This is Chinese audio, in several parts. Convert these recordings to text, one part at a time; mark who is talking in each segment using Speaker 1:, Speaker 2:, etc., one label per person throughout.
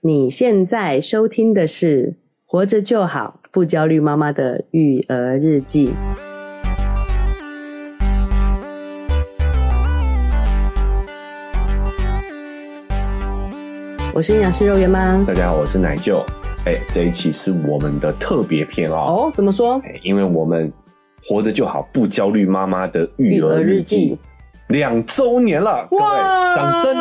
Speaker 1: 你现在收听的是《活着就好，不焦虑妈妈的育儿日记》。我是营养师肉圆妈。
Speaker 2: 大家好，我是奶舅。哎、这一期是我们的特别篇哦。
Speaker 1: 哦，怎么说？
Speaker 2: 哎，因为我们活着就好，不焦虑妈妈的育儿日记两周年了，各位掌声！！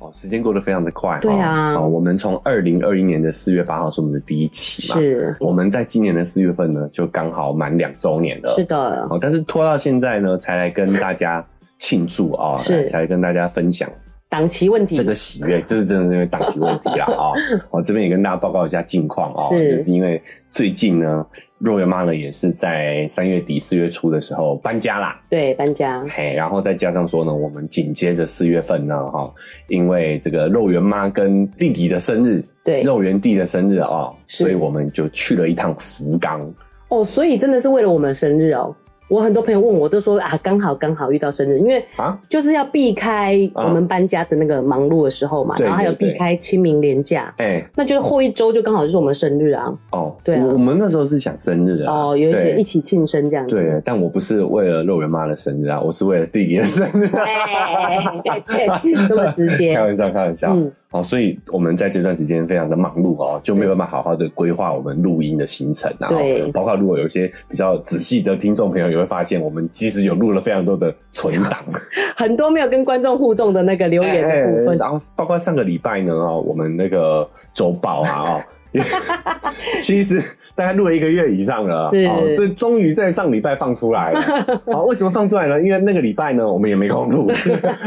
Speaker 2: 哦，时间过得非常的快。
Speaker 1: 对啊
Speaker 2: 哦，哦我们从二零二一年的四月八号是我们的第一期嘛，
Speaker 1: 是
Speaker 2: 我们在今年的四月份呢，就刚好满两周年了。
Speaker 1: 是的，
Speaker 2: 哦，但是拖到现在呢，才来跟大家庆祝啊、哦，
Speaker 1: 是
Speaker 2: 才来跟大家分享
Speaker 1: 档期问题。
Speaker 2: 这个喜悦，就是真的是因为档期问题啦 啊！我、这边也跟大家报告一下近况哦，
Speaker 1: 是
Speaker 2: 就是因为最近呢，若圆妈呢也是在三月底四月初的时候搬家啦，
Speaker 1: 对搬家，
Speaker 2: 嘿，然后再加上说呢，我们紧接着四月份呢，哈、因为这个肉圆妈跟弟弟的生日，
Speaker 1: 对
Speaker 2: 肉圆弟的生日啊、
Speaker 1: 是
Speaker 2: 所以我们就去了一趟福冈。
Speaker 1: 哦，所以真的是为了我们生日哦。我很多朋友问我，都说啊，刚好刚好遇到生日，因为
Speaker 2: 啊
Speaker 1: 就是要避开我们搬家的那个忙碌的时候嘛，
Speaker 2: 对
Speaker 1: 然后还有
Speaker 2: 啊对
Speaker 1: 避
Speaker 2: 对
Speaker 1: 开清明连假，
Speaker 2: 哎、
Speaker 1: 那就是后一周就刚好就是我们生日啊。
Speaker 2: 哦，
Speaker 1: 对啊
Speaker 2: 我我们那时候是想生日啊，
Speaker 1: 哦，有一些
Speaker 2: 对
Speaker 1: 一起庆生这样子。
Speaker 2: 对，但我不是为了肉圆妈的生日啊，我是为了弟弟的生日、
Speaker 1: 哎，这么直接
Speaker 2: 开玩笑，开玩笑。
Speaker 1: 嗯，
Speaker 2: 好，哦所以我们在这段时间非常的忙碌哦，就没有办法好好的规划我们录音的行程啊。
Speaker 1: 对
Speaker 2: 包括如果有一些比较仔细的听众朋友，也会发现我们其实有录了非常多的存档
Speaker 1: 很多没有跟观众互动的那个留言
Speaker 2: 哎
Speaker 1: 的 部分，
Speaker 2: 然后包括上个礼拜呢，哦，我们那个周报啊，哦。 其实大概录了一个月以上了，
Speaker 1: 是
Speaker 2: 哦，所以终于在上礼拜放出 来了。哦，为什么放出来呢？因为那个礼拜呢，我们也没 空录，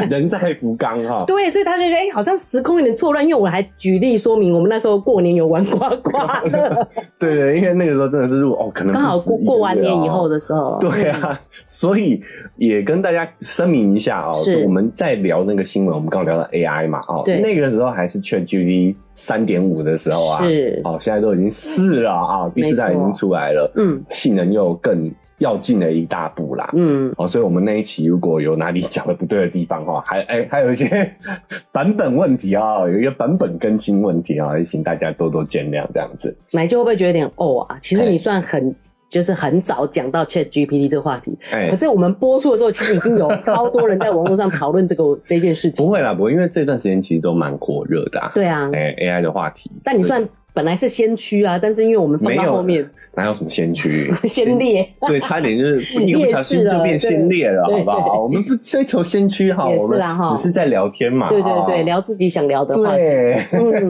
Speaker 2: 人在福冈哦哈、
Speaker 1: 对，所以他就觉得哎、好像时空有点错乱，因为我还举例说明，我们那时候过年有玩刮刮 乐，
Speaker 2: 对对，因为那个时候真的是入哦，可能
Speaker 1: 刚好过过完年以后
Speaker 2: 的。
Speaker 1: 的时候，
Speaker 2: 对
Speaker 1: 嗯
Speaker 2: 啊，所以也跟大家声明一下哦，
Speaker 1: 是
Speaker 2: 我们在聊那个新闻，我们刚好聊到 AI 嘛，哦，
Speaker 1: 对
Speaker 2: 那个时候还是 ChatGPT 三点五的时候啊，
Speaker 1: 是，
Speaker 2: 哦，现在都已经四了啊，第四代已经出来了，
Speaker 1: 嗯
Speaker 2: 性能又更要进了一大步啦。
Speaker 1: 嗯，
Speaker 2: 哦，所以我们那一期如果有哪里 讲的不对的地方哈，还哎、还有一些 版本问题啊、有一个版本更新问题啊、也请大家多多见谅这样子。
Speaker 1: 奶就会不会觉得有点哦啊？其实
Speaker 2: 哎
Speaker 1: 你算很。就是很早讲到 Chat GPT 这个话题，
Speaker 2: 哎、
Speaker 1: 可是我们播出的时候，其实已经有超多人在网络上讨论这个这件事
Speaker 2: 不
Speaker 1: 情。
Speaker 2: 会啦，不会，因为这段时间其实都蛮火热的、啊。
Speaker 1: 对啊，
Speaker 2: 哎、a i 的话题，
Speaker 1: 但你算本来是先驱啊，但是因为我们放
Speaker 2: 没
Speaker 1: 到
Speaker 2: 有
Speaker 1: 后面
Speaker 2: 哪有什么先 驱？
Speaker 1: 先烈，
Speaker 2: 对，差一点就是一个不小心就变先烈了，
Speaker 1: 对
Speaker 2: 好不好？我们不追求先驱哈，
Speaker 1: 也
Speaker 2: 我
Speaker 1: 是啦哈
Speaker 2: 们只是在聊天嘛。
Speaker 1: 对对对，
Speaker 2: 哈
Speaker 1: 聊自己想聊的话题，
Speaker 2: 哦 对。
Speaker 1: 嗯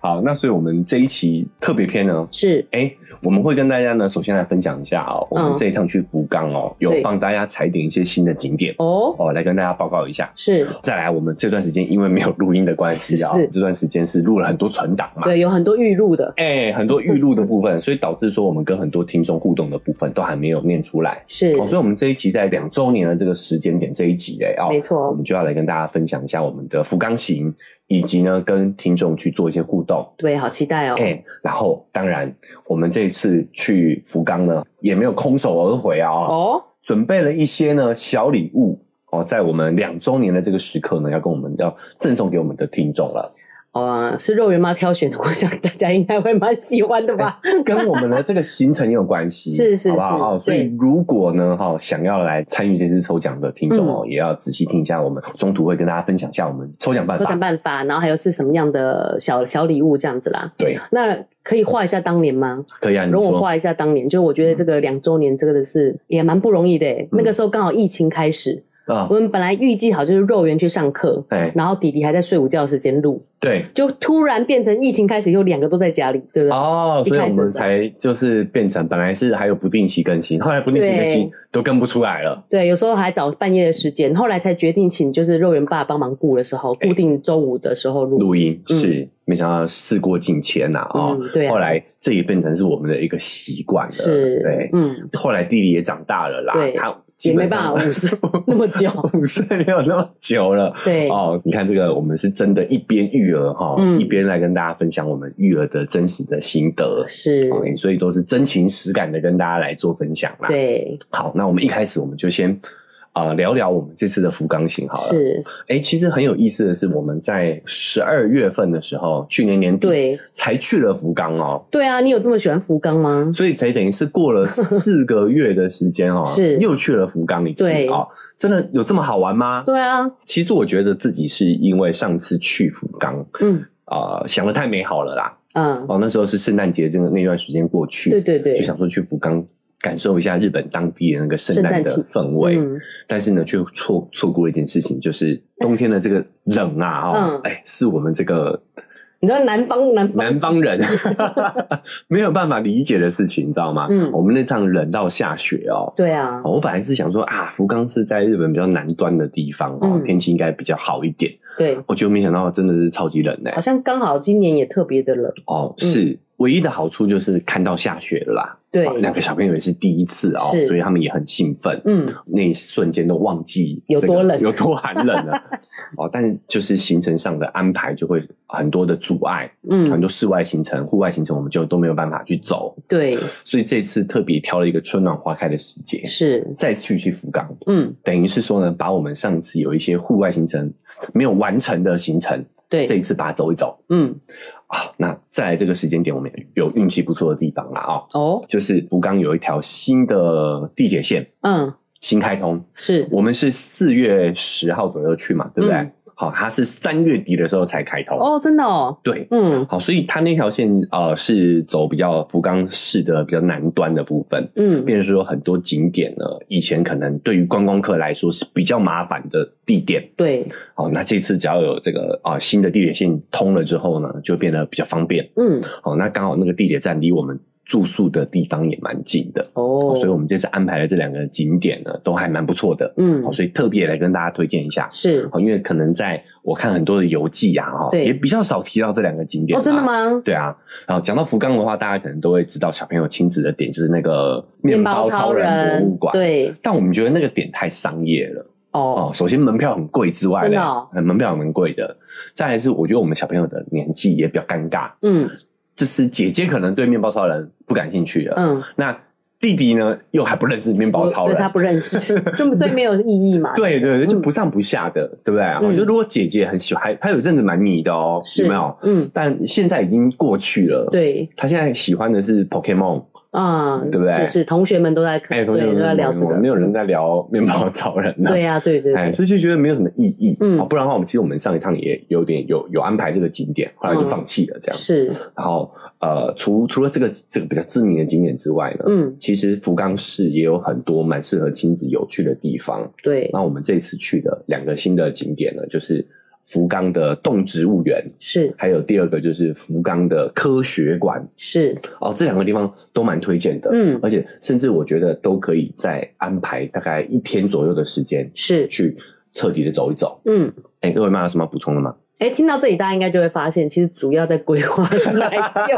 Speaker 2: 好，那所以我们这一期特别篇呢，
Speaker 1: 是
Speaker 2: 哎、我们会跟大家呢，首先来分享一下哦，我
Speaker 1: 嗯
Speaker 2: 们这一趟去福冈哦，有
Speaker 1: 对
Speaker 2: 帮大家踩点一些新的景点
Speaker 1: 哦，
Speaker 2: 哦，来跟大家报告一下。
Speaker 1: 是
Speaker 2: 再来，我们这段时间因为没有录音的关系啊
Speaker 1: 是，
Speaker 2: 这段时间是录了很多存档嘛，
Speaker 1: 对，有很多预录的，
Speaker 2: 哎、很多预录的部分，所以导致说我们跟很多听众互动的部分都还没有念出来。
Speaker 1: 是
Speaker 2: 哦，所以我们这一期在两周年的这个时间点这一集哎哦，
Speaker 1: 没错
Speaker 2: 我们就要来跟大家分享一下我们的福冈行，以及呢跟听众去做一些互动。
Speaker 1: 对，好期待哦，
Speaker 2: 哎、然后当然我们这一次去福冈呢，也没有空手而回啊、哦，
Speaker 1: 哦，
Speaker 2: 准备了一些呢小礼物哦，在我们两周年的这个时刻呢，要跟我们要赠送给我们的听众了。
Speaker 1: 呃，是肉圆妈挑选的， 我想大家应该会蛮喜欢的吧？
Speaker 2: 跟我们的这个行程也有关系，
Speaker 1: 是是
Speaker 2: 好不好？
Speaker 1: 是
Speaker 2: 哦所以
Speaker 1: 对
Speaker 2: 如果呢，哈、想要来参与这次抽奖的听众
Speaker 1: 嗯
Speaker 2: 哦，也要仔细听一下，我们中途会跟大家分享一下我们抽奖办
Speaker 1: 多
Speaker 2: 法。
Speaker 1: 想办法，然后还有是什么样的小小礼物这样子啦。
Speaker 2: 对，
Speaker 1: 那可以画一下当年吗？
Speaker 2: 可以啊，你
Speaker 1: 容我
Speaker 2: 说，嗯
Speaker 1: 画一下当年，就是我觉得这个两周年，这个的是也蛮不容易的欸、那个时候刚好疫情开始，
Speaker 2: 啊
Speaker 1: 我，们本来预计好就是肉圆去上课，
Speaker 2: 哎，
Speaker 1: 然后弟弟还在睡午觉的时间录，
Speaker 2: 对，
Speaker 1: 就突然变成疫情开始以后，两个都在家里，对不对？
Speaker 2: 哦，
Speaker 1: 一
Speaker 2: 所以
Speaker 1: 开
Speaker 2: 我
Speaker 1: 始
Speaker 2: 们才就是变成本来是还有不定期更新，后来不定期更新
Speaker 1: 对
Speaker 2: 都跟不出来了。
Speaker 1: 对，有时候还找半夜的时间，后来才决定请就是肉圆爸帮忙顾的时候，
Speaker 2: 哎
Speaker 1: 固定周五的时候录。
Speaker 2: 录音
Speaker 1: 嗯
Speaker 2: 是、没想到事过境迁呐、哦，
Speaker 1: 嗯对啊
Speaker 2: 后来这也变成是我们的一个习惯了，
Speaker 1: 是，
Speaker 2: 对。
Speaker 1: 嗯，
Speaker 2: 后来弟弟也长大了啦
Speaker 1: 对，
Speaker 2: 他基
Speaker 1: 也没
Speaker 2: 本
Speaker 1: 办
Speaker 2: 上
Speaker 1: 法五十那么久，
Speaker 2: 五岁没有那么久了。
Speaker 1: 对，
Speaker 2: 哦，你看这个，我们是真的一边育儿哈，
Speaker 1: 嗯
Speaker 2: 一边来跟大家分享我们育儿的真实的心得，
Speaker 1: 是，
Speaker 2: 哦所以都是真情实感的跟大家来做分享啦。，
Speaker 1: 对，
Speaker 2: 好，那我们一开始我们就先啊聊聊我们这次的福冈行好了。
Speaker 1: 是
Speaker 2: 哎，其实很有意思的是，我们在十二月份的时候，去年年底
Speaker 1: 对
Speaker 2: 才去了福冈哦，
Speaker 1: 对啊，你有这么喜欢福冈吗？
Speaker 2: 所以才等于是过了四个月的时间 哦，
Speaker 1: 是
Speaker 2: 又去了福冈一次
Speaker 1: 对
Speaker 2: 哦，真的有这么好玩吗？
Speaker 1: 对啊，
Speaker 2: 其实我觉得自己是因为上次去福冈
Speaker 1: 嗯
Speaker 2: 啊、呃想的太美好了啦，
Speaker 1: 啊，
Speaker 2: 哦，那时候是圣诞节这个那段时间过去，
Speaker 1: 对对对，
Speaker 2: 就想说去福冈。感受一下日本当地的那个圣诞的
Speaker 1: 圣诞气
Speaker 2: 氛围，
Speaker 1: 嗯
Speaker 2: 但是呢，却错错过了一件事情，就是冬天的这个冷啊、哦，
Speaker 1: 嗯
Speaker 2: 哎、是我们这个
Speaker 1: 你知道南方南方
Speaker 2: 南方人 没有办法理解的事情，你知道吗？
Speaker 1: 嗯
Speaker 2: 我们那趟冷到下雪哦。
Speaker 1: 对啊，
Speaker 2: 哦我本来是想说啊，福冈是在日本比较南端的地方哦，
Speaker 1: 嗯
Speaker 2: 天气应该比较好一点。
Speaker 1: 对，
Speaker 2: 我就没想到真的是超级冷呢、
Speaker 1: 好像刚好今年也特别的冷，
Speaker 2: 哦，是、唯一的好处就是看到下雪了啦。
Speaker 1: 对
Speaker 2: 哦，两个小朋友也是第一次哦，
Speaker 1: 是
Speaker 2: 所以他们也很兴奋。
Speaker 1: 嗯，
Speaker 2: 那一瞬间都忘记
Speaker 1: 有
Speaker 2: 这个
Speaker 1: 多冷
Speaker 2: 有多寒冷了。 哦，但是就是行程上的安排就会很多的阻碍，很
Speaker 1: 嗯，
Speaker 2: 多室外行程、户外行程我们就都没有办法去走，
Speaker 1: 对，
Speaker 2: 所以这次特别挑了一个春暖花开的时节，
Speaker 1: 是，
Speaker 2: 再去去福冈，
Speaker 1: 嗯，
Speaker 2: 等于是说呢，把我们上次有一些户外行程没有完成的行程，这
Speaker 1: 对，
Speaker 2: 一次把它走一走
Speaker 1: 嗯，
Speaker 2: 啊。那在这个时间点，我们有运气不错的地方啦啊、哦，
Speaker 1: 哦，
Speaker 2: 就是福冈有一条新的地铁线
Speaker 1: 嗯，
Speaker 2: 新开通，
Speaker 1: 是，
Speaker 2: 我们是四月十号左右去嘛，对不对？
Speaker 1: 嗯
Speaker 2: 好，它是三月底的时候才开通，
Speaker 1: 哦，真的哦，
Speaker 2: 对，
Speaker 1: 嗯
Speaker 2: 好，所以它那条线呃是走比较福冈市的比较南端的部分，
Speaker 1: 嗯，
Speaker 2: 变成说很多景点呢，以前可能对于观光客来说是比较麻烦的地点。
Speaker 1: 对，
Speaker 2: 哦，那这次只要有这个啊、新的地铁线通了之后呢，就变得比较方便。
Speaker 1: 嗯，
Speaker 2: 哦，那刚好那个地铁站离我们住宿的地方也蛮近的，哦
Speaker 1: 哦，
Speaker 2: 所以我们这次安排的这两个景点呢，都还蛮不错的。
Speaker 1: 嗯
Speaker 2: 哦，，所以特别来跟大家推荐一下。
Speaker 1: 是，
Speaker 2: 哦，因为可能在我看很多的游记啊，哈，
Speaker 1: 对
Speaker 2: 也比较少提到这两个景点、
Speaker 1: 哦，真的？吗？
Speaker 2: 对啊，然后讲到福冈的话，大家可能都会知道小朋友亲子的点就是那个面包超
Speaker 1: 超
Speaker 2: 人博物馆。，
Speaker 1: 对，
Speaker 2: 但我们觉得那个点太商业了
Speaker 1: 哦，
Speaker 2: 哦。首先门票很贵之外
Speaker 1: 真
Speaker 2: 呢，
Speaker 1: 的哦
Speaker 2: 呃门票很贵的。再来是我觉得我们小朋友的年纪也比较尴尬，
Speaker 1: 嗯
Speaker 2: 就是姐姐可能对面包超人不感兴趣了，
Speaker 1: 嗯，
Speaker 2: 那弟弟呢又还不认识面包超
Speaker 1: 对
Speaker 2: 人，
Speaker 1: 他不认识， 这么所以没有意义嘛？
Speaker 2: 对对对，就
Speaker 1: 嗯
Speaker 2: 不上不下的，对不对？
Speaker 1: 嗯
Speaker 2: 就如果姐姐很喜欢，她有一阵子蛮迷的哦，
Speaker 1: 是
Speaker 2: 有没有？
Speaker 1: 嗯，
Speaker 2: 但现在已经过去了，，
Speaker 1: 对
Speaker 2: 她现在喜欢的是 Pokemon，
Speaker 1: 啊，
Speaker 2: 对不对
Speaker 1: 是是，同学们都在看，
Speaker 2: 哎，同学
Speaker 1: 对，
Speaker 2: 们
Speaker 1: 都在聊这
Speaker 2: 没
Speaker 1: 个，
Speaker 2: 有人在聊面包超人呢，
Speaker 1: 对。呀，啊对对
Speaker 2: 哎，
Speaker 1: 对，
Speaker 2: 所以就觉得没有什么意义。
Speaker 1: 嗯
Speaker 2: 哦不然的话，我们其实我们上一趟也有点有有安排这个景点，后来
Speaker 1: 嗯
Speaker 2: 就放弃了这样。
Speaker 1: 是，
Speaker 2: 然后呃，除除了这个这个比较知名的景点之外呢，
Speaker 1: 嗯，
Speaker 2: 其实福冈市也有很多蛮适合亲子有趣的地方。
Speaker 1: 对，
Speaker 2: 那我们这次去的两个新的景点呢，就是福冈的动植物园，
Speaker 1: 是
Speaker 2: 还有第二个就是福冈的科学馆。
Speaker 1: 是，
Speaker 2: 哦，这两个地方都蛮推荐的，
Speaker 1: 嗯
Speaker 2: 而且甚至我觉得都可以再安排大概一天左右的时间
Speaker 1: 是，
Speaker 2: 去彻底的走一走。
Speaker 1: 嗯。
Speaker 2: 哎，各位妈有什么要补充的吗？
Speaker 1: 哎，听到这里，大家应该就会发现，其实主要在规划是来救。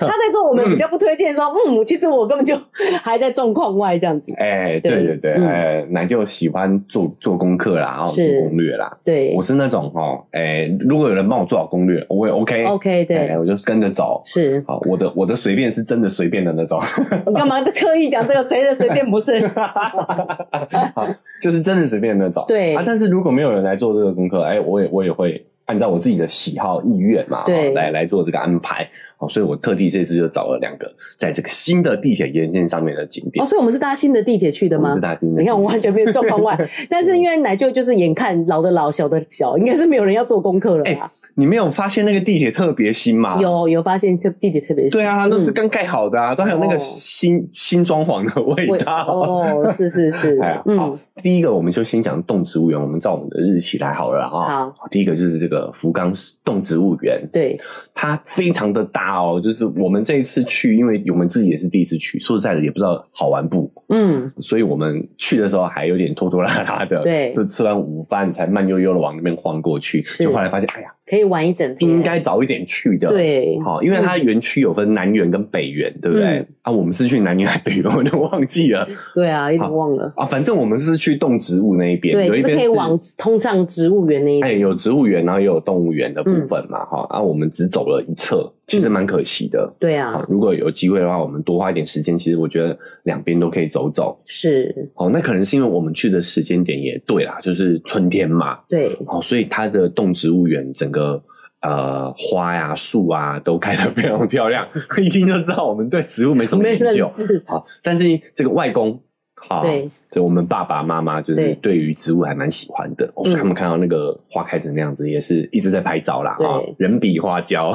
Speaker 1: 他在说我们比较不推荐，说嗯，其实我根本就还在状况外这样子。
Speaker 2: 哎，对
Speaker 1: 对
Speaker 2: 对对，
Speaker 1: 嗯
Speaker 2: 哎，奶就喜欢做做功课啦，然哦后做
Speaker 1: 是
Speaker 2: 攻略啦。
Speaker 1: 对
Speaker 2: 我是那种哦，哎，如果有人帮我做好攻略，我也 OK。
Speaker 1: ，OK，
Speaker 2: 哎
Speaker 1: 对，
Speaker 2: 我就跟着走。
Speaker 1: 是
Speaker 2: 好，我的我的随便是真的随便的那种，
Speaker 1: 你干嘛刻意讲这个？谁的随便 不是？
Speaker 2: 好就是真的随便的那种。
Speaker 1: 对
Speaker 2: 啊，但是如果没有人来做这个功课，哎，我也我也会按照我自己的喜好意愿嘛，
Speaker 1: 对
Speaker 2: 哦来来做这个安排。好，所以我特地这次就找了两个在这个新的地铁沿线上面的景点
Speaker 1: 哦，。所以我们是搭新的地铁去的
Speaker 2: 我们
Speaker 1: 吗
Speaker 2: 是？大金的，
Speaker 1: 你看，我完全没有状况 外，但是因为奶舅就是眼看老的老，小的小，应该是没有人要做功课了
Speaker 2: 哎
Speaker 1: 吧？
Speaker 2: 你没有发现那个地铁特别新吗？。
Speaker 1: 有有发现特地铁特别嗯小
Speaker 2: 啊对啊，都是刚盖好的啊，都还有那个
Speaker 1: 哦
Speaker 2: 新新装潢的味
Speaker 1: 味
Speaker 2: 道。
Speaker 1: 哦，是是是
Speaker 2: 哎呀，，好
Speaker 1: 嗯，，
Speaker 2: 第一个我们就先讲动植物园，我们照我们的日期来好了啊。
Speaker 1: 好，
Speaker 2: 第一个就是这个福冈市动植物园，
Speaker 1: 对，
Speaker 2: 它非常的大哦。就是我们这一次去，因为我们自己也是第一次去，说实在的也不知道好玩不，
Speaker 1: 嗯，
Speaker 2: 所以我们去的时候还有点拖拖拉拉的，
Speaker 1: 对
Speaker 2: 就吃完午饭才慢悠悠的往那边晃过去，
Speaker 1: 是
Speaker 2: 就后来发现，哎呀，
Speaker 1: 可以玩一整天，
Speaker 2: 应该早一点去的，。
Speaker 1: 对，
Speaker 2: 好，因为它园区有分南园跟北园，对不对？
Speaker 1: 嗯
Speaker 2: 啊，我们是去南园还是北园，我都忘记了
Speaker 1: 对啊，有点忘了，
Speaker 2: 啊。反正我们是去动植物那一边，
Speaker 1: 对，
Speaker 2: 有
Speaker 1: 就
Speaker 2: 一
Speaker 1: 是
Speaker 2: 边
Speaker 1: 可以
Speaker 2: 是
Speaker 1: 往通上植物园那一
Speaker 2: 哎，
Speaker 1: 边，
Speaker 2: 有植物园，然后也有动物园的部
Speaker 1: 嗯
Speaker 2: 分嘛，哈、啊，我们只走了一侧，其实蛮可惜的。
Speaker 1: 对
Speaker 2: 好，
Speaker 1: 啊，
Speaker 2: 如果有机会的话，我们多花一点时间，其实我觉得两边都可以走走。
Speaker 1: 是，
Speaker 2: 哦，那可能是因为我们去的时间点也对啦，就是春天嘛，
Speaker 1: 对，
Speaker 2: 哦，所以它的动植物园整个呃花呀、树啊都开得非常漂亮， 一听就知道我们对植物没什么
Speaker 1: 没
Speaker 2: 研
Speaker 1: 认
Speaker 2: 究。
Speaker 1: 识，
Speaker 2: 好，但是这个外公，好、
Speaker 1: 对，
Speaker 2: 这我们爸爸妈妈就是
Speaker 1: 对嗯
Speaker 2: 对于植物还蛮喜欢的，哦、所以他们看到那个花开成那样子，也是一直在拍照啦，
Speaker 1: 对
Speaker 2: 啊，人比花娇，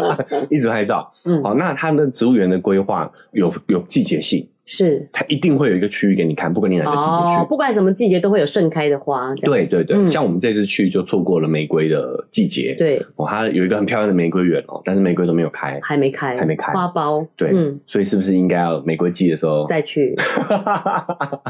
Speaker 2: 一直拍照。
Speaker 1: 嗯，
Speaker 2: 好，那它的植物园的规划有有季节性，
Speaker 1: 是
Speaker 2: 它一定会有一个区域给你看，不管你哪个季节去。
Speaker 1: 哦，不管什么季节都会有盛开的花，这样
Speaker 2: 对对对，
Speaker 1: 嗯
Speaker 2: 像我们这次去就错过了玫瑰的季节，，
Speaker 1: 对，
Speaker 2: 哦，它有一个很漂亮的玫瑰园哦，但是玫瑰都没有开，
Speaker 1: 还没开，
Speaker 2: 还没开
Speaker 1: 花苞，
Speaker 2: 对，
Speaker 1: 嗯，
Speaker 2: 所以是不是应该要玫瑰季的时候
Speaker 1: 再去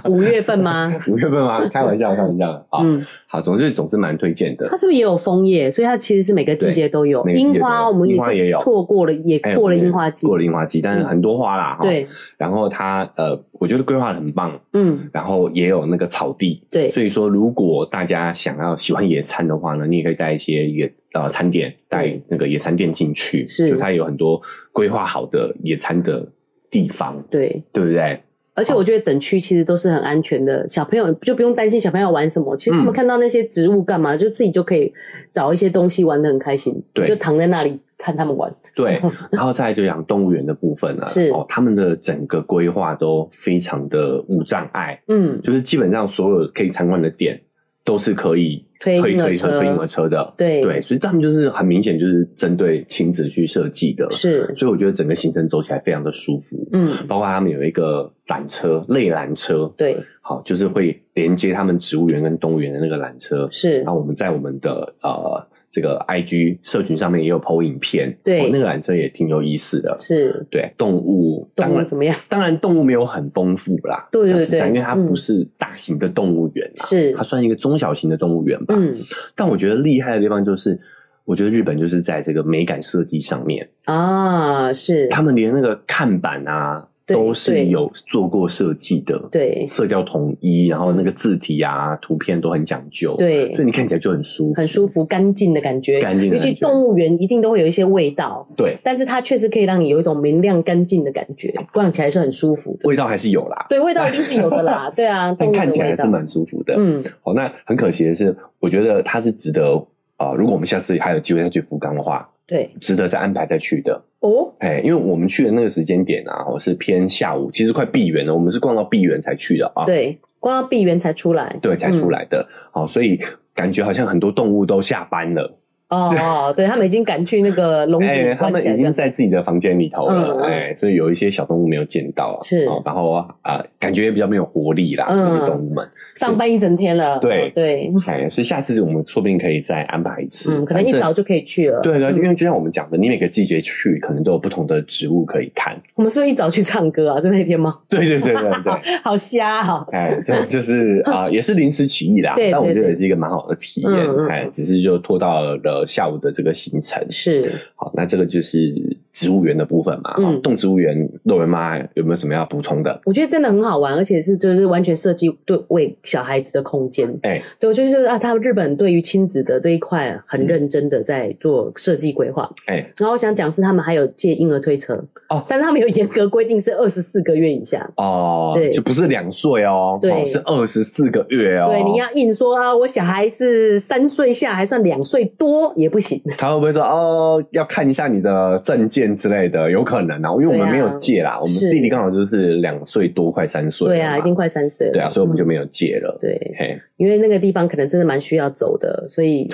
Speaker 1: 五月份吗？
Speaker 2: 五月份吗？开玩笑，开玩笑啊！好
Speaker 1: 嗯，
Speaker 2: 好，总之总之蛮推荐的
Speaker 1: 它。是不是也有枫叶？所以它其实是每个季节都有
Speaker 2: 哦每个季节都有
Speaker 1: 樱花，我们
Speaker 2: 樱花也
Speaker 1: 是
Speaker 2: 有
Speaker 1: 错过了，也
Speaker 2: 哎
Speaker 1: 过了樱花季，嗯
Speaker 2: 过了樱花季，但是很多花啦哈。
Speaker 1: 对，
Speaker 2: 然后它呃，我觉得规划的很棒，
Speaker 1: 嗯，
Speaker 2: 然后也有那个草地，
Speaker 1: 对，
Speaker 2: 所以说如果大家想要喜欢野餐的话呢，你也可以带一些野呃餐点，带那个野餐垫进去，
Speaker 1: 是
Speaker 2: 就它有很多规划好的野餐的地方，
Speaker 1: 对。
Speaker 2: 对不对？
Speaker 1: 而且我觉得整区其实都是很安全的，小朋友就不用担心小朋友玩什么。其实他们
Speaker 2: 嗯
Speaker 1: 看到那些植物干嘛，就自己就可以找一些东西玩的很开心，
Speaker 2: 对
Speaker 1: 就躺在那里看他们玩。
Speaker 2: 对，然后再来就讲动物园的部分啊，
Speaker 1: 是
Speaker 2: 哦，他们的整个规划都非常的无障碍，
Speaker 1: 嗯，
Speaker 2: 就是基本上所有可以参观的店都是可以
Speaker 1: 推
Speaker 2: 推
Speaker 1: 婴儿
Speaker 2: 推车、
Speaker 1: 车
Speaker 2: 推婴儿车的，
Speaker 1: 对
Speaker 2: 所以他们就是很明显就是针对亲子去设计的，
Speaker 1: 是，
Speaker 2: 所以我觉得整个行程走起来非常的舒服，
Speaker 1: 嗯，
Speaker 2: 包括他们有一个缆车、类缆车，
Speaker 1: 对，
Speaker 2: 好，就是会连接他们植物园跟动物园的那个缆车，
Speaker 1: 是
Speaker 2: 然，后我们在我们的呃这个 IG 社群上面也有 PO 影片，
Speaker 1: 对
Speaker 2: 哦那个缆车也挺有意思的，
Speaker 1: 是
Speaker 2: 对，动物当
Speaker 1: 动物
Speaker 2: 然
Speaker 1: 怎么样？
Speaker 2: 当然，动物没有很丰富啦，
Speaker 1: 对对
Speaker 2: 讲实在
Speaker 1: 对嗯
Speaker 2: 因为它不是大型的动物园啦，
Speaker 1: 是
Speaker 2: 它，算一个中小型的动物园吧。
Speaker 1: 嗯
Speaker 2: 但我觉得厉害的地方就是，我觉得日本就是在这个美感设计上面，
Speaker 1: 啊，是，
Speaker 2: 他们连那个看板啊
Speaker 1: 对
Speaker 2: 都是
Speaker 1: 对
Speaker 2: 有做过设计的，
Speaker 1: 对
Speaker 2: 色调统一，然后那个字体啊、图片都很讲究，，
Speaker 1: 对
Speaker 2: 所以，你看起来就很舒服，
Speaker 1: 很舒服，干净的感觉。
Speaker 2: 干净的
Speaker 1: 尤
Speaker 2: 感觉
Speaker 1: 其动物园一定都会有一些味道，
Speaker 2: 对，
Speaker 1: 但是它确实可以让你有一种明亮干净的感觉，逛起来是很舒服的。
Speaker 2: 味道还是有啦，
Speaker 1: 对，味道一定是有的啦，对 啊，动
Speaker 2: 但
Speaker 1: 物
Speaker 2: 看
Speaker 1: 的
Speaker 2: 起来还
Speaker 1: 味
Speaker 2: 是
Speaker 1: 道。
Speaker 2: 蛮舒服的，
Speaker 1: 嗯，
Speaker 2: 好，那很可惜的是，我觉得它是值得啊、呃如果我们下次还有机会再去福冈的话，
Speaker 1: 对，
Speaker 2: 值得再安排再去的。
Speaker 1: 哦，
Speaker 2: 哎，因为我们去的那个时间点啊，我是偏下午，其实快闭园了，我们是逛到闭园才去的啊，
Speaker 1: 对，嗯光要闭园才出来，
Speaker 2: 对，才出
Speaker 1: 来。
Speaker 2: 来的。好、所以感觉好像很多动物都下班了，
Speaker 1: 哦哦，对他们已经赶去那个笼子
Speaker 2: 哎，
Speaker 1: 里
Speaker 2: 他
Speaker 1: 关
Speaker 2: 们
Speaker 1: 起来这
Speaker 2: 已经
Speaker 1: 样，
Speaker 2: 在自己的房间里头了，
Speaker 1: 嗯嗯
Speaker 2: 哎，所以有一些小动物没有见到啊，
Speaker 1: 是
Speaker 2: 哦然后啊、感觉也比较没有活力啦，
Speaker 1: 嗯
Speaker 2: 那些动物们，
Speaker 1: 上班一整天了。
Speaker 2: 对
Speaker 1: 哦对，
Speaker 2: 哎，所以下次我们说不定可以再安排一次，
Speaker 1: 嗯，可能一
Speaker 2: 反正
Speaker 1: 早就可以去了。
Speaker 2: 对对，
Speaker 1: 嗯
Speaker 2: 因为就像我们讲的，你每个季节去，可能都有不同的植物可以看。
Speaker 1: 我们是不是一早去唱歌啊？是那天吗？
Speaker 2: 对对对对对，
Speaker 1: 好瞎啊！
Speaker 2: 哎，这就是啊、也是临时起意啦。
Speaker 1: 对
Speaker 2: 但我觉
Speaker 1: 对
Speaker 2: 得
Speaker 1: 对
Speaker 2: 也是一个蛮好的体验
Speaker 1: 嗯嗯，嗯
Speaker 2: 哎，只是就拖到了下午的这个行程。
Speaker 1: 是，
Speaker 2: 好，那这个就是植物园的部分嘛。
Speaker 1: 嗯
Speaker 2: 哦动植物园，肉圆妈有没有什么要补充的？
Speaker 1: 我觉得真的很好玩，而且是就是完全设计对为小孩子的空间。
Speaker 2: 哎，
Speaker 1: 对，我觉得就是啊，他们日本对于亲子的这一块
Speaker 2: 嗯
Speaker 1: 很认真的在做设计规划。
Speaker 2: 哎，
Speaker 1: 然后我想讲是他们还有借婴儿推车
Speaker 2: 哦
Speaker 1: 但是他们有严格规定是二十四个月以下。
Speaker 2: 哦，
Speaker 1: 对
Speaker 2: 就不是两岁哦，
Speaker 1: 对
Speaker 2: 哦是二十四个月哦。
Speaker 1: 对，你要硬说啊，我小孩是三岁下，还算两岁多也不行。
Speaker 2: 他会不会说哦，要看一下你的证件之类的？有可能啊，因为我
Speaker 1: 对
Speaker 2: 们
Speaker 1: 啊
Speaker 2: 没有借啦，我们
Speaker 1: 是
Speaker 2: 弟弟刚好就是两岁多，快三岁了嘛。
Speaker 1: 对啊，已经快三岁了。
Speaker 2: 对啊，所以我们就
Speaker 1: 嗯
Speaker 2: 没有借了。
Speaker 1: 对，
Speaker 2: 嘿，
Speaker 1: 因为那个地方可能真的蛮需要走的，所以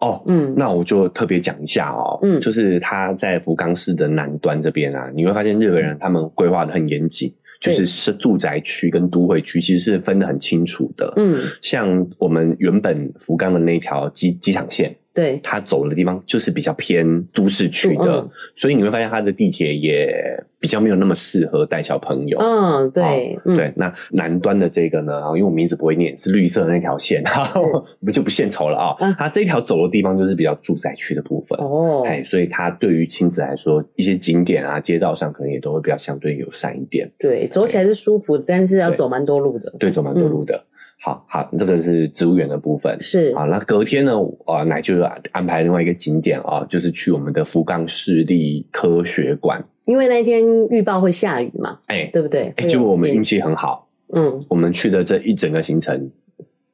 Speaker 2: 哦，
Speaker 1: 嗯，
Speaker 2: 那我就特别讲一下哦，
Speaker 1: 嗯
Speaker 2: 就是他在福冈市的南端这边啊，你会发现日本人他们规划的很严谨，就是
Speaker 1: 对
Speaker 2: 是住宅区跟都会区其实是分得很清楚的。
Speaker 1: 嗯，
Speaker 2: 像我们原本福冈的那条机机场线，
Speaker 1: 对，
Speaker 2: 它走的地方就是比较偏都市区的，
Speaker 1: 嗯
Speaker 2: 所以你会发现它的地铁也比较没有那么适合带小朋友。
Speaker 1: 嗯，对，嗯，
Speaker 2: 哦对，那南端的这个呢，因为我名字不会念，是绿色的那条线，然后 我们就不献丑了啊、
Speaker 1: 嗯
Speaker 2: 它这条走的地方就是比较住宅区的部分，
Speaker 1: 哦，
Speaker 2: 哎，所以它对于亲子来说，一些景点啊、街道上可能也都会比较相对友善一点。
Speaker 1: 对，走起来是舒服的，但是要
Speaker 2: 对
Speaker 1: 走蛮多路的。
Speaker 2: 对，走蛮多路的。好好，这个是植物园的部分。
Speaker 1: 是，
Speaker 2: 好，那隔天呢？呃，奶就安排另外一个景点啊、就是去我们的福冈市立科学馆。
Speaker 1: 因为那一天预报会下雨嘛，
Speaker 2: 哎
Speaker 1: 对不对？
Speaker 2: 哎，结果我们运气很好，
Speaker 1: 嗯
Speaker 2: 我们去的这一整个行程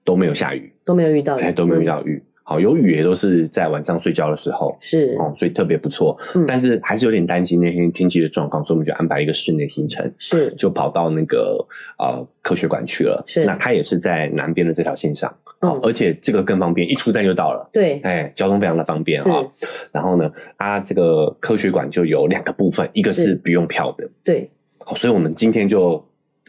Speaker 2: 都没有下雨，
Speaker 1: 都没有遇到雨，
Speaker 2: 哎，都没有遇到雨。好，有雨也都是在晚上睡觉的时候，
Speaker 1: 嗯是
Speaker 2: 哦，所以特别不错
Speaker 1: 嗯。
Speaker 2: 但是还是有点担心那天天气的状况，所以我们就安排一个室内行程，
Speaker 1: 是
Speaker 2: 就跑到那个呃科学馆去了。
Speaker 1: 是
Speaker 2: 那它也是在南边的这条线上，哦
Speaker 1: 嗯，
Speaker 2: 而且这个更方便，一出站就到了。
Speaker 1: 对
Speaker 2: 哎，交通非常的方便
Speaker 1: 是
Speaker 2: 哈、然后呢，它这个科学馆就有两个部分，一个
Speaker 1: 是
Speaker 2: 是不用票的，
Speaker 1: 对
Speaker 2: 好，所以我们今天就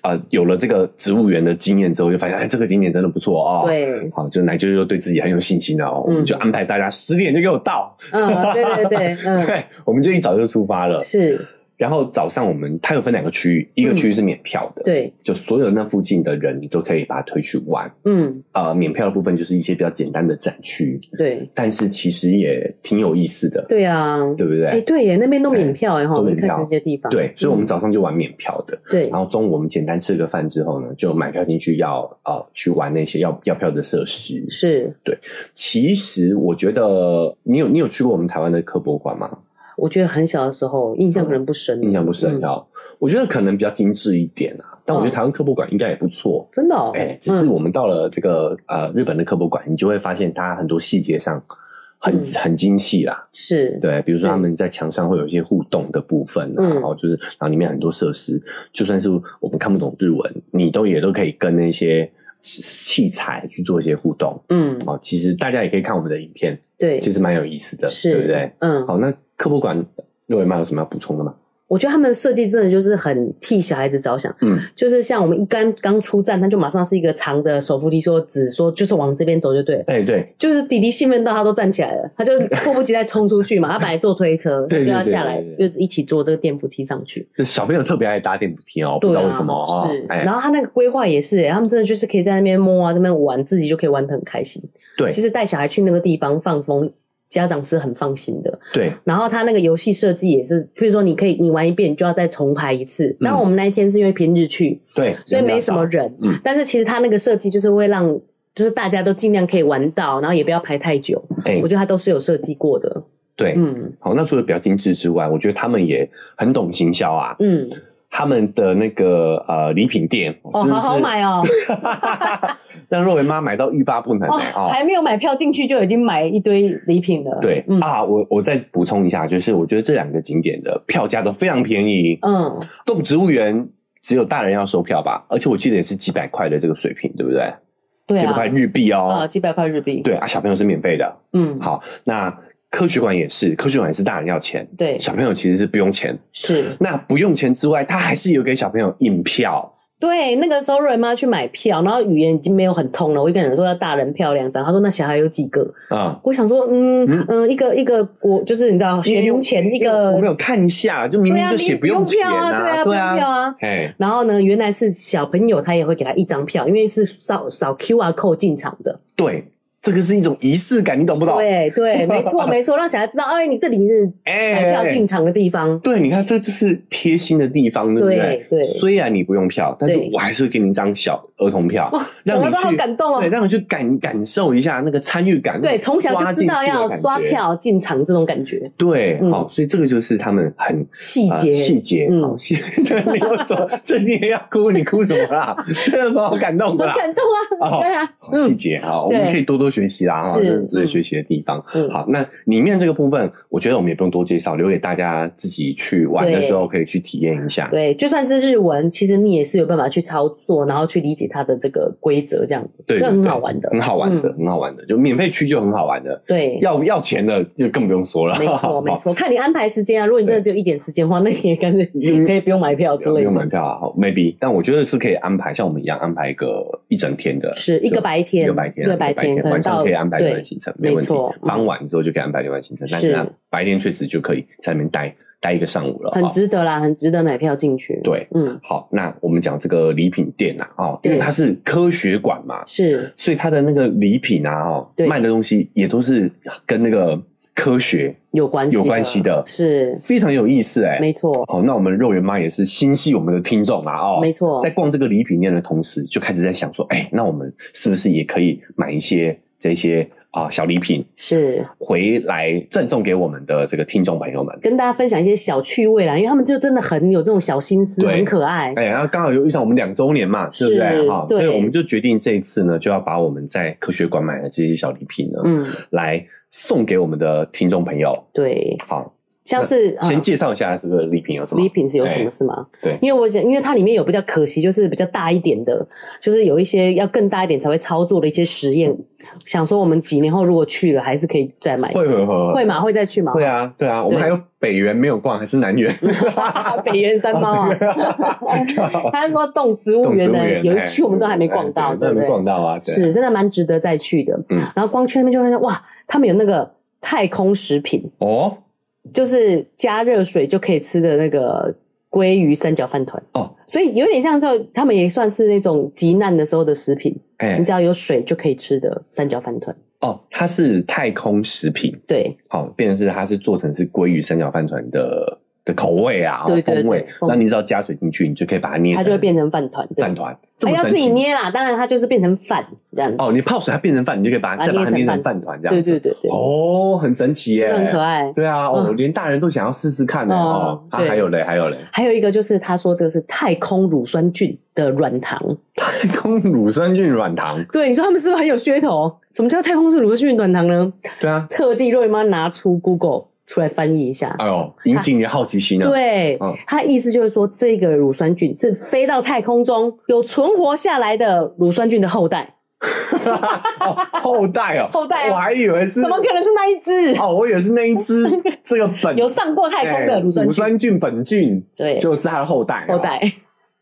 Speaker 2: 呃有了这个植物园的经验之后，就发现哎，这个景点真的不错哦。，
Speaker 1: 对，
Speaker 2: 好，就奶舅就对自己很有信心了哦，我们就安排大家十点就给我到，
Speaker 1: 嗯对对对，嗯
Speaker 2: 对，我们就一早就出发了。
Speaker 1: 是，嗯
Speaker 2: 然后早上我们它有分两个区域，一个区域是免票的，，
Speaker 1: 对，
Speaker 2: 就所有那附近的人你都可以把它推去玩。
Speaker 1: 嗯
Speaker 2: 呃，免票的部分就是一些比较简单的展区，
Speaker 1: 对
Speaker 2: 但是其实也挺有意思的，
Speaker 1: 对啊，
Speaker 2: 对不
Speaker 1: 哎
Speaker 2: 对？
Speaker 1: 对嗯耶，那边都免票哎哈，
Speaker 2: 都
Speaker 1: 你
Speaker 2: 免
Speaker 1: 看
Speaker 2: 票
Speaker 1: 这些地方，
Speaker 2: 对，所以我们早上就玩免票的，
Speaker 1: 对
Speaker 2: 然后中午我们简单吃个饭之后呢，就买票进去要呃去玩那些要要票的设施。
Speaker 1: 是，
Speaker 2: 其实我觉得你有你有去过我们台湾的科博馆吗？
Speaker 1: 我觉得很小的时候印象可能不深，
Speaker 2: 嗯印象不是很
Speaker 1: 嗯，
Speaker 2: 高，我觉得可能比较精致一点啊，但我觉得台湾科博馆应该也不错。
Speaker 1: 真的哦，
Speaker 2: 哎、只是
Speaker 1: 嗯
Speaker 2: 我们到了这个呃日本的科博馆，你就会发现它很多细节上很、
Speaker 1: 嗯
Speaker 2: 很精细啦。
Speaker 1: 是，
Speaker 2: 对，比如说
Speaker 1: 对
Speaker 2: 他们在墙上会有一些互动的部分、啊，
Speaker 1: 嗯
Speaker 2: 然后就是然后里面很多设施，就算是我们看不懂日文，你都也都可以跟那些器器材去做一些互动。
Speaker 1: 嗯
Speaker 2: 哦，其实大家也可以看我们的影片，
Speaker 1: 对，
Speaker 2: 其实蛮有意思的，
Speaker 1: 是，
Speaker 2: 对不对？？
Speaker 1: 嗯，
Speaker 2: 好，那科博馆六尾妈有什么要补充的吗？
Speaker 1: 我觉得他们的设计真的就是很替小孩子着想，
Speaker 2: 嗯，
Speaker 1: 就是像我们一刚刚出站，他就马上是一个长的手扶梯说，只说就是往这边走就对了。
Speaker 2: 哎、对，
Speaker 1: 就是弟弟兴奋到他都站起来 了，他就迫不及待冲出去嘛。他本来坐推车，
Speaker 2: 对对
Speaker 1: 就要下来，
Speaker 2: 对对
Speaker 1: 就一起坐这个电扶梯上去。
Speaker 2: 就小朋友特别爱搭电扶梯 哦，不知道为什么哦，
Speaker 1: 啊是。
Speaker 2: 哎、
Speaker 1: 然后他那个规划也是，哎他们真的就是可以在那边摸啊，这边玩，自己就可以玩得很开心。
Speaker 2: 对
Speaker 1: 其实带小孩去那个地方放风，家长是很放心的。
Speaker 2: 对，
Speaker 1: 然后他那个游戏设计也是，譬如说你可以你玩一遍，你就要再重排一次。然后我们那一天是因为平日去，
Speaker 2: 对，
Speaker 1: 所以
Speaker 2: 嗯人比较
Speaker 1: 没什么
Speaker 2: 少
Speaker 1: 人。
Speaker 2: 嗯
Speaker 1: 但是其实他那个设计就是会让，就是大家都尽量可以玩到，然后也不要排太久。
Speaker 2: 哎、
Speaker 1: 我觉得他都是有设计过的。
Speaker 2: 对。
Speaker 1: 嗯
Speaker 2: 好，那除了比较精致之外，我觉得他们也很懂行销啊。
Speaker 1: 嗯，
Speaker 2: 他们的那个呃礼品店
Speaker 1: 哦，好好，买哦，
Speaker 2: 真的是 让若维妈买到欲罢不能
Speaker 1: 哦
Speaker 2: 哎、，哦。
Speaker 1: 还没有买票进去就已经买一堆礼品了。
Speaker 2: 对、
Speaker 1: 嗯
Speaker 2: 啊，我我再补充一下，就是我觉得这两个景点的票价都非常便宜，
Speaker 1: 嗯，
Speaker 2: 动植物园只有大人要收票吧，而且我记得也是几百块的这个水平，对不对？
Speaker 1: 对
Speaker 2: 几百
Speaker 1: 啊
Speaker 2: 块，日币
Speaker 1: 啊，
Speaker 2: 哦。
Speaker 1: 几百块日币。，
Speaker 2: 对啊，小朋友是免费的。
Speaker 1: 嗯，
Speaker 2: 好，那科学馆也是，科学馆也是大人要钱，
Speaker 1: 对，
Speaker 2: 小朋友其实是不用钱。
Speaker 1: 是，
Speaker 2: 那不用钱之外，他还是有给小朋友印票。
Speaker 1: 对，那个时候瑞妈去买票，然后语言已经没有很通了，我一跟人说要大人票两张，她说那小孩有几个？
Speaker 2: 啊，
Speaker 1: 我想说，嗯
Speaker 2: 嗯
Speaker 1: 嗯、一个一个国，就是你知道学龄前一
Speaker 2: 我
Speaker 1: 个
Speaker 2: 没，有看一下，就明
Speaker 1: 对
Speaker 2: 明
Speaker 1: 啊，
Speaker 2: 就写
Speaker 1: 你不
Speaker 2: 用钱
Speaker 1: 票啊，对啊，不
Speaker 2: 对
Speaker 1: 用票
Speaker 2: 啊，
Speaker 1: 啊。
Speaker 2: 哎，
Speaker 1: 然后呢，原来是小朋友他也会给他一张票，因为是扫扫 QR code 进场的。
Speaker 2: 对，这个是一种仪式感，你懂不懂？
Speaker 1: 对对，没错没错，让小孩知道，哎，你这里 是买票进
Speaker 2: 哎，
Speaker 1: 场的地方。
Speaker 2: 对，你看这就是贴心的地方，对不对？
Speaker 1: 对对
Speaker 2: 虽然你不用票，但是
Speaker 1: 对
Speaker 2: 我还是会给你一张小儿童票，
Speaker 1: 哇，
Speaker 2: 让
Speaker 1: 我
Speaker 2: 你
Speaker 1: 都好
Speaker 2: 去
Speaker 1: 感动
Speaker 2: 对，
Speaker 1: 哦。
Speaker 2: 让你去感感受一下那个参与感。
Speaker 1: 对，从小就知道
Speaker 2: 刷进去的
Speaker 1: 要
Speaker 2: 感觉
Speaker 1: 刷。票进场这种感觉，
Speaker 2: 对，
Speaker 1: 嗯
Speaker 2: 好，所以这个就是他们很
Speaker 1: 细
Speaker 2: 呃
Speaker 1: 节
Speaker 2: 细节，
Speaker 1: 嗯
Speaker 2: 好细。你又说这你也要哭，你哭什么啦？这有什么好感动的
Speaker 1: 很
Speaker 2: 啦？
Speaker 1: 感动啊。
Speaker 2: 哦
Speaker 1: 对啊，
Speaker 2: 好细节哈，我们
Speaker 1: 对
Speaker 2: 可以多多学习啦哈，
Speaker 1: 是
Speaker 2: 这值得学习的地方。
Speaker 1: 嗯
Speaker 2: 好，那里面这个部分，我觉得我们也不用多介绍，留给大家自己去玩的时候可以去体验一下。
Speaker 1: 对，就算是日文，其实你也是有办法去操作，然后去理解它的这个规则，这样子
Speaker 2: 对
Speaker 1: 是很好玩的。
Speaker 2: 很好玩的，很好玩的，就免费区就很好玩的，
Speaker 1: 嗯对，
Speaker 2: 要要钱的就更不用说 了。
Speaker 1: 没错没
Speaker 2: 好
Speaker 1: 错，看你安排时间啊。如果你真的只有一点时间的话，那你也干脆
Speaker 2: 嗯
Speaker 1: 可以不用买票之
Speaker 2: 不
Speaker 1: 类
Speaker 2: 用买
Speaker 1: 的。
Speaker 2: 票啊好，maybe，但我觉得是可以安排，像我们一样安排一个一整天的，
Speaker 1: 是一
Speaker 2: 就
Speaker 1: 个白天，
Speaker 2: 一个白天啊，
Speaker 1: 一个白天，可能
Speaker 2: 晚上
Speaker 1: 到
Speaker 2: 可以安排
Speaker 1: 对
Speaker 2: 另外行程，没问题
Speaker 1: 没错。嗯
Speaker 2: 傍晚之后就可以安排另外行程，但是呢
Speaker 1: 是
Speaker 2: 白天确实就可以在那边待待一个上午了，
Speaker 1: 很
Speaker 2: 哈
Speaker 1: 值得啦，很值得买票进去。
Speaker 2: 对
Speaker 1: 嗯，
Speaker 2: 好，那我们讲这个礼品店呐、啊，哦，因为
Speaker 1: 对
Speaker 2: 它是科学馆嘛，
Speaker 1: 是
Speaker 2: 所以它的那个礼品啊，哦，
Speaker 1: 对
Speaker 2: 卖的东西也都是跟那个科学
Speaker 1: 有关系，
Speaker 2: 有关系的
Speaker 1: 是
Speaker 2: 非常有意思哎、
Speaker 1: 没错，
Speaker 2: 好，那我们肉圆妈也是心系我们的听众啊，哦，
Speaker 1: 没错
Speaker 2: 在逛这个礼品店的同时，就开始在想说，哎、那我们是不是也可以买一些这些啊、小礼品
Speaker 1: 是
Speaker 2: 回来赠送给我们的这个听众朋友们。
Speaker 1: 跟大家分享一些小趣味啦，因为他们就真的很有这种小心思，
Speaker 2: 对
Speaker 1: 很可爱。
Speaker 2: 哎呀，然后刚好又遇上我们两周年嘛，对不
Speaker 1: 是
Speaker 2: 对？哈，
Speaker 1: 对
Speaker 2: 所以我们就决定这一次呢，就要把我们在科学馆买的这些小礼品呢，
Speaker 1: 嗯，
Speaker 2: 来送给我们的听众朋友。
Speaker 1: 对，
Speaker 2: 好，
Speaker 1: 像是
Speaker 2: 先
Speaker 1: 呃
Speaker 2: 介绍一下这个礼品有什么？
Speaker 1: 礼品是有什么是吗？
Speaker 2: 哎对
Speaker 1: 因为我想，因为它里面有比较可惜，就是比较大一点的，就是有一些要更大一点才会操作的一些实验。想说我们几年后如果去了，还是可以再买，
Speaker 2: 会会会
Speaker 1: 会吗？会再去吗？
Speaker 2: 会啊，对啊，我们还有北园没有逛，还是南 园？
Speaker 1: 北原三猫啊， 他说动植物
Speaker 2: 啊动植
Speaker 1: 园
Speaker 2: 物
Speaker 1: 呢，
Speaker 2: 园
Speaker 1: 有一区我们都还没逛到，
Speaker 2: 哎对
Speaker 1: 对
Speaker 2: 都
Speaker 1: 不
Speaker 2: 还没
Speaker 1: 对？
Speaker 2: 逛到啊，对
Speaker 1: 是真的蛮值得再去的。
Speaker 2: 嗯
Speaker 1: 然后光去那边就发现哇，他们有那个太空食品，
Speaker 2: 哦
Speaker 1: 就是加热水就可以吃的那个鲑鱼三角饭团，
Speaker 2: 哦，
Speaker 1: 所以有点像就他们也算是那种急难的时候的食品，
Speaker 2: 哎
Speaker 1: 你只要有水就可以吃的三角饭团。
Speaker 2: 哦，它是太空食品，
Speaker 1: 对，
Speaker 2: 好，变成是它是做成是鲑鱼三角饭团的的口味啊，
Speaker 1: 对对
Speaker 2: 风味
Speaker 1: 对。风
Speaker 2: 那你只要加水进去，你就可以把它捏
Speaker 1: 它
Speaker 2: 成
Speaker 1: 就会变成饭团。对
Speaker 2: 饭，团，这
Speaker 1: 还
Speaker 2: 么
Speaker 1: 要
Speaker 2: 神
Speaker 1: 自己
Speaker 2: 奇。
Speaker 1: 捏啦，当然它就是变成饭这样。
Speaker 2: 哦，你泡水它变成饭，你就可以把它
Speaker 1: 把它
Speaker 2: 再把它
Speaker 1: 捏
Speaker 2: 捏
Speaker 1: 成
Speaker 2: 成饭团这样
Speaker 1: 对
Speaker 2: 子。
Speaker 1: 对对对，
Speaker 2: 哦，很神奇
Speaker 1: 是不
Speaker 2: 耶，
Speaker 1: 是很可爱。
Speaker 2: 对啊，哦，连大人都想要试试看呢。
Speaker 1: 嗯
Speaker 2: 哦，啊，
Speaker 1: 对
Speaker 2: 还有嘞，还有嘞，
Speaker 1: 还有一个就是他说这个是太空乳酸菌的软糖，
Speaker 2: 太空乳酸菌软糖，
Speaker 1: 对，你说他们是不是很有噱头？什么叫太空是乳酸菌软糖呢？
Speaker 2: 对啊，
Speaker 1: 特地瑞妈拿出 Google 出来翻译一下。
Speaker 2: 哎呦，引起你的好奇心啊！
Speaker 1: 对
Speaker 2: 嗯，
Speaker 1: 它意思就是说，这个乳酸菌是飞到太空中有存活下来的乳酸菌的后代，
Speaker 2: 哦，后代哦，
Speaker 1: 后代啊
Speaker 2: 我还以为是
Speaker 1: 怎么可能是那一只
Speaker 2: 哦，我以为是那一只这个本
Speaker 1: 有上过太空的乳酸
Speaker 2: 哎乳
Speaker 1: 菌？
Speaker 2: 酸菌本菌，
Speaker 1: 对，
Speaker 2: 就是它的后代啊，
Speaker 1: 后代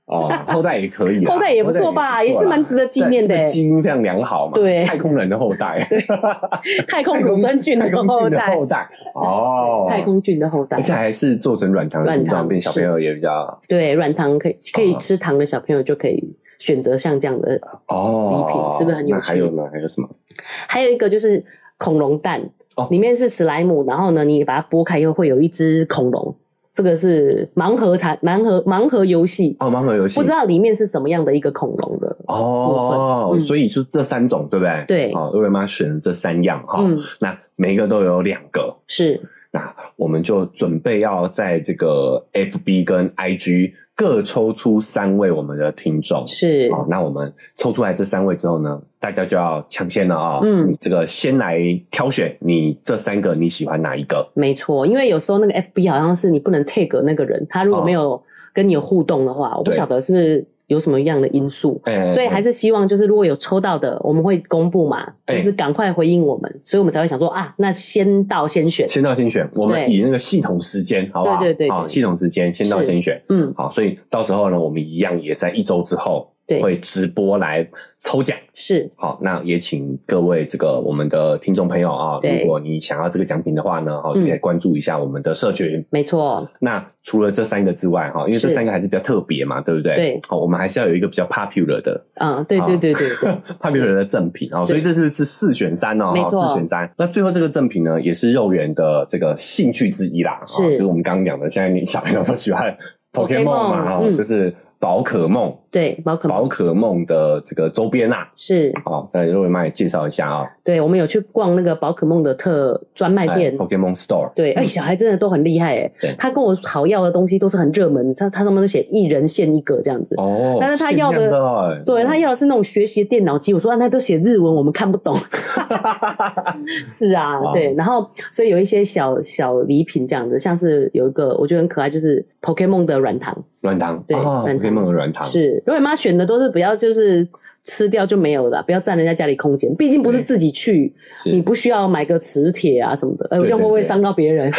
Speaker 2: 哦，后代也可以啊，
Speaker 1: 后代也不错吧
Speaker 2: 后代
Speaker 1: 也是蛮值得纪念的
Speaker 2: 啊对这个基因非常良好嘛，
Speaker 1: 对
Speaker 2: 太空人的后代， 对，
Speaker 1: 太空乳酸菌
Speaker 2: 太
Speaker 1: 的
Speaker 2: 空
Speaker 1: 后
Speaker 2: 菌的
Speaker 1: 代
Speaker 2: 后，代，哦，
Speaker 1: 太。空菌的后代
Speaker 2: 而，且还是做成软糖的形
Speaker 1: 软
Speaker 2: 状，
Speaker 1: 糖
Speaker 2: 变小朋友也比较
Speaker 1: 对，软糖可以可以
Speaker 2: 哦
Speaker 1: 吃糖的小朋友就可以选择像这样的
Speaker 2: 哦，
Speaker 1: 礼品是不是很有趣
Speaker 2: 那还有呢？还有什么？
Speaker 1: 还有一个就是恐龙蛋，
Speaker 2: 哦
Speaker 1: 里面是史莱姆，然后呢，你把它剥开以后会有一只恐龙，这个是盲盒产盲盒盲盒游戏，
Speaker 2: 哦，盲盒游戏
Speaker 1: 不知道里面是什么样的一个恐龙的。部
Speaker 2: 哦
Speaker 1: 分嗯，
Speaker 2: 所以就是这三种，对不对？
Speaker 1: 对
Speaker 2: 哦，二维码选了这三样哈、
Speaker 1: 嗯，
Speaker 2: 那每一个都有两个，
Speaker 1: 是
Speaker 2: 那我们就准备要在这个 FB 跟 IG 各抽出三位我们的听众。
Speaker 1: 是，
Speaker 2: 好、那我们抽出来这三位之后呢，大家就要抢先了啊、
Speaker 1: 嗯
Speaker 2: 你这个先来挑选你这三个你喜欢哪一个？
Speaker 1: 没错，因为有时候那个 FB 好像是你不能 tag 那个人，他如果
Speaker 2: 哦
Speaker 1: 没有跟你有互动的话，我不
Speaker 2: 对
Speaker 1: 晓得是不是有什么样的因素。
Speaker 2: 哎
Speaker 1: 所以还是希望，就是如果有抽到的，我们会公布嘛，就
Speaker 2: 哎
Speaker 1: 是赶快回应我们，所以我们才会想说啊，那先到先选，
Speaker 2: 先到先选，我们
Speaker 1: 对
Speaker 2: 以那个系统时间，好不好？
Speaker 1: 对对对
Speaker 2: 好，
Speaker 1: 对
Speaker 2: 系统时间先到
Speaker 1: 是
Speaker 2: 先选。
Speaker 1: 嗯，
Speaker 2: 好，所以到时候呢，我们一样也在一周之后
Speaker 1: 对
Speaker 2: 会直播来抽奖。
Speaker 1: 是
Speaker 2: 好，那也请各位这个我们的听众朋友啊，
Speaker 1: 对嗯
Speaker 2: 如果你想要这个奖品的话呢，哈，就可以关注一下我们的社群。
Speaker 1: 没错，
Speaker 2: 那除了这三个之外，哈，因为这
Speaker 1: 是
Speaker 2: 三个还是比较特别嘛，对不对？
Speaker 1: 对。
Speaker 2: 好，我们还是要有一个比较 popular 的
Speaker 1: 嗯，对对对 对对，
Speaker 2: popular 的赠品哦，所以这是是四选三哦，
Speaker 1: 没错
Speaker 2: 哈四选三。那最后这个赠品呢，也是肉圆的这个兴趣之一啦，
Speaker 1: 是
Speaker 2: 哦就是我们刚刚讲的，现在你小朋友都喜欢
Speaker 1: Pokemon，
Speaker 2: Pokemon 嘛，哦，
Speaker 1: 嗯
Speaker 2: 就是宝可梦，
Speaker 1: 对，宝可梦
Speaker 2: 宝可梦的这个周边啦，
Speaker 1: 是
Speaker 2: 哦，那肉圆妈也介绍一下啊，
Speaker 1: 对，我们有去逛那个宝可梦的特专卖
Speaker 2: 哎
Speaker 1: 店。
Speaker 2: Pokemon Store，
Speaker 1: 对，哎、小孩真的都很厉害哎、
Speaker 2: 嗯对
Speaker 1: 他跟我讨要的东西都是很热门，他他上面都写一人限一个这样子。
Speaker 2: 哦，
Speaker 1: 但是他要的
Speaker 2: 限量哦
Speaker 1: 对他，要的是那种学习电脑机，我说啊，那都写日文，我们看不 懂。是啊，
Speaker 2: 哇
Speaker 1: 对，然后所以有一些小小礼品这样子，像是有一个我觉得很可爱，就是 Pokemon 的软糖，
Speaker 2: 软糖，
Speaker 1: 对
Speaker 2: 哦
Speaker 1: 软糖
Speaker 2: ，Pokemon 的软糖，
Speaker 1: 是瑞妈选的都是比较就是吃掉就没有了啦，不要占人家家里空间，毕竟不是
Speaker 2: 对
Speaker 1: 自己去，
Speaker 2: 是
Speaker 1: 你不需要买个磁铁啊什么的，呃，
Speaker 2: 对
Speaker 1: 这样会不会
Speaker 2: 对对
Speaker 1: 伤到别人？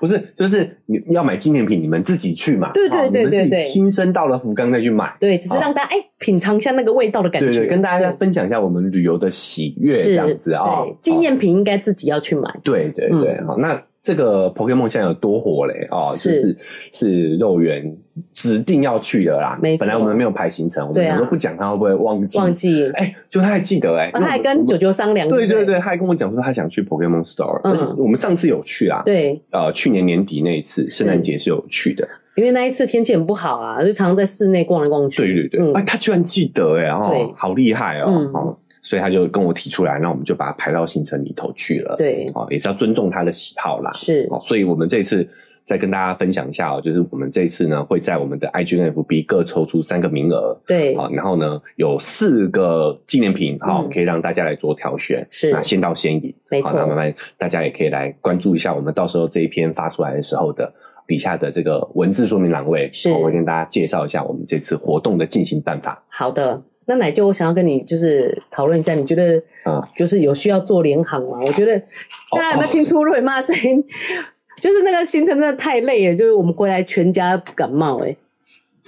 Speaker 2: 不是，就是你要买纪念品，你们自己去嘛，
Speaker 1: 对对
Speaker 2: 哦
Speaker 1: 对
Speaker 2: 你们自
Speaker 1: 对
Speaker 2: 己
Speaker 1: 对
Speaker 2: 亲身到了福冈再去买。
Speaker 1: 对，只是让大家哎、品尝一下那个味道的感觉，
Speaker 2: 哦对对，跟大家
Speaker 1: 对
Speaker 2: 分享一下我们旅游的喜悦这样子啊
Speaker 1: 对，纪
Speaker 2: 哦。
Speaker 1: 念品应该自己要去买，
Speaker 2: 对对对，
Speaker 1: 嗯
Speaker 2: 好、那这个 Pokemon 现在有多火嘞？哦，就是是是肉圆指定要去的啦。
Speaker 1: 没错
Speaker 2: 本来我们没有排行程，我们
Speaker 1: 对啊
Speaker 2: 想说不讲他会不会忘记？
Speaker 1: 忘记。
Speaker 2: 哎、就他还记得哎、
Speaker 1: 啊、他还跟
Speaker 2: 九
Speaker 1: 九九商量，
Speaker 2: 对
Speaker 1: 对
Speaker 2: 对
Speaker 1: 不
Speaker 2: 对，他还跟我讲说他想去 Pokemon Store，、
Speaker 1: 嗯
Speaker 2: 而且我们上次有去啦。
Speaker 1: 对，
Speaker 2: 呃，去年年底那一次圣诞节是有去的，
Speaker 1: 因为那一次天气很不好啊，就常常在室内逛来逛去。
Speaker 2: 对对对，哎、
Speaker 1: 嗯，
Speaker 2: 他居然记得哎、哦
Speaker 1: 对，
Speaker 2: 好厉害哦，
Speaker 1: 嗯
Speaker 2: 哦所以他就跟我提出来，那我们就把它排到行程里头去了。
Speaker 1: 对，
Speaker 2: 哦，也是要尊重他的喜好啦。
Speaker 1: 是
Speaker 2: 哦，所以我们这次再跟大家分享一下哦，就是我们这一次呢会在我们的 IG 跟 FB 各抽出三个名额，
Speaker 1: 对，
Speaker 2: 好、然后呢有四个纪念品，好、
Speaker 1: 嗯
Speaker 2: 可以让大家来做挑选，
Speaker 1: 是
Speaker 2: 那先到先赢，
Speaker 1: 没
Speaker 2: 好
Speaker 1: 错
Speaker 2: 那慢慢大家也可以来关注一下我们到时候这一篇发出来的时候的。底下的这个文字说明栏位，
Speaker 1: 是
Speaker 2: 好我会跟大家介绍一下我们这次活动的进行办法。
Speaker 1: 好的。那奶舅，我想要跟你就是讨论一下，你觉得
Speaker 2: 啊
Speaker 1: 就是有需要做联航吗？我觉得
Speaker 2: 哦
Speaker 1: 大家有没有听出瑞妈的声音？ 就是那个行程真的太累了，就是我们回来全家感冒哎、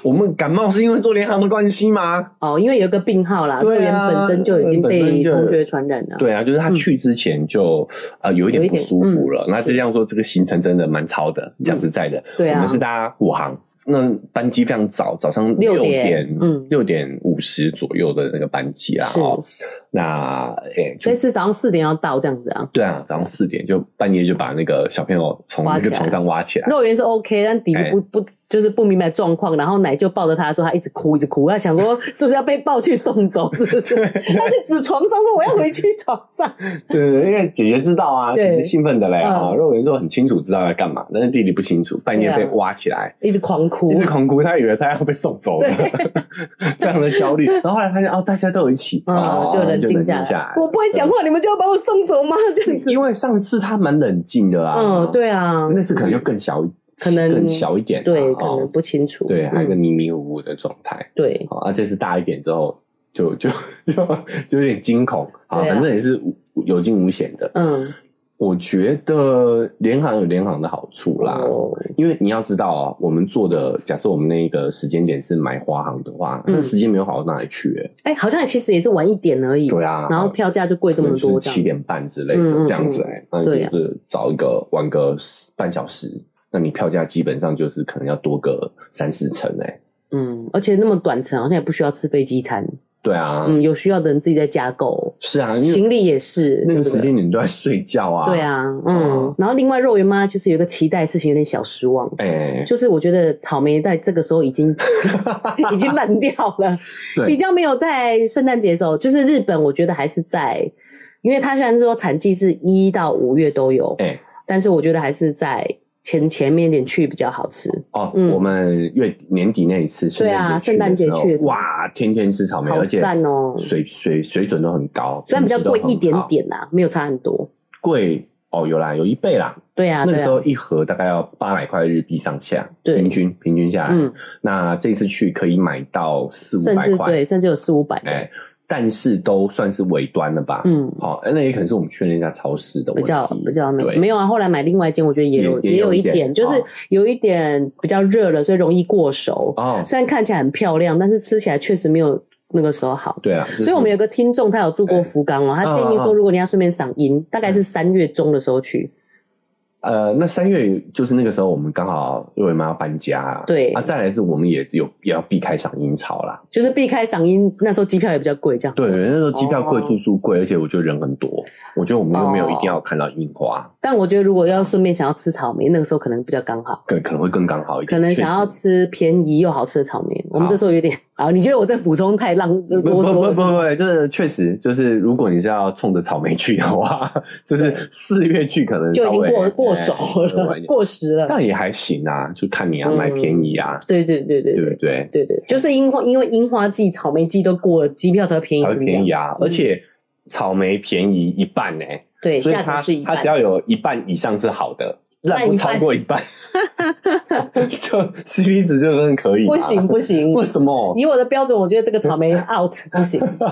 Speaker 2: 我们感冒是因为做联航的关系吗？
Speaker 1: 哦，因为有一个病号啦，
Speaker 2: 对啊嗯
Speaker 1: 陆源本身就已经
Speaker 2: 本身
Speaker 1: 被
Speaker 2: 就
Speaker 1: 同学传染了，
Speaker 2: 对啊，就是他去之前就、呃有一
Speaker 1: 嗯
Speaker 2: 点
Speaker 1: 有一
Speaker 2: 不
Speaker 1: 点嗯
Speaker 2: 舒服了，那
Speaker 1: 是
Speaker 2: 这样说这个行程真的蛮超的，讲实在的，
Speaker 1: 对
Speaker 2: 我
Speaker 1: 啊
Speaker 2: 们，是搭国航，那班机非常早，早上
Speaker 1: 六
Speaker 2: 六
Speaker 1: 点
Speaker 2: 点，
Speaker 1: 嗯
Speaker 2: 六点五十左右的那个班机啊，
Speaker 1: 是
Speaker 2: 哦，那诶、就
Speaker 1: 这次早上四点要到这样子啊。
Speaker 2: 对啊，早上四点就半夜就把那个小朋友从
Speaker 1: 挖
Speaker 2: 那个
Speaker 1: 起来
Speaker 2: 床上挖起来，
Speaker 1: 肉圆是 OK，但迪迪
Speaker 2: 哎
Speaker 1: 不不就是不明白状况，然后奶就抱着他说他一直哭一直哭，他想 说是不是要被抱去送走，是不是？他是指床上说我要回去床上，
Speaker 2: 对对，因为姐姐知道啊，
Speaker 1: 对
Speaker 2: 姐姐兴奋的嘞啊，
Speaker 1: 嗯
Speaker 2: 肉圆就很清楚知道要干嘛，但是弟弟不清楚，半夜
Speaker 1: 对啊
Speaker 2: 被挖起来。
Speaker 1: 一直狂哭
Speaker 2: 一直。狂哭，他以为他要被送走了， 非常的 焦虑。然后后来发现哦，大家都一起，
Speaker 1: 啊
Speaker 2: 哦，
Speaker 1: 就冷静
Speaker 2: 下
Speaker 1: 下来。我不会讲话，你们就要把我送走吗？这样子。
Speaker 2: 因为上次他蛮冷静的啊，
Speaker 1: 嗯，，对啊，
Speaker 2: 那次可能就更小，
Speaker 1: 可能
Speaker 2: 更小一点啊，
Speaker 1: 对，
Speaker 2: 哦
Speaker 1: 可能不清楚。
Speaker 2: 对，还有一个
Speaker 1: 嗯
Speaker 2: 迷迷糊糊的状态。
Speaker 1: 对，
Speaker 2: 好，啊，这次大一点之后，就就就就有点惊恐啊，
Speaker 1: 对啊
Speaker 2: 反正也是无有惊无险的。
Speaker 1: 嗯，
Speaker 2: 我觉得联航有联航的好处啦，
Speaker 1: 哦
Speaker 2: 因为你要知道啊，我们做的假设我们那个时间点是买华航的话，
Speaker 1: 嗯
Speaker 2: 那时间没有好到哪里去、欸，
Speaker 1: 哎，好像其实也是晚一点而已。
Speaker 2: 对啊，
Speaker 1: 然后票价就贵这么多，这
Speaker 2: 七
Speaker 1: 样。
Speaker 2: 点半之类的、
Speaker 1: 嗯嗯
Speaker 2: 这样子、欸，那
Speaker 1: 对
Speaker 2: 你
Speaker 1: 啊
Speaker 2: 就是找一个晚个10半小时，那你票价基本上就是可能要多个三四成、欸，哎，
Speaker 1: 嗯，而且那么短程，好像也不需要吃飞机餐。
Speaker 2: 对啊，
Speaker 1: 嗯，有需要的人自己在加购，
Speaker 2: 是啊，因为
Speaker 1: 行李也是
Speaker 2: 那
Speaker 1: 对不
Speaker 2: 个
Speaker 1: 对
Speaker 2: 时间点都在睡觉啊，
Speaker 1: 对，啊，嗯
Speaker 2: 哦。
Speaker 1: 然后另外肉圆妈就是有一个期待的事情，有点小失望。
Speaker 2: 哎、
Speaker 1: 就是我觉得草莓在这个时候已 经已经烂掉了，比
Speaker 2: 对，
Speaker 1: 较没有在圣诞节的时候，就是日本，我觉得还是在，因为它虽然说产季是一到五月都有，
Speaker 2: 哎、
Speaker 1: 但是我觉得还是在前前面一点去比较好吃。
Speaker 2: 哦，
Speaker 1: 嗯
Speaker 2: 我们月底年底那一次，
Speaker 1: 对啊
Speaker 2: 圣诞节
Speaker 1: 圣诞节去的时
Speaker 2: 去的时
Speaker 1: 候
Speaker 2: 候，哇，天天吃草莓，
Speaker 1: 好
Speaker 2: 而且
Speaker 1: 赞哦
Speaker 2: 水水水准都很高，
Speaker 1: 虽然比较
Speaker 2: 品质都
Speaker 1: 贵一点
Speaker 2: 很好，
Speaker 1: 点啦、没有差很多。
Speaker 2: 贵哦，有啦，有一倍啦。
Speaker 1: 对啊，
Speaker 2: 那个
Speaker 1: 对啊
Speaker 2: 时候一盒大概要八百块日币上下，
Speaker 1: 对
Speaker 2: 平均平均下来。
Speaker 1: 嗯，
Speaker 2: 那这次去可以买到四五
Speaker 1: 甚
Speaker 2: 百
Speaker 1: 至
Speaker 2: 块
Speaker 1: 对，，甚至有四五百的，
Speaker 2: 哎，但是都算是尾端了吧？
Speaker 1: 嗯，
Speaker 2: 哦，那也可能是我们去那家超市的
Speaker 1: 比
Speaker 2: 问题
Speaker 1: 较，比较那个
Speaker 2: 对
Speaker 1: 没有啊。后来买另外一间，我觉得也有有
Speaker 2: 也也有
Speaker 1: 一
Speaker 2: 一点
Speaker 1: 点，就是
Speaker 2: 哦
Speaker 1: 有一点比较热了，所以容易过熟。
Speaker 2: 哦，
Speaker 1: 虽然看起来很漂亮，但是吃起来确实没有那个时候好。
Speaker 2: 对啊，
Speaker 1: 所以我们
Speaker 2: 有
Speaker 1: 有个听众，他有住过福冈哦，他建议
Speaker 2: 嗯嗯
Speaker 1: 说，
Speaker 2: 嗯
Speaker 1: 如果你要顺便赏樱，大概是三月中的时候去。
Speaker 2: 呃，那三月就是那个时候，我们刚好瑞文妈要搬家啊，
Speaker 1: 对
Speaker 2: 啊，再来是我们也有也要避开赏樱潮啦，
Speaker 1: 就是避开赏樱，那时候机票也比较贵，这样。
Speaker 2: 对，那时候机票贵，
Speaker 1: 哦
Speaker 2: 住宿贵，而且我觉得人很多，我觉得我们又没有一定要看到樱花，
Speaker 1: 但我觉得如果要顺便想要吃草莓，那个时候可能比较刚好，
Speaker 2: 更可能会更刚好一
Speaker 1: 可
Speaker 2: 点，
Speaker 1: 能想要
Speaker 2: 确实。
Speaker 1: 吃便宜又好吃的草莓。我们这时候有点啊，你觉得我这补充太浪
Speaker 2: 不不
Speaker 1: 啰嗦
Speaker 2: 不不
Speaker 1: 了是吗？
Speaker 2: 不，就是确实就是，如果你是要冲着草莓去的话，就是四月去可能
Speaker 1: 就已经
Speaker 2: 稍微
Speaker 1: 过过熟
Speaker 2: 哎
Speaker 1: 了
Speaker 2: 晚一，点
Speaker 1: 过时了。
Speaker 2: 但也还行啊，就看你要买便宜啊，
Speaker 1: 对对对对
Speaker 2: 对
Speaker 1: 对
Speaker 2: 不对？
Speaker 1: 对对，就是樱花，因为樱花季、草莓季都过了，机票才会便宜，
Speaker 2: 才会
Speaker 1: 是不是
Speaker 2: 便宜
Speaker 1: 这样。
Speaker 2: 啊，
Speaker 1: 嗯
Speaker 2: 而且草莓便宜一半呢、
Speaker 1: 对，
Speaker 2: 所以
Speaker 1: 价格
Speaker 2: 它
Speaker 1: 是一
Speaker 2: 它
Speaker 1: 半。
Speaker 2: 只要有一半以上是好的，
Speaker 1: 那
Speaker 2: 那
Speaker 1: 一
Speaker 2: 不
Speaker 1: 半
Speaker 2: 超过一 半，就 CP 值就真的可以啊、
Speaker 1: 不行不行，
Speaker 2: 为什么？
Speaker 1: 以我的标准，我觉得这个草莓 out 不 行，不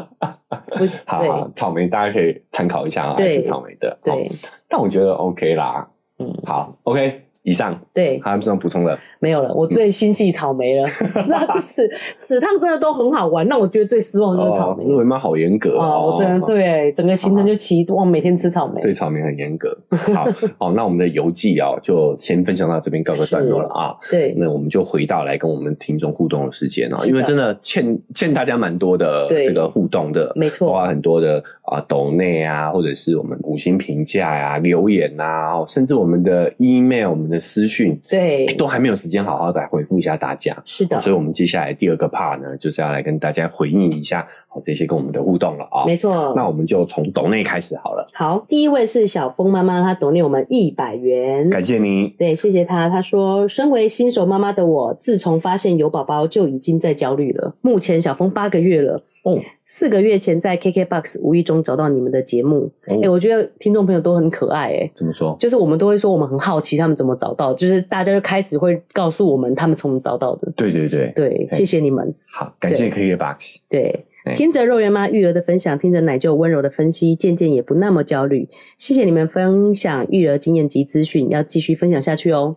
Speaker 2: 好好，草莓大家可以参考一下啊，
Speaker 1: 对
Speaker 2: 爱吃草莓的。
Speaker 1: 对
Speaker 2: 好
Speaker 1: 对，
Speaker 2: 但我觉得 OK 啦。
Speaker 1: 嗯
Speaker 2: 嗯，好，OK，以上
Speaker 1: 对，
Speaker 2: 还有什么补充的？
Speaker 1: 没有了，我最心系草莓 了。那这此此趟真的都很好玩，让我觉得最失望的就是草莓
Speaker 2: 哦，。我妈好严格
Speaker 1: 哦，我真的对整个行程就期望每天吃草莓。
Speaker 2: 对草莓很严格。好，好，那我们的游记哦，就先分享到这边告个段落了啊。
Speaker 1: 对
Speaker 2: 那我们就回到来跟我们听众互动的时间哦，
Speaker 1: 是的
Speaker 2: 因为真的欠欠大家蛮多的
Speaker 1: 对
Speaker 2: 这个互动的，
Speaker 1: 没错
Speaker 2: 包括很多的啊抖内啊，或者是我们五星评价呀、留言啊，哦甚至我们的 email、我们的的私讯，
Speaker 1: 对
Speaker 2: 哎，都还没有时间好好再回复一下大家。
Speaker 1: 是的，
Speaker 2: 所以，我们接下来第二个 part 呢，就是要来跟大家回应一下好这些跟我们的互动了啊、
Speaker 1: 没错。
Speaker 2: 那我们就从抖内开始好了，
Speaker 1: 好，第一位是小峰妈妈，她抖内我们一百元，
Speaker 2: 感谢你。
Speaker 1: 对，谢谢她。她说，身为新手妈妈的我，自从发现有宝宝就已经在焦虑了。目前小峰八个月了，
Speaker 2: 哦
Speaker 1: 四个月前在 KKBOX 无意中找到你们的节目，哎、
Speaker 2: 哦，
Speaker 1: 我觉得听众朋友都很可爱、诶哎。
Speaker 2: 怎么说？
Speaker 1: 就是我们都会说我们很好奇他们怎么找到，就是大家就开始会告诉我们他们从找到的。
Speaker 2: 对对对，
Speaker 1: 对，
Speaker 2: 哎
Speaker 1: 谢谢你们。
Speaker 2: 好，感谢 KKBox。
Speaker 1: 对
Speaker 2: 哎，
Speaker 1: 听着肉圆妈育儿的分享，听着奶舅温柔的分析，渐渐也不那么焦虑。谢谢你们分享育儿经验及资讯，要继续分享下去哦。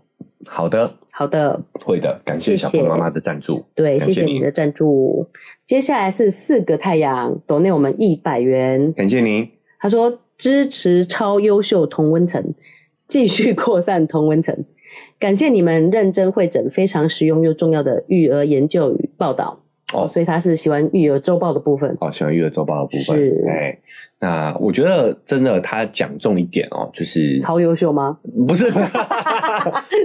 Speaker 2: 好的，
Speaker 1: 好的，
Speaker 2: 会的，感谢小
Speaker 1: 谢谢
Speaker 2: 鹏妈妈的赞助。
Speaker 1: 对，
Speaker 2: 感
Speaker 1: 谢
Speaker 2: 谢
Speaker 1: 谢
Speaker 2: 你
Speaker 1: 你的赞助。接下来是四个太阳，抖内我们一百元。
Speaker 2: 感谢您，
Speaker 1: 他说支持超优秀同温层，继续扩散同温层。感谢你们认真会诊非常实用又重要的育儿研究与报道。
Speaker 2: 哦
Speaker 1: 所以他是喜欢育儿周报的部分。
Speaker 2: 哦，喜欢娱乐周报的部
Speaker 1: 是
Speaker 2: 分，哎，那我觉得真的他讲中一点哦，就是
Speaker 1: 超优秀吗？
Speaker 2: 不是，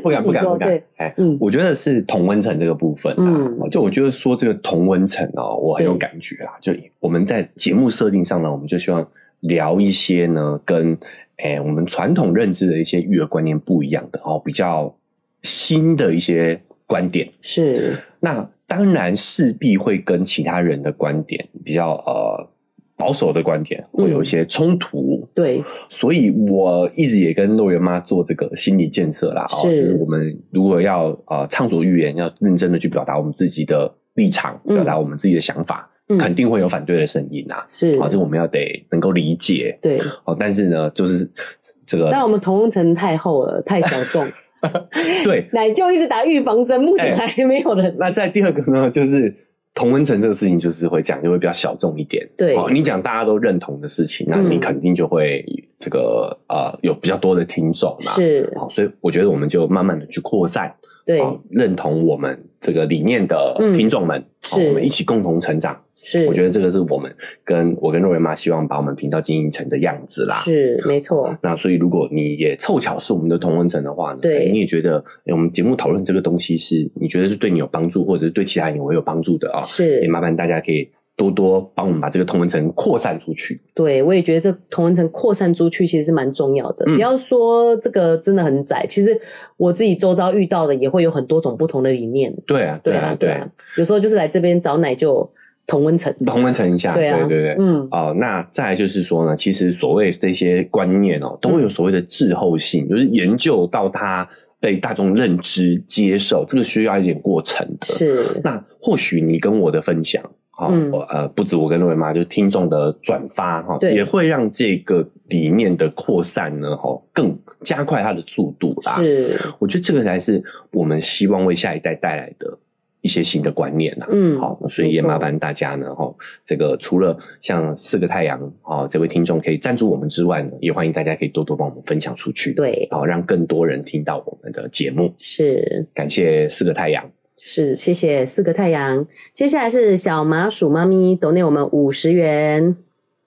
Speaker 2: 不敢
Speaker 1: 自
Speaker 2: 不
Speaker 1: 己
Speaker 2: 敢
Speaker 1: 说
Speaker 2: 不敢
Speaker 1: 对，
Speaker 2: 哎，
Speaker 1: 嗯，
Speaker 2: 我觉得是同温层这个部分啊，
Speaker 1: 嗯
Speaker 2: 就我觉得说这个同温层哦，我很有
Speaker 1: 对
Speaker 2: 感觉啦。就我们在节目设定上呢，我们就希望聊一些呢跟诶、我们传统认知的一些育儿观念不一样的哦，比较新的一些观点。
Speaker 1: 是
Speaker 2: 那当然势必会跟其他人的观点比较呃保守的观点会有一些冲突。
Speaker 1: 对，
Speaker 2: 所以我一直也跟肉圆妈做这个心理建设啦，哦，
Speaker 1: 是
Speaker 2: 就是我们如果要呃畅所欲言，要认真的去表达我们自己的立场，
Speaker 1: 嗯
Speaker 2: 表达我们自己的想法，
Speaker 1: 嗯
Speaker 2: 肯定会有反对的声音啊，
Speaker 1: 是，
Speaker 2: 好、这我们要得能够理解，
Speaker 1: 对。
Speaker 2: 哦，但是呢，就是这个
Speaker 1: 但我们同温层太厚了，太小 众，
Speaker 2: 对，
Speaker 1: 奶舅一直打预防针，目前
Speaker 2: 哎
Speaker 1: 还没有人。
Speaker 2: 那在第二个呢，就是同温层这个事情，就是会讲就会比较小众一点。
Speaker 1: 对
Speaker 2: 哦，你讲大家都认同的事情，那
Speaker 1: 嗯
Speaker 2: 你肯定就会这个呃有比较多的听众嘛。
Speaker 1: 是，
Speaker 2: 好、所以我觉得我们就慢慢的去扩散，
Speaker 1: 对，
Speaker 2: 哦认同我们这个理念的
Speaker 1: 嗯
Speaker 2: 听众们，好
Speaker 1: 是
Speaker 2: 我们一起共同成长。
Speaker 1: 是，
Speaker 2: 我觉
Speaker 1: 得
Speaker 2: 得这个是我们跟我跟若瑞妈希望把我们频道经营成的样子啦。
Speaker 1: 是没错，
Speaker 2: 那所以，如果你也凑巧是我们的同温层的话呢，
Speaker 1: 对
Speaker 2: 哎你也觉得、哎我们节目讨论这个东西是你觉得是对你有帮助，或者是对其他人也会有帮助的啊、也
Speaker 1: 是，
Speaker 2: 麻烦大家可以多多帮我们把这个同温层扩散出去。
Speaker 1: 对我也觉得这同温层扩散出去其实是蛮重要的。
Speaker 2: 嗯
Speaker 1: 不要说这个真的很窄，其实我自己周遭遇到的也会有很多种不同的理念。
Speaker 2: 对啊，
Speaker 1: 对
Speaker 2: 啊，
Speaker 1: 对
Speaker 2: 对
Speaker 1: 啊，有时候就是来这边找奶舅同温层。
Speaker 2: 同温层一下，
Speaker 1: 对啊，
Speaker 2: 对对对。
Speaker 1: 嗯，
Speaker 2: 哦，那再来就是说呢，其实所谓这些观念哦，都会
Speaker 1: 嗯
Speaker 2: 有所谓的滞后性，就是研究到它被大众认知接受，这个需要一点过程的。
Speaker 1: 是，
Speaker 2: 那或许你跟我的分享，哈、
Speaker 1: 嗯
Speaker 2: 我呃，不止我跟瑞文妈，就是听众的转发哈，
Speaker 1: 对
Speaker 2: 也会让这个理念的扩散呢，哈，更加快它的速度啦。，
Speaker 1: 是，
Speaker 2: 我觉得这个才是我们希望为下一代带来的一些新的观念啊啦。
Speaker 1: 嗯，
Speaker 2: 好，所以也
Speaker 1: 没错
Speaker 2: 麻烦大家呢，哈，这个除了像四个太阳哈这位听众可以赞助我们之外呢，也欢迎大家可以多多帮我们分享出去，，
Speaker 1: 对，
Speaker 2: 好让更多人听到我们的节目。
Speaker 1: 是。
Speaker 2: 感谢四个太阳，
Speaker 1: 是，谢谢四个太阳。接下来是小麻薯妈咪，抖内我们五十元。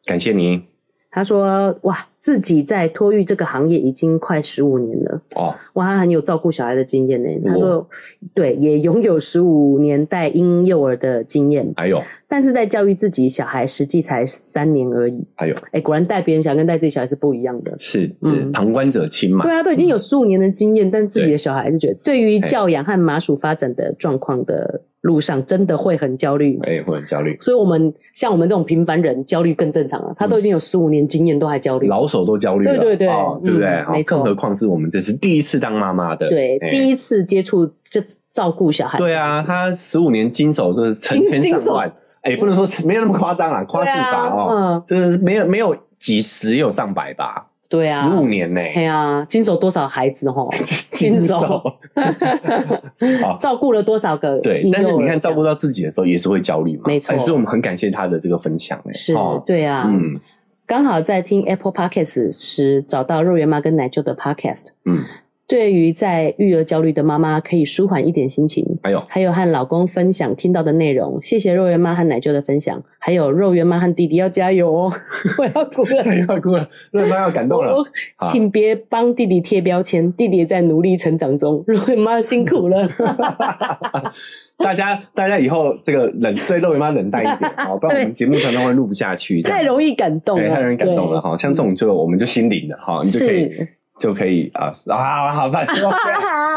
Speaker 2: 感谢您
Speaker 1: 她说：“哇，自己在托育这个行业已经快十五年了，
Speaker 2: 哦。
Speaker 1: 哇，她很有照顾小孩的经验呢。”她
Speaker 2: 哇
Speaker 1: 说：“对，也拥有十五年代婴幼儿的经验，
Speaker 2: 还有，
Speaker 1: 但是在教育自己小孩实际才三年而已。
Speaker 2: 还有，”
Speaker 1: 哎，果然带别人小孩跟带自己小孩是不一样的。
Speaker 2: 是是
Speaker 1: 嗯
Speaker 2: 旁观者清嘛
Speaker 1: 对？啊，都已经有十五年的经验，但自己
Speaker 2: 对
Speaker 1: 的小孩还是觉得，对于
Speaker 2: 哎
Speaker 1: 教养和麻薯发展的状况的路上，真的会很焦虑。
Speaker 2: 哎，会很焦虑，
Speaker 1: 所以我们像我们这种平凡人，焦虑更正常啊。他都已经有十五年经验，都还焦虑。
Speaker 2: 嗯老手都焦虑了，
Speaker 1: 对对对
Speaker 2: 哦对不对？
Speaker 1: 嗯
Speaker 2: 好
Speaker 1: 没错
Speaker 2: 更何况是我们这是第一次当妈妈的，
Speaker 1: 对，
Speaker 2: 哎
Speaker 1: 第一次接触就照顾小孩。
Speaker 2: 对啊，他十五年经手就是成
Speaker 1: 经
Speaker 2: 千上万，哎，不能说没有那么夸张啦，夸
Speaker 1: 对
Speaker 2: 饰法
Speaker 1: 啊，
Speaker 2: 哦，
Speaker 1: 嗯，
Speaker 2: 这个是没有没有几十，也有上百吧，
Speaker 1: 对啊，
Speaker 2: 十五。年呢，
Speaker 1: 对啊，经手多少孩子 吼，经手
Speaker 2: 哦
Speaker 1: 照顾了多少个
Speaker 2: 对
Speaker 1: 婴，幼
Speaker 2: 但是你
Speaker 1: 儿
Speaker 2: 看照顾到自己的时候也是会焦虑嘛，
Speaker 1: 没错
Speaker 2: 哎所以我们很感谢他的这个分享，哎，
Speaker 1: 是
Speaker 2: 哦，
Speaker 1: 对啊，
Speaker 2: 嗯
Speaker 1: 刚好在听 Apple Podcast 时找到肉圆妈跟奶舅的 Podcast，
Speaker 2: 嗯，
Speaker 1: 对于在育儿焦虑的妈妈可以舒缓一点心情，
Speaker 2: 还有
Speaker 1: 还有和老公分享听到的内容。谢谢肉圆妈和奶舅的分享，还有肉圆妈和弟弟要加油哦！ 我要哭了，
Speaker 2: 要哎哭了，瑞妈要感动了啊
Speaker 1: 我。请别帮弟弟贴标签，弟弟也在努力成长中。肉圆妈辛苦 了，
Speaker 2: 大家，大家以后这个冷对肉圆妈冷淡一 点，好，不然我们节目常常会录不下去，这样
Speaker 1: 太容易感动
Speaker 2: 对
Speaker 1: 了，
Speaker 2: 太容易感动了哈。像这种就我们就心领了哈，
Speaker 1: 对，
Speaker 2: 你就可以
Speaker 1: 是
Speaker 2: 就可以啊啊，好 吧，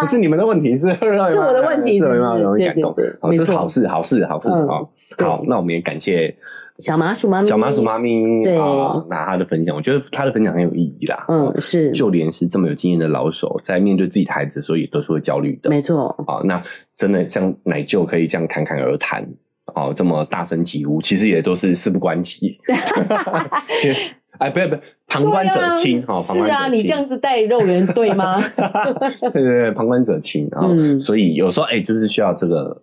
Speaker 2: 不是你们的问题，是是
Speaker 1: 啊 是我的问题，
Speaker 2: 是
Speaker 1: 是
Speaker 2: 肉
Speaker 1: 不
Speaker 2: 圆妈
Speaker 1: 是
Speaker 2: 容易感动，
Speaker 1: 对对对
Speaker 2: 好，
Speaker 1: 没
Speaker 2: 这
Speaker 1: 错
Speaker 2: 是好事，好事，好事
Speaker 1: 嗯
Speaker 2: 好，
Speaker 1: 对
Speaker 2: 好，那我们也感谢
Speaker 1: 小麻薯妈咪，
Speaker 2: 小麻薯妈咪
Speaker 1: 对
Speaker 2: 啊，那她的分享，我觉得她的分享很有意义啦。
Speaker 1: 嗯，是，
Speaker 2: 就连是这么有经验的老手，在面对自己的孩子的时候，也都是会焦虑的。
Speaker 1: 没错，
Speaker 2: 啊，那真的像奶舅可以这样侃侃而谈，哦，这么大声疾呼，其实也都是事不 关己。 哎，不要不要，旁观者清，
Speaker 1: 对啊
Speaker 2: 哦，旁观者清。
Speaker 1: 是啊，你这样子带肉圆对吗？
Speaker 2: 对对对，旁观者清啊、哦
Speaker 1: 嗯
Speaker 2: 所以有时候哎、就是需要这个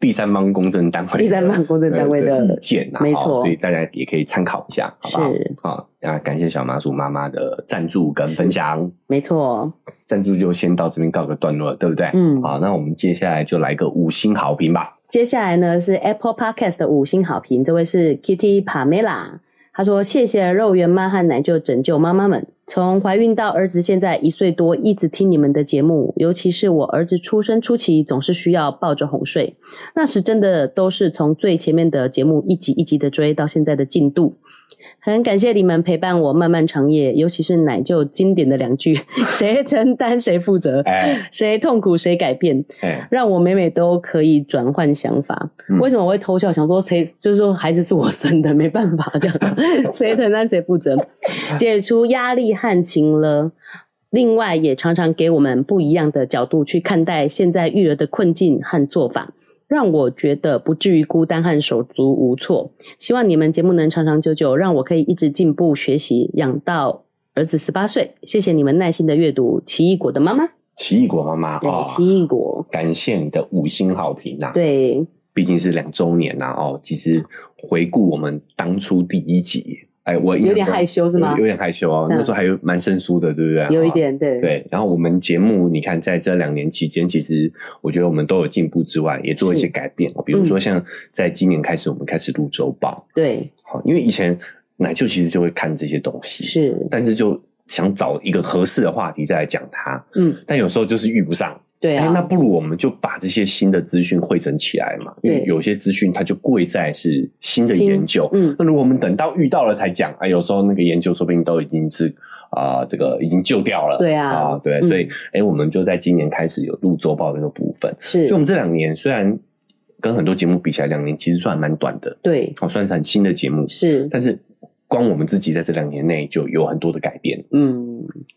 Speaker 2: 第三方公证单位，
Speaker 1: 第三方公证单位的
Speaker 2: 意见啊，
Speaker 1: 没
Speaker 2: 哦
Speaker 1: 错
Speaker 2: 所以大家也可以参考一下，好不好
Speaker 1: 是？
Speaker 2: 好，那感谢小麻薯妈妈的赞助跟分享。
Speaker 1: 没错，
Speaker 2: 赞助就先到这边告个段落了，对不对？
Speaker 1: 嗯
Speaker 2: 好，那我们接下来就来个五星好评吧。
Speaker 1: 接下来呢是 Apple Podcast 的五星好评，这位是 Kitty Pamela，她说谢谢肉圆妈和奶舅拯救妈妈们，从怀孕到儿子现在一岁多，一直听你们的节目，尤其是我儿子出生初期，总是需要抱着哄睡，那时真的都是从最前面的节目一集一集的追到现在的进度。很感谢你们陪伴我漫漫长夜，尤其是奶舅经典的两句：“ 谁承担谁负责，
Speaker 2: 哎
Speaker 1: 谁痛苦谁改变。”
Speaker 2: 哎，
Speaker 1: 让我每每都可以转换想法。
Speaker 2: 嗯
Speaker 1: 为什么我会偷笑？想说谁就是说孩子是我生的，没办法这样，谁承担谁负责，解除压力和情了。另外，也常常给我们不一样的角度去看待现在育儿的困境和做法，让我觉得不至于孤单和手足无措。希望你们节目能长长久久，让我可以一直进步学习，养到儿子十八岁。谢谢你们耐心的阅读《奇异果的妈妈》
Speaker 2: 奇异果妈妈
Speaker 1: 对，
Speaker 2: 哦，
Speaker 1: 奇异果》
Speaker 2: 感谢你的五星好评啊呐、，
Speaker 1: 对。
Speaker 2: 毕竟是两周年呐、哦，其实回顾我们当初第一集，哎，我印象
Speaker 1: 有点
Speaker 2: 中
Speaker 1: 害羞是吗
Speaker 2: 有有点害羞哦，
Speaker 1: 嗯
Speaker 2: 那时候还有蛮生疏的，对不对？
Speaker 1: 有一
Speaker 2: 哦。
Speaker 1: 点对，
Speaker 2: 对，然后我们节目，你看，在这两年期间，其实我觉得我们都有进步之外，也做一些
Speaker 1: 是
Speaker 2: 改变哦。比如说，像在今年开始，我们开始录周报，
Speaker 1: 对
Speaker 2: 好，因为以前奶舅其实就会看这些东西，，
Speaker 1: 是，
Speaker 2: 但是就想找一个合适的话题再来讲它，
Speaker 1: 嗯，
Speaker 2: 但有时候就是遇不上。
Speaker 1: 对
Speaker 2: 哎
Speaker 1: 啊，
Speaker 2: 那不如我们就把这些新的资讯汇整起来嘛，因为
Speaker 1: 对
Speaker 2: 有些资讯它就贵在是新的
Speaker 1: 新
Speaker 2: 研究。
Speaker 1: 嗯，
Speaker 2: 那如果我们等到遇到了才讲，啊，有时候那个研究说不定都已经是啊、这个已经旧掉了。
Speaker 1: 对啊
Speaker 2: 对，
Speaker 1: 嗯
Speaker 2: 所以哎、我们就在今年开始有录周报这个部分。所
Speaker 1: 是
Speaker 2: 以我，们这两年虽然跟很多节目比起来，两年其实算蛮短的，
Speaker 1: 对
Speaker 2: 哦，算是很新的节目，
Speaker 1: 是，
Speaker 2: 但是光我们自己在这两年内就有很多的改变。
Speaker 1: 嗯，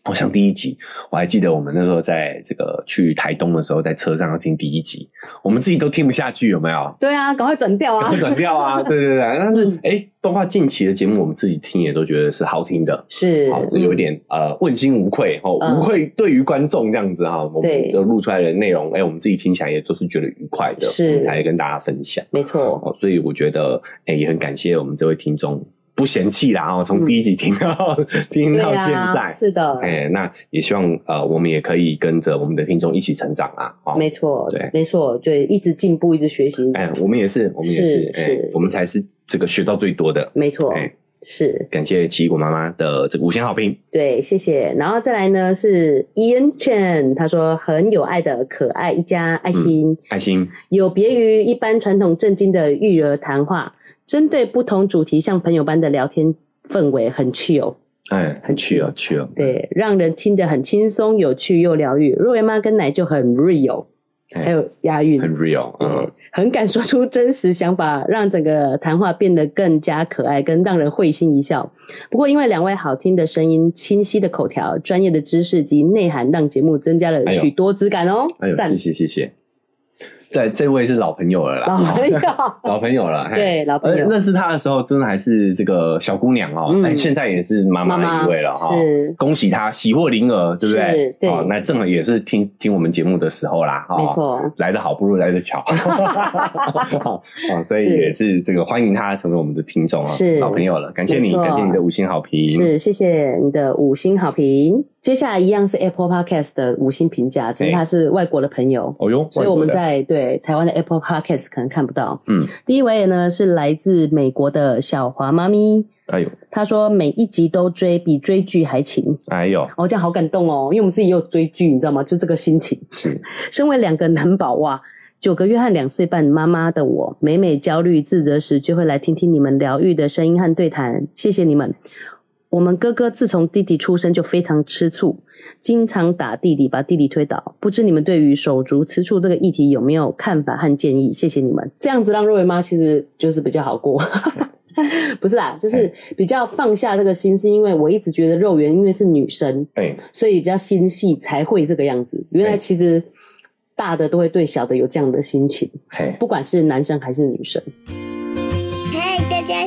Speaker 2: 好、像第一集，我还记得我们那时候在这个去台东的时候，在车上要听第一集，我们自己都听不下去，有没有？
Speaker 1: 对啊，赶快转掉
Speaker 2: 然
Speaker 1: 啊
Speaker 2: 后，转掉啊，对对对。但是
Speaker 1: 嗯
Speaker 2: 哎、诶包括近期的节目，我们自己听也都觉得是好听的。
Speaker 1: 是
Speaker 2: 好，，这有
Speaker 1: 嗯
Speaker 2: 点呃问心无愧哦，
Speaker 1: 嗯
Speaker 2: 无愧对于观众这样子哈，我们
Speaker 1: 对
Speaker 2: 就录出来的内容，哎，我们自己听起来也都是觉得愉快的，
Speaker 1: 是
Speaker 2: 我们才跟大家分享。
Speaker 1: 没错，
Speaker 2: 哦，所以我觉得，哎、也很感谢我们这位听众不嫌弃啦哦，从第一集听到、 听
Speaker 1: 嗯对
Speaker 2: 到现在，
Speaker 1: 啊，是的，
Speaker 2: 哎、那也希望呃，我们也可以跟着我们的听众一起成长啊，哦，
Speaker 1: 没错
Speaker 2: 对，
Speaker 1: 没错，对，一直进步，一直学习，
Speaker 2: 哎、我们也是，我们也
Speaker 1: 是
Speaker 2: 是，哎、
Speaker 1: 是
Speaker 2: 我们才是这个学到最多的，
Speaker 1: 没错，
Speaker 2: 哎
Speaker 1: 是
Speaker 2: 感谢奇异果妈妈的这个五星好评，
Speaker 1: 对，谢谢。然后再来呢是 Ian Chen，他说很有爱的可爱一家，爱心。
Speaker 2: 爱心，
Speaker 1: 有别于一般传统正经的育儿谈话，针对不同主题像朋友般的聊天氛围很 chill，
Speaker 2: 哎、
Speaker 1: 很
Speaker 2: 去了去了，，
Speaker 1: 对，让人听着很轻松、有趣又疗愈。若圆妈跟奶就很 real，
Speaker 2: 哎
Speaker 1: 还有押韵，
Speaker 2: 很 real，嗯
Speaker 1: 对，，很敢说出真实想法，让整个谈话变得更加可爱，跟让人会心一笑。不过，因为两位好听的声音、清晰的口条、专业的知识及内涵，让节目增加了
Speaker 2: 哎呦
Speaker 1: 许多质感哦
Speaker 2: 哎。呦，
Speaker 1: 赞
Speaker 2: 谢，谢谢谢，在这位是老朋友了啦，
Speaker 1: 老朋友，
Speaker 2: 老朋友了，嘿
Speaker 1: 对老朋友
Speaker 2: 呃认识她的时候，真的还是这个小姑娘哦，
Speaker 1: 嗯
Speaker 2: 哎，现在也是妈
Speaker 1: 妈
Speaker 2: 妈
Speaker 1: 妈
Speaker 2: 一位了哈。
Speaker 1: 是
Speaker 2: 恭喜她喜获麟儿，对不对
Speaker 1: 是？对
Speaker 2: 哦，那正好也是听听我们节目的时候啦，哦
Speaker 1: 没，错，
Speaker 2: 来得好不如来得 巧，哦，哦所以
Speaker 1: 是
Speaker 2: 也是这个欢迎她成为我们的听众啊，
Speaker 1: 是
Speaker 2: 老朋友了，感谢
Speaker 1: 没
Speaker 2: 你，
Speaker 1: 错
Speaker 2: 感谢你的五星好评，
Speaker 1: 是谢谢你的五星好评。接下来一样是 Apple Podcast 的五星评价，只是
Speaker 2: 哎
Speaker 1: 他是外国的朋友，
Speaker 2: 哦哟，
Speaker 1: 所以我们
Speaker 2: 外国的
Speaker 1: 在对对，台湾的 Apple Podcast 可能看不到。
Speaker 2: 嗯，
Speaker 1: 第一位呢是来自美国的小华妈咪，
Speaker 2: 哎呦，
Speaker 1: 她说每一集都追，比追剧还勤。
Speaker 2: 哎呦，
Speaker 1: 哦，这样好感动哦，因为我们自己也有追剧，你知道吗？就这个心情。
Speaker 2: 是
Speaker 1: 身为两个男宝哇，九个月和两岁半妈妈的我，每每焦虑自责时，就会来听听你们疗愈的声音和对谈。谢谢你们。我们哥哥自从弟弟出生就非常吃醋，经常打弟弟，把弟弟推倒。不知你们对于手足吃醋这个议题有没有看法和建议？谢谢你们。这样子让若维妈其实就是比较好过。不是啦，就是比较放下这个心，是因为我一直觉得肉圆因为是女生，
Speaker 2: 哎，
Speaker 1: 所以比较心细才会这个样子。原来
Speaker 2: 对
Speaker 1: 其实大的都会对小的有这样的心情，
Speaker 2: 嘿，
Speaker 1: 不管是男生还是女生。
Speaker 3: 嗨，大家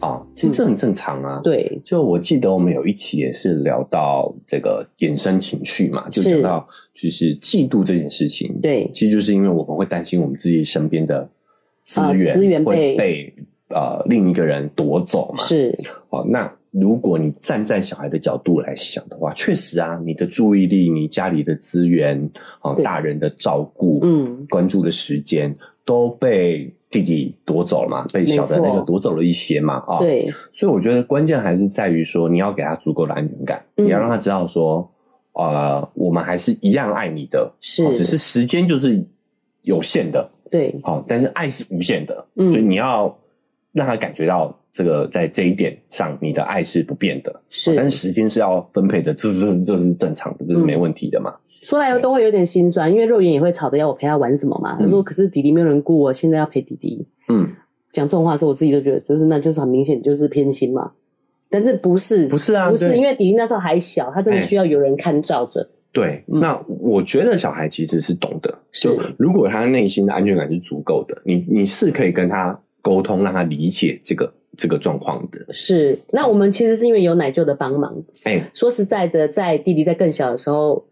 Speaker 2: 哦，其实这很正常啊。
Speaker 1: 对，
Speaker 2: 就我记得我们有一期也是聊到这个衍生情绪嘛，就是讲到就是嫉妒这件事情。
Speaker 1: 对
Speaker 2: 其实就是因为我们会担心我们自己身边的资
Speaker 1: 啊
Speaker 2: 源、
Speaker 1: 资源
Speaker 2: 会
Speaker 1: 被
Speaker 2: 被呃另一个人夺走嘛。
Speaker 1: 是，
Speaker 2: 好，那如果你站在小孩的角度来想的话，确实啊，你的注意力、你家里的资源、哦，
Speaker 1: 对
Speaker 2: 大人的照顾、
Speaker 1: 嗯，
Speaker 2: 关注的时间都被弟弟夺走了嘛，被小的那
Speaker 1: 没
Speaker 2: 个
Speaker 1: 错
Speaker 2: 夺走了一些嘛，啊、，
Speaker 1: 对，
Speaker 2: 所以我觉得关键还是在于说，你要给他足够的安全感，
Speaker 1: 嗯
Speaker 2: 你要让他知道说，呃，我们还是一样爱你的，
Speaker 1: 是
Speaker 2: 哦只是时间就是有限的，
Speaker 1: 对，
Speaker 2: 好，但是爱是无限的，
Speaker 1: 嗯
Speaker 2: 所以你要让他感觉到这个在这一点上，你的爱是不变的，
Speaker 1: 是。嗯
Speaker 2: 但是时间是要分配的，这这这是正常的，这是没问题的嘛。
Speaker 1: 说来都会有点心酸，因为肉圆也会吵着要我陪他玩什么嘛。他说：“可是弟弟没有人顾我，现在要陪弟弟。”
Speaker 2: 嗯，
Speaker 1: 讲这种话的时候，我自己都觉得，就是那就是很明显就是偏心嘛。但是不是
Speaker 2: 不是啊
Speaker 1: 不是，
Speaker 2: 对哎
Speaker 1: 因为迪迪那时候还小，他真的需要有人看照着。
Speaker 2: 对。
Speaker 1: 嗯
Speaker 2: 那我觉得小孩其实是懂的，
Speaker 1: 是
Speaker 2: 就如果他内心的安全感是足够的，你你是可以跟他沟通，让他理解这个这个状况的。
Speaker 1: 是，那我们其实是因为有奶舅的帮忙。
Speaker 2: 哎、
Speaker 1: 说实在的，在弟弟在更小的时候，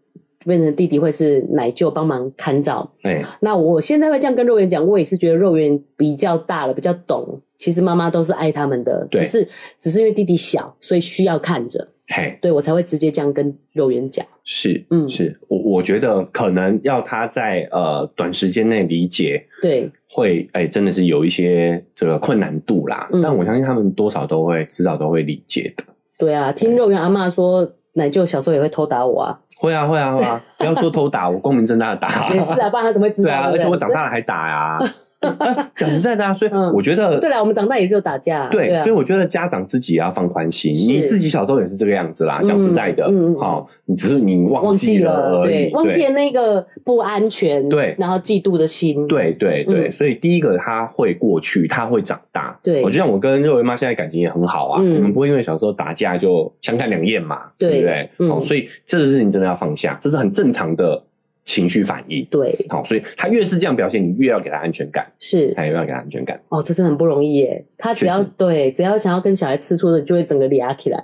Speaker 1: 变成弟弟会是奶舅帮忙看照。
Speaker 2: 哎、
Speaker 1: 那我现在会这样跟肉圆讲，我也是觉得肉圆比较大了，比较懂。其实妈妈都是爱他们的，
Speaker 2: 对
Speaker 1: 只是只是因为弟弟小，所以需要看着，
Speaker 2: 嘿，
Speaker 1: 对我才会直接这样跟肉圆讲。
Speaker 2: 是，
Speaker 1: 嗯
Speaker 2: 是我我觉得可能要他在呃短时间内理解，
Speaker 1: 对，
Speaker 2: 会哎、真的是有一些这个困难度啦。
Speaker 1: 嗯
Speaker 2: 但我相信他们多少都会知道，都会理解的。
Speaker 1: 对啊，听肉圆阿嬷说，奶舅小时候也会偷打我 啊，
Speaker 2: 会啊，会啊，会啊！不要说偷打，我光明正大的打。
Speaker 1: 也是啊，不然他怎么会知道？
Speaker 2: 对啊，
Speaker 1: 不
Speaker 2: 而且我长大了还 打呀、哎讲实在的啊，所以
Speaker 1: 嗯
Speaker 2: 我觉得，
Speaker 1: 对了，我们长大也是有打架啊，
Speaker 2: 对，
Speaker 1: 啊
Speaker 2: 所以，我觉得家长自己也要放宽心，
Speaker 1: 是
Speaker 2: 你自己小时候也是这个样子啦。
Speaker 1: 嗯
Speaker 2: 讲实在的
Speaker 1: 嗯嗯，嗯
Speaker 2: 好，你只是你忘
Speaker 1: 忘
Speaker 2: 记
Speaker 1: 记
Speaker 2: 了
Speaker 1: 了，
Speaker 2: 而已，
Speaker 1: 对，忘记
Speaker 2: 对
Speaker 1: 了那个不安全，
Speaker 2: 对
Speaker 1: 然后嫉妒的心，，
Speaker 2: 对对对，
Speaker 1: 嗯
Speaker 2: 所以第一个他会过去，他会长大。
Speaker 1: 对
Speaker 2: 我就像我跟肉圆妈现在感情也很好啊，
Speaker 1: 嗯
Speaker 2: 我们不会因为小时候打架就相看两厌嘛，对
Speaker 1: 对
Speaker 2: 不对？
Speaker 1: 嗯
Speaker 2: 哦，所以这个事情真的要放下，这是很正常的情绪反应。
Speaker 1: 对，
Speaker 2: 好，所以他越是这样表现，你越要给他安全感，
Speaker 1: 是，
Speaker 2: 他越要给他安全感。
Speaker 1: 哦，这真的很不容易耶。他只要
Speaker 2: 哎确实
Speaker 1: 对，只要想要跟小孩吃醋的，就会整个嗲起来。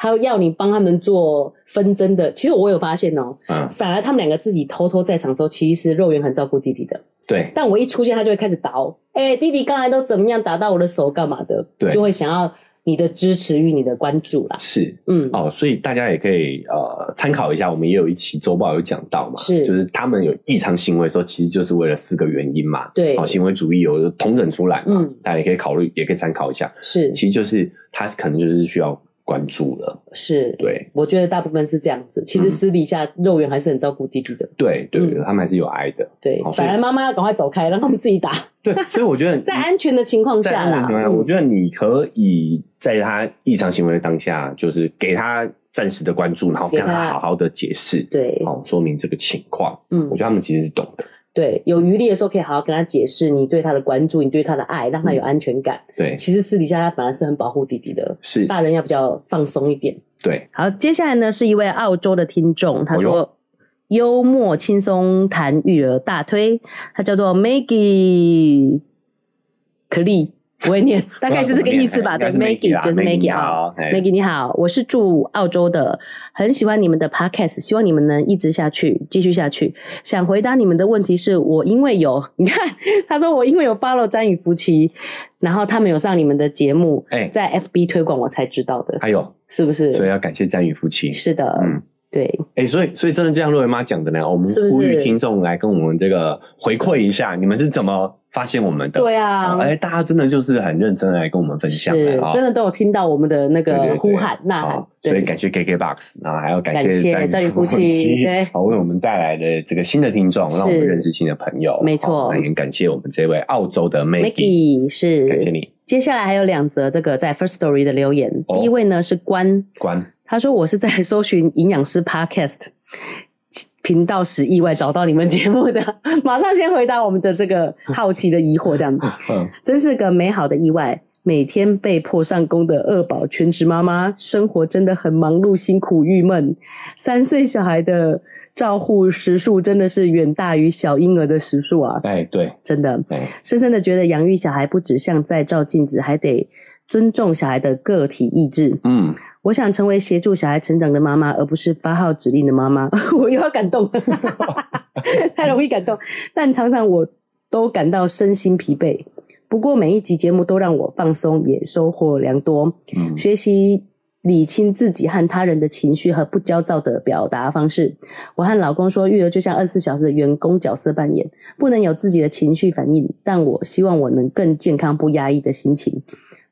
Speaker 1: 他要你帮他们做纷争的，其实我有发现哦，
Speaker 2: 嗯，
Speaker 1: 反而他们两个自己偷偷在场的时候，其实肉圆很照顾弟弟的。
Speaker 2: 对
Speaker 1: 但我一出现，他就会开始倒，哎、弟弟刚才都怎么样打到我的手干嘛的？
Speaker 2: 对
Speaker 1: 就会想要你的支持与你的关注啦。
Speaker 2: 是。
Speaker 1: 嗯，
Speaker 2: 哦，所以大家也可以呃参考一下，我们也有一期周报有讲到嘛，
Speaker 1: 是
Speaker 2: 就是他们有异常行为的时候，其实就是为了四个原因嘛，
Speaker 1: 对
Speaker 2: 好、行为主义有统整出来嘛，
Speaker 1: 嗯
Speaker 2: 大家也可以考虑，也可以参考一下。
Speaker 1: 是
Speaker 2: 其实就是他可能就是需要关注了，
Speaker 1: 是，
Speaker 2: 对
Speaker 1: 我觉得大部分是这样子。其实
Speaker 2: 嗯
Speaker 1: 私底下肉圆还是很照顾弟弟的，
Speaker 2: 对对对，
Speaker 1: 嗯
Speaker 2: 他们还是有爱的，
Speaker 1: 对
Speaker 2: 好，所以
Speaker 1: 反而妈妈要赶快走开，让他们自己 打，
Speaker 2: 对，所以我觉得
Speaker 1: 在安全的情况
Speaker 2: 在
Speaker 1: 下
Speaker 2: 安全
Speaker 1: 啦。
Speaker 2: 情况下，
Speaker 1: 嗯
Speaker 2: 我觉得你可以在他异常行为的当下，就是给他暂时的关注，然后跟
Speaker 1: 给
Speaker 2: 他
Speaker 1: 他
Speaker 2: 好好的解释，
Speaker 1: 对，
Speaker 2: 好、说明这个情况。
Speaker 1: 嗯
Speaker 2: 我觉得他们其实是懂的，
Speaker 1: 对，有余力的时候可以好好跟他解释你对他的关注，你对他的爱，让他有安全感。
Speaker 2: 对，
Speaker 1: 其实私底下他反而是很保护弟弟的，
Speaker 2: 是，
Speaker 1: 大人要比较放松一点。
Speaker 2: 对。
Speaker 1: 好，接下来呢是一位澳洲的听众，他
Speaker 2: 哦
Speaker 1: 说。幽默轻松谈育儿大推，他叫做 Maggie 可丽，不会 念，大概是这个意思吧？
Speaker 2: 应该
Speaker 1: 对
Speaker 2: 是 Maggie
Speaker 1: ，Maggie
Speaker 2: 啦
Speaker 1: 就是
Speaker 2: Maggie 哦
Speaker 1: Maggie 啊
Speaker 2: 哎你好嘿
Speaker 1: ，Maggie 你好，我是住澳洲的，很喜欢你们的 Podcast，希望你们能一直下去，继续下去。想回答你们的问题是我因为有， 你看他说我因为有 follow 詹宇夫妻，然后他们有上你们的节目，
Speaker 2: 哎
Speaker 1: 在 FB 推广我才知道的，
Speaker 2: 哎呦，
Speaker 1: 是不是？
Speaker 2: 所以要感谢詹宇夫妻。
Speaker 1: 是的，
Speaker 2: 嗯，
Speaker 1: 对，
Speaker 2: 哎、所以所以真的就像若维妈讲的呢，我们
Speaker 1: 是不是
Speaker 2: 呼吁听众来跟我们这个回馈一下，你们是怎么发现我们的？
Speaker 1: 对啊
Speaker 2: 哦哎、大家真的就是很认真的来跟我们分享
Speaker 1: 是
Speaker 2: 啊、
Speaker 1: 真的都有听到我们的那
Speaker 2: 对对
Speaker 1: 个
Speaker 2: 对
Speaker 1: 呼喊呐喊
Speaker 2: 好，
Speaker 1: 对
Speaker 2: 所以感谢 KKBOX，然后还要感
Speaker 1: 感谢
Speaker 2: 谢
Speaker 1: 战
Speaker 2: 战
Speaker 1: 友
Speaker 2: 友
Speaker 1: 夫
Speaker 2: 夫
Speaker 1: 妻
Speaker 2: 妻，
Speaker 1: 对
Speaker 2: 好为我们带来的这个新的听众，
Speaker 1: 是
Speaker 2: 让我们认识新的朋友，哦
Speaker 1: 没错
Speaker 2: 好那也感谢我们这位澳洲的 Maggie，
Speaker 1: Maggie 是，
Speaker 2: 感谢你，
Speaker 1: 接下来还有两则这个在 First Story 的留言，
Speaker 2: 哦
Speaker 1: 第一位呢是关，
Speaker 2: 关
Speaker 1: 他说我是在搜寻营养师 Podcast 频道时意外找到你们节目的， 马上先回答我们的这个好奇的疑惑，这样
Speaker 2: 嗯
Speaker 1: 真是个美好的意外。每天被迫上工的二宝全职妈妈，生活真的很忙碌、辛苦、郁闷。三岁小孩的照护时数真的是远大于小婴儿的时数啊，
Speaker 2: 哎对
Speaker 1: 真的。
Speaker 2: 哎
Speaker 1: 深深的觉得养育小孩不只像在照镜子，还得尊重小孩的个体意志。
Speaker 2: 嗯，
Speaker 1: 我想成为协助小孩成长的妈妈，而不是发号指令的妈妈。 我又要感动， 太容易感动，但常常我都感到身心疲惫。不过每一集节目都让我放松，也收获良多，
Speaker 2: 嗯
Speaker 1: 学习理清自己和他人的情绪和不焦躁的表达方式。我和老公说，育儿就像二十四小时的员工角色扮演，不能有自己的情绪反应，但我希望我能更健康、不压抑的心情。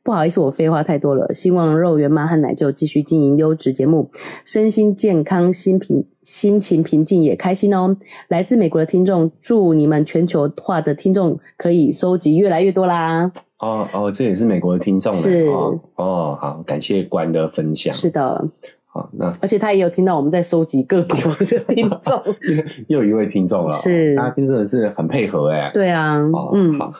Speaker 1: 不好意思，我废话太多了。希望肉圆妈和奶舅继续经营优质节目，身心健康，心平心情平静也开心哦。来自美国的听众，祝你们全球化的听众可以收集越来越多啦！
Speaker 2: 哦哦，这也是美国的听众呢
Speaker 1: 是
Speaker 2: 哦哦，好，感谢关的分享，
Speaker 1: 是的，
Speaker 2: 好，那
Speaker 1: 而且他也有听到我们在收集各国的听众。
Speaker 2: 又一位听众了，哦
Speaker 1: 是
Speaker 2: 大家真的是很配合哎，
Speaker 1: 对啊，
Speaker 2: 哦，
Speaker 1: 嗯，
Speaker 2: 好，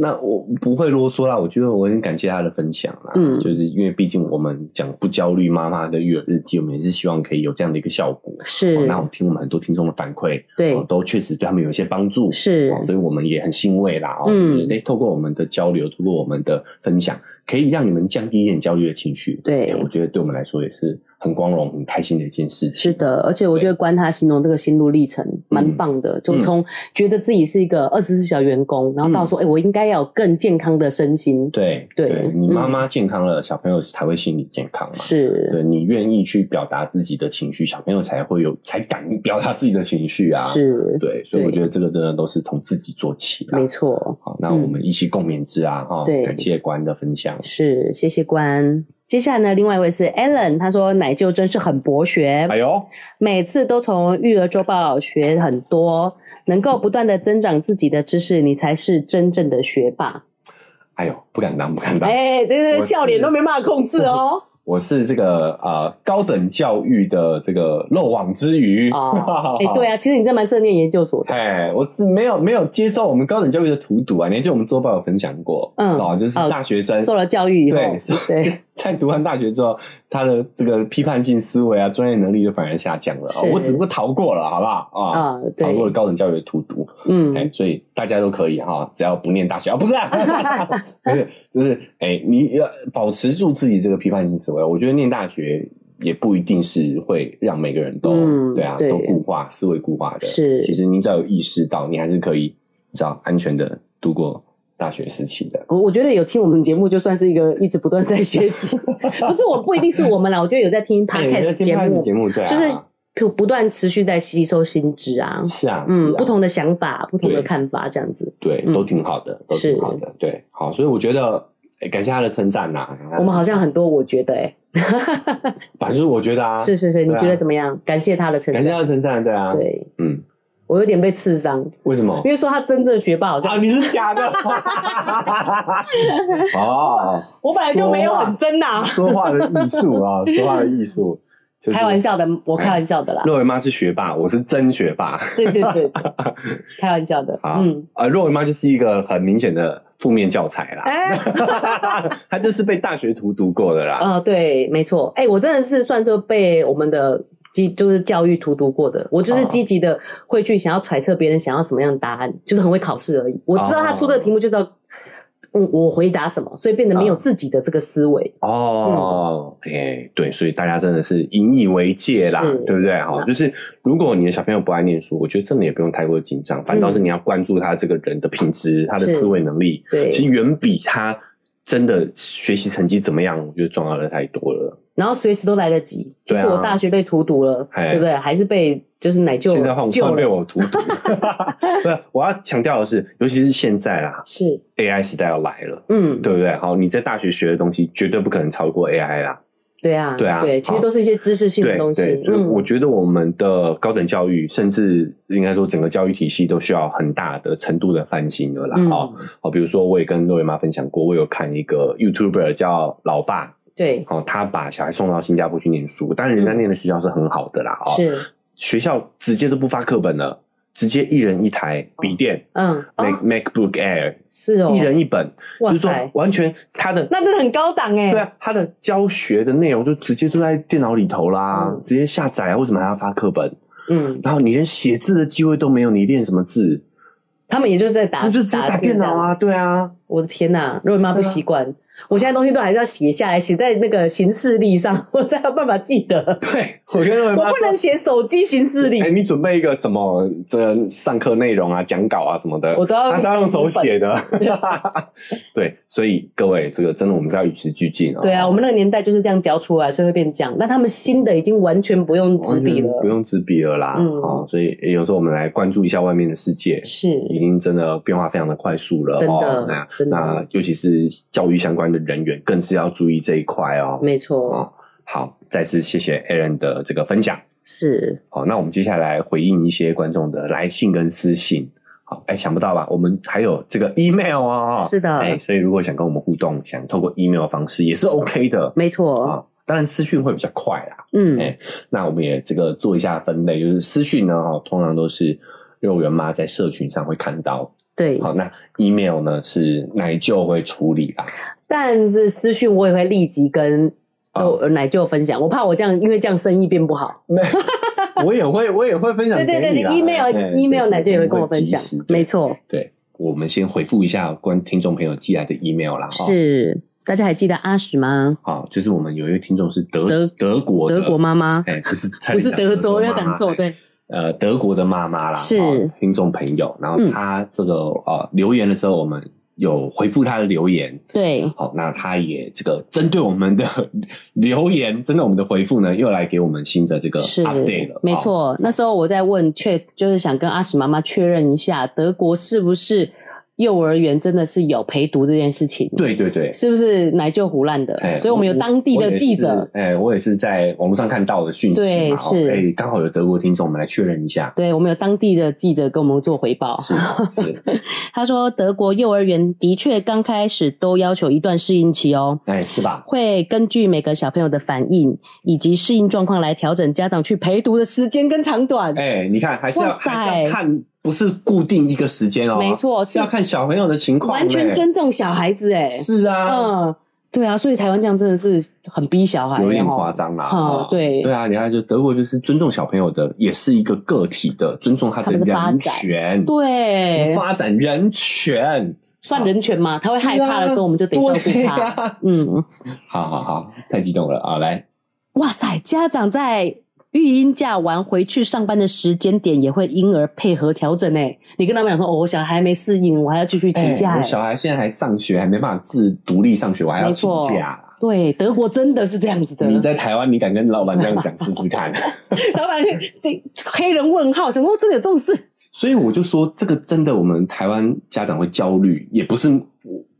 Speaker 2: 那我不会啰嗦啦。我觉得我很感谢他的分享啦，
Speaker 1: 嗯
Speaker 2: 就是因为毕竟我们讲不焦虑妈妈的育儿日记，我们也是希望可以有这样的一个效果。哦
Speaker 1: 是，
Speaker 2: 那我听我们很多听众的反馈，
Speaker 1: 对
Speaker 2: 哦都确实对他们有一些帮助，
Speaker 1: 是
Speaker 2: 哦所以我们也很欣慰啦。哦，
Speaker 1: 嗯
Speaker 2: 就是诶透过我们的交流，透过我们的分享，可以让你们降低一点焦虑的情绪。
Speaker 1: 对
Speaker 2: 诶我觉得对我们来说也是很光荣、很开心的一件事情。
Speaker 1: 是的，而且我觉得关他形容这个心路历程蛮棒的，就从觉得自己是一个二十四小员工，然后到说，哎、我应该要有更健康的身心，
Speaker 2: 对，
Speaker 1: 对
Speaker 2: 你
Speaker 1: 嗯
Speaker 2: 妈妈健康了，小朋友才会心理健康嘛。
Speaker 1: 是
Speaker 2: 对你愿意去表达自己的情绪，小朋友才会有才敢表达自己的情绪啊。，
Speaker 1: 是，
Speaker 2: 对，所以我
Speaker 1: 对
Speaker 2: 觉得这个真的都是从自己做起啦
Speaker 1: 没。错，嗯
Speaker 2: 好，那我们一起共勉之啊！哈、
Speaker 1: 对
Speaker 2: 感谢关的分享。
Speaker 1: 是，谢谢关。接下来呢，另外一位是 Alan，他说奶舅真是很博学，
Speaker 2: 哎呦，
Speaker 1: 每次都从育儿周报学很多，能够不断的增长自己的知识，你才是真正的学霸。
Speaker 2: 哎呦，不敢当，不敢当。
Speaker 1: 哎、对对
Speaker 2: 我
Speaker 1: 对，
Speaker 2: 是
Speaker 1: 笑脸都没办法控制 哦。
Speaker 2: 我是这个呃高等教育的这个漏网之鱼。
Speaker 1: 哦， 哎、对。啊，其实你这蛮适合念研究所的。
Speaker 2: 哎，我是没有没有接受我们高等教育的荼毒啊！你还记得我们周报有分享过，
Speaker 1: 嗯
Speaker 2: 哦，就是
Speaker 1: 哦
Speaker 2: 大学生、
Speaker 1: 受了教育以后
Speaker 2: 对，所以，
Speaker 1: 对
Speaker 2: 在读完大学之后，他的这个批判性思维啊，专业能力就反而下降了。
Speaker 1: 是
Speaker 2: 哦我只不过逃过了，好不好？啊，
Speaker 1: 啊，
Speaker 2: 逃过
Speaker 1: 对，
Speaker 2: 了高等教育的荼毒。哎、
Speaker 1: 嗯，
Speaker 2: 所以大家都可以哈、只要不念大学啊，不是、 啊，不是，就是哎、你要保持住自己这个批判性思维。我觉得念大学也不一定是会让每个人都、
Speaker 1: 嗯
Speaker 2: 对啊，
Speaker 1: 对
Speaker 2: 都固化思维固化的。
Speaker 1: 是
Speaker 2: 其实你只要有意识到，你还是可以，你知道安全的度过大学时期的。
Speaker 1: 我我觉得有听我们节目，就算是一个一直不断在学 习。不是我不一定是我们啦，我觉得有在听
Speaker 2: 哎有在
Speaker 1: podcast
Speaker 2: 听
Speaker 1: 节目
Speaker 2: podcast，节目对啊
Speaker 1: 就是不不断持续在吸收新知啊，
Speaker 2: 是啊，
Speaker 1: 嗯，
Speaker 2: 是啊
Speaker 1: 不同的想法、不同的
Speaker 2: 对
Speaker 1: 看法这样子。
Speaker 2: 对，
Speaker 1: 嗯
Speaker 2: 都挺好的，都挺好的。对，好，所以我觉得、诶感谢他的称赞呐。
Speaker 1: 我们好像很多，我觉得哎，
Speaker 2: 反正就是我觉得啊，
Speaker 1: 是是是，你
Speaker 2: 对啊
Speaker 1: 觉得怎么样？感谢他的成
Speaker 2: 感谢他
Speaker 1: 长，
Speaker 2: 的称赞，对啊，
Speaker 1: 对
Speaker 2: 嗯，
Speaker 1: 我有点被刺伤，
Speaker 2: 为什么
Speaker 1: 因？为说他真正学霸好
Speaker 2: 啊，
Speaker 1: 像
Speaker 2: 你是假的， 哦，
Speaker 1: 我本来就没有很真啊呐，
Speaker 2: 说啊话的艺术啊，说话的艺术，就是
Speaker 1: 开玩。笑的，我开玩笑的啦，
Speaker 2: 若维妈是学霸，我是真学霸。
Speaker 1: 对对 对，对开玩笑的，
Speaker 2: 哎好
Speaker 1: 嗯，，
Speaker 2: 呃，若维妈就是一个很明显的负面教材啦，
Speaker 1: 哎。
Speaker 2: 她就是被大学荼毒过的啦。
Speaker 1: 啊，对，没错。哎、我真的是算是被我们的积就是教育荼毒过的。我就是
Speaker 2: 哦
Speaker 1: 积极的会去想要揣测别人想要什么样的答案，就是很会考试而已。我知道他出这个题目就知道。嗯，我回答什么，所以变得没有
Speaker 2: 嗯
Speaker 1: 自己的这个思维。
Speaker 2: 哦，哎、对，所以大家真的是引以为戒啦
Speaker 1: 嗯是，
Speaker 2: 对不对？好，就是如果你的小朋友不爱念书，我觉得真的也不用太过紧张，反倒是你要关注他这个人的品质、他的
Speaker 1: 嗯是
Speaker 2: 思维能力，
Speaker 1: 对，
Speaker 2: 其实远比他真的学习成绩怎么样，我觉得重要的太多了。
Speaker 1: 然后随时都来得及。即
Speaker 2: 对啊
Speaker 1: 使我大学被荼毒了，
Speaker 2: 哎
Speaker 1: 对不对？还是被就是奶舅
Speaker 2: 现在换
Speaker 1: 救
Speaker 2: 换被
Speaker 1: 了，
Speaker 2: 我荼 毒，不是，我要强调的是，尤其是现在啦
Speaker 1: 是
Speaker 2: ，AI 时代要来了。
Speaker 1: 嗯，
Speaker 2: 对不对？好，你在大学学的东西绝对不可能超过 AI 啦。
Speaker 1: 对啊，
Speaker 2: 对啊
Speaker 1: 对，其实都是一些知识性的
Speaker 2: 对
Speaker 1: 东西
Speaker 2: 对，。所以
Speaker 1: 嗯，
Speaker 2: 我觉得我们的高等教育，甚至应该说整个教育体系，都需要很大的程度的翻新了啦。
Speaker 1: 嗯
Speaker 2: 哦，好，比如说我也跟瑞妈分享过，我有看一个 YouTuber 叫老爸，
Speaker 1: 对，
Speaker 2: 哦，他把小孩送到新加坡去念书，当然人家念的学校是很好的啦，哦，
Speaker 1: 嗯是
Speaker 2: 学校直接都不发课本了，直接一人一台笔电、
Speaker 1: 嗯，
Speaker 2: Mac
Speaker 1: 哦
Speaker 2: MacBook Air，、
Speaker 1: 是哦，
Speaker 2: 一人一本，就
Speaker 1: 哇
Speaker 2: 是说
Speaker 1: 塞，
Speaker 2: 完全他的
Speaker 1: 那真的很高档哎。
Speaker 2: 对啊，他的教学的内容就直接就在电脑里头啦，
Speaker 1: 嗯
Speaker 2: 直接下载啊，为什么还要发课本？
Speaker 1: 嗯，
Speaker 2: 然后你连写字的机会都没有，你练什么字？
Speaker 1: 他们也就是在打，
Speaker 2: 那就直接打
Speaker 1: 字
Speaker 2: 电脑
Speaker 1: 这样。
Speaker 2: 啊，对啊，
Speaker 1: 我的天哪，如果妈
Speaker 2: 是
Speaker 1: 不
Speaker 2: 啊
Speaker 1: 习惯，我现在东西都还是要写下来，写在那个行事历上， 我才有办法记得。
Speaker 2: 对，哎 我跟
Speaker 1: 我
Speaker 2: 瑞妈
Speaker 1: 不能
Speaker 2: 说。
Speaker 1: 写手机行事历
Speaker 2: 哎、，你准备一个什么这上课内容啊、讲稿啊什么的，
Speaker 1: 我都要
Speaker 2: 他都要用手写的。 对，所以各位，这个真的我们是要与时俱进啊、
Speaker 1: 对啊，我们那个年代就是这样教出来，所以会变这样。那他们新的已经完全不用纸笔
Speaker 2: 嗯完全不
Speaker 1: 了，
Speaker 2: 用纸笔了啦。
Speaker 1: 嗯
Speaker 2: 哦，所以、欸有时候我们来关注一下外面的世界，
Speaker 1: 是
Speaker 2: 已经真的变化非常的快速了。
Speaker 1: 真的
Speaker 2: 哦、那
Speaker 1: 真的
Speaker 2: 那尤其是教育相关的人员，更是要注意这一块哦。
Speaker 1: 没错，
Speaker 2: 哦，好，再次谢谢 Aaron 的这个分享。
Speaker 1: 是
Speaker 2: 好，那我们接下来回应一些观众的来信跟私信。好，哎、想不到吧？我们还有这个 email 哦。
Speaker 1: 是的
Speaker 2: 哎、所以如果想跟我们互动，想透过 email 方式也是 OK 的。
Speaker 1: 没错，
Speaker 2: 啊，当然私讯会比较快啦。
Speaker 1: 嗯
Speaker 2: 哎，那我们也这个做一下分类，就是私讯呢，哦，通常都是肉圆妈在社群上会看到。
Speaker 1: 对。
Speaker 2: 好，那 email 呢是奶舅会处理啦。
Speaker 1: 但是私讯我也会立即跟
Speaker 2: 哦
Speaker 1: 呃奶舅分享，我怕我这样，因为这样生意变不好。
Speaker 2: 我也会，我也会分享
Speaker 1: 对
Speaker 2: 给
Speaker 1: 对对对
Speaker 2: 你啦哎
Speaker 1: ，email
Speaker 2: 对
Speaker 1: email
Speaker 2: 对
Speaker 1: 奶舅也会跟我
Speaker 2: 我们
Speaker 1: 分
Speaker 2: 及
Speaker 1: 享
Speaker 2: 时，
Speaker 1: 没。错，
Speaker 2: 对对，我们先回复一下观听众朋友寄来的 email 啦。哦。
Speaker 1: 是大家还记得阿史吗？
Speaker 2: 好，就是我们有一个听众是德
Speaker 1: 德
Speaker 2: 德国的
Speaker 1: 德国？妈妈
Speaker 2: 哎，不是差
Speaker 1: 不
Speaker 2: 点
Speaker 1: 是
Speaker 2: 讲
Speaker 1: 德州，要
Speaker 2: 妈妈
Speaker 1: 讲错，
Speaker 2: 哎
Speaker 1: 对，
Speaker 2: 呃德国的妈妈啦，
Speaker 1: 是
Speaker 2: 哦听众朋友，然后
Speaker 1: 嗯
Speaker 2: 她这个呃留言的时候，我们有回复她的留言。
Speaker 1: 对，
Speaker 2: 好，那她也这个针对我们的 留言，针对我们的回复呢，又来给我们新的这个
Speaker 1: 是
Speaker 2: update 了。
Speaker 1: 没
Speaker 2: 哦，
Speaker 1: 错。那时候我在问确，就是想跟阿史妈妈确认一下，德国是不是幼儿园真的是有陪读这件事情？，
Speaker 2: 对对对，
Speaker 1: 是不是奶舅胡烂的
Speaker 2: 哎，？
Speaker 1: 所以我们有当地的记者，，
Speaker 2: 我我也是哎，我也是在网络上看到的讯息
Speaker 1: 对
Speaker 2: 嘛，哦
Speaker 1: 是
Speaker 2: 哎，刚好有德国听众，我们来确认一下。
Speaker 1: 对我们有当地的记者跟我们做回报。
Speaker 2: 是 是，
Speaker 1: 他说，德国幼儿园的确刚开始都要求一段适应期哦。
Speaker 2: 哎，是吧？
Speaker 1: 会根据每个小朋友的反应以及适应状况来调整家长去陪读的时间跟长短。
Speaker 2: 哎、你看，还是要
Speaker 1: 哇塞
Speaker 2: 还是要看，不是固定一个时间哦，
Speaker 1: 没错
Speaker 2: 是
Speaker 1: 是
Speaker 2: 要看小朋友的情况、
Speaker 1: 完全
Speaker 2: 哎
Speaker 1: 尊重小孩子、欸，
Speaker 2: 是啊，
Speaker 1: 嗯，对啊，所以台湾这样真的是很逼小孩，
Speaker 2: 有点
Speaker 1: 然后
Speaker 2: 夸。张啦。
Speaker 1: 嗯
Speaker 2: 哦
Speaker 1: 对
Speaker 2: 对啊，你看，就德国就是尊重小朋友的，也是一个个体的，尊重他
Speaker 1: 他们的发
Speaker 2: 人
Speaker 1: 展
Speaker 2: 权，
Speaker 1: 对，
Speaker 2: 发展人权，
Speaker 1: 算人权吗？他会害怕的时候，我们就得照顾
Speaker 2: 对
Speaker 1: 他。
Speaker 2: 啊
Speaker 1: 嗯，
Speaker 2: 好好好，太激动了啊！来，
Speaker 1: 哇塞，家长在育婴假完回去上班的时间点也会因而配合调整诶、你跟他们讲说，哦，我小孩还没适应，我还要继续请假、
Speaker 2: 哎
Speaker 1: 欸。
Speaker 2: 我小孩现在还上学，还没办法自独立上学，我还要
Speaker 1: 没
Speaker 2: 请
Speaker 1: 错
Speaker 2: 假啦。
Speaker 1: 对，德国真的是这样子的。
Speaker 2: 你在台湾，你敢跟老板这样讲试试看？
Speaker 1: 老板，这黑人问号，想说真的有这种事？
Speaker 2: 所以我就说，这个真的，我们台湾家长会焦虑，也不是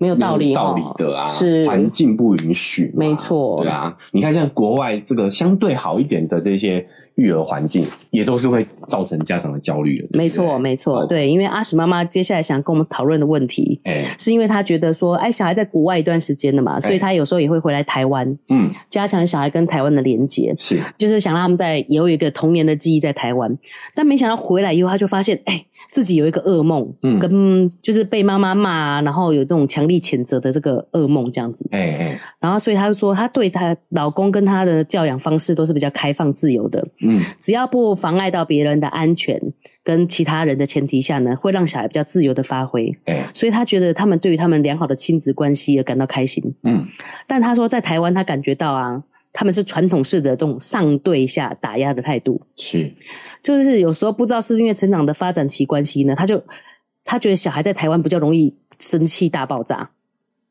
Speaker 1: 没有道理
Speaker 2: 道
Speaker 1: 哈
Speaker 2: 理的啊，
Speaker 1: 是
Speaker 2: 环境不允许嘛，
Speaker 1: 没错
Speaker 2: 对啊。你看，像国外这个相对好一点的这些育儿环境，也都是会造成家长的焦虑的，对不对
Speaker 1: 没错，没错，。对，因为阿史妈妈接下来想跟我们讨论的问题，
Speaker 2: 哎、
Speaker 1: 是因为她觉得说，哎，小孩在国外一段时间了嘛，所以她有时候也会回来台湾，
Speaker 2: 嗯，
Speaker 1: 加强小孩跟台湾的连接，
Speaker 2: 是
Speaker 1: 就是想让他们在也有一个童年的记忆在台湾。但没想到回来以后，她就发现，哎，自己有一个噩梦，
Speaker 2: 嗯
Speaker 1: 跟就是被妈妈骂啊，然后有这种强力谴责的这个噩梦这样子。
Speaker 2: 哎哎，
Speaker 1: 然后所以她就说，她对她老公跟她的教养方式都是比较开放自由的，
Speaker 2: 嗯
Speaker 1: 只要不妨碍到别人的安全跟其他人的前提下呢，会让小孩比较自由的发挥。
Speaker 2: 哎
Speaker 1: 所以她觉得他们对于他们良好的亲子关系而感到开心。
Speaker 2: 嗯
Speaker 1: 但她说，在台湾她感觉到啊，他们是传统式的这种上对下打压的态度。
Speaker 2: 是，
Speaker 1: 就是有时候不知道是不是因为成长的发展期关系呢，他就他觉得小孩在台湾比较容易生气大爆炸，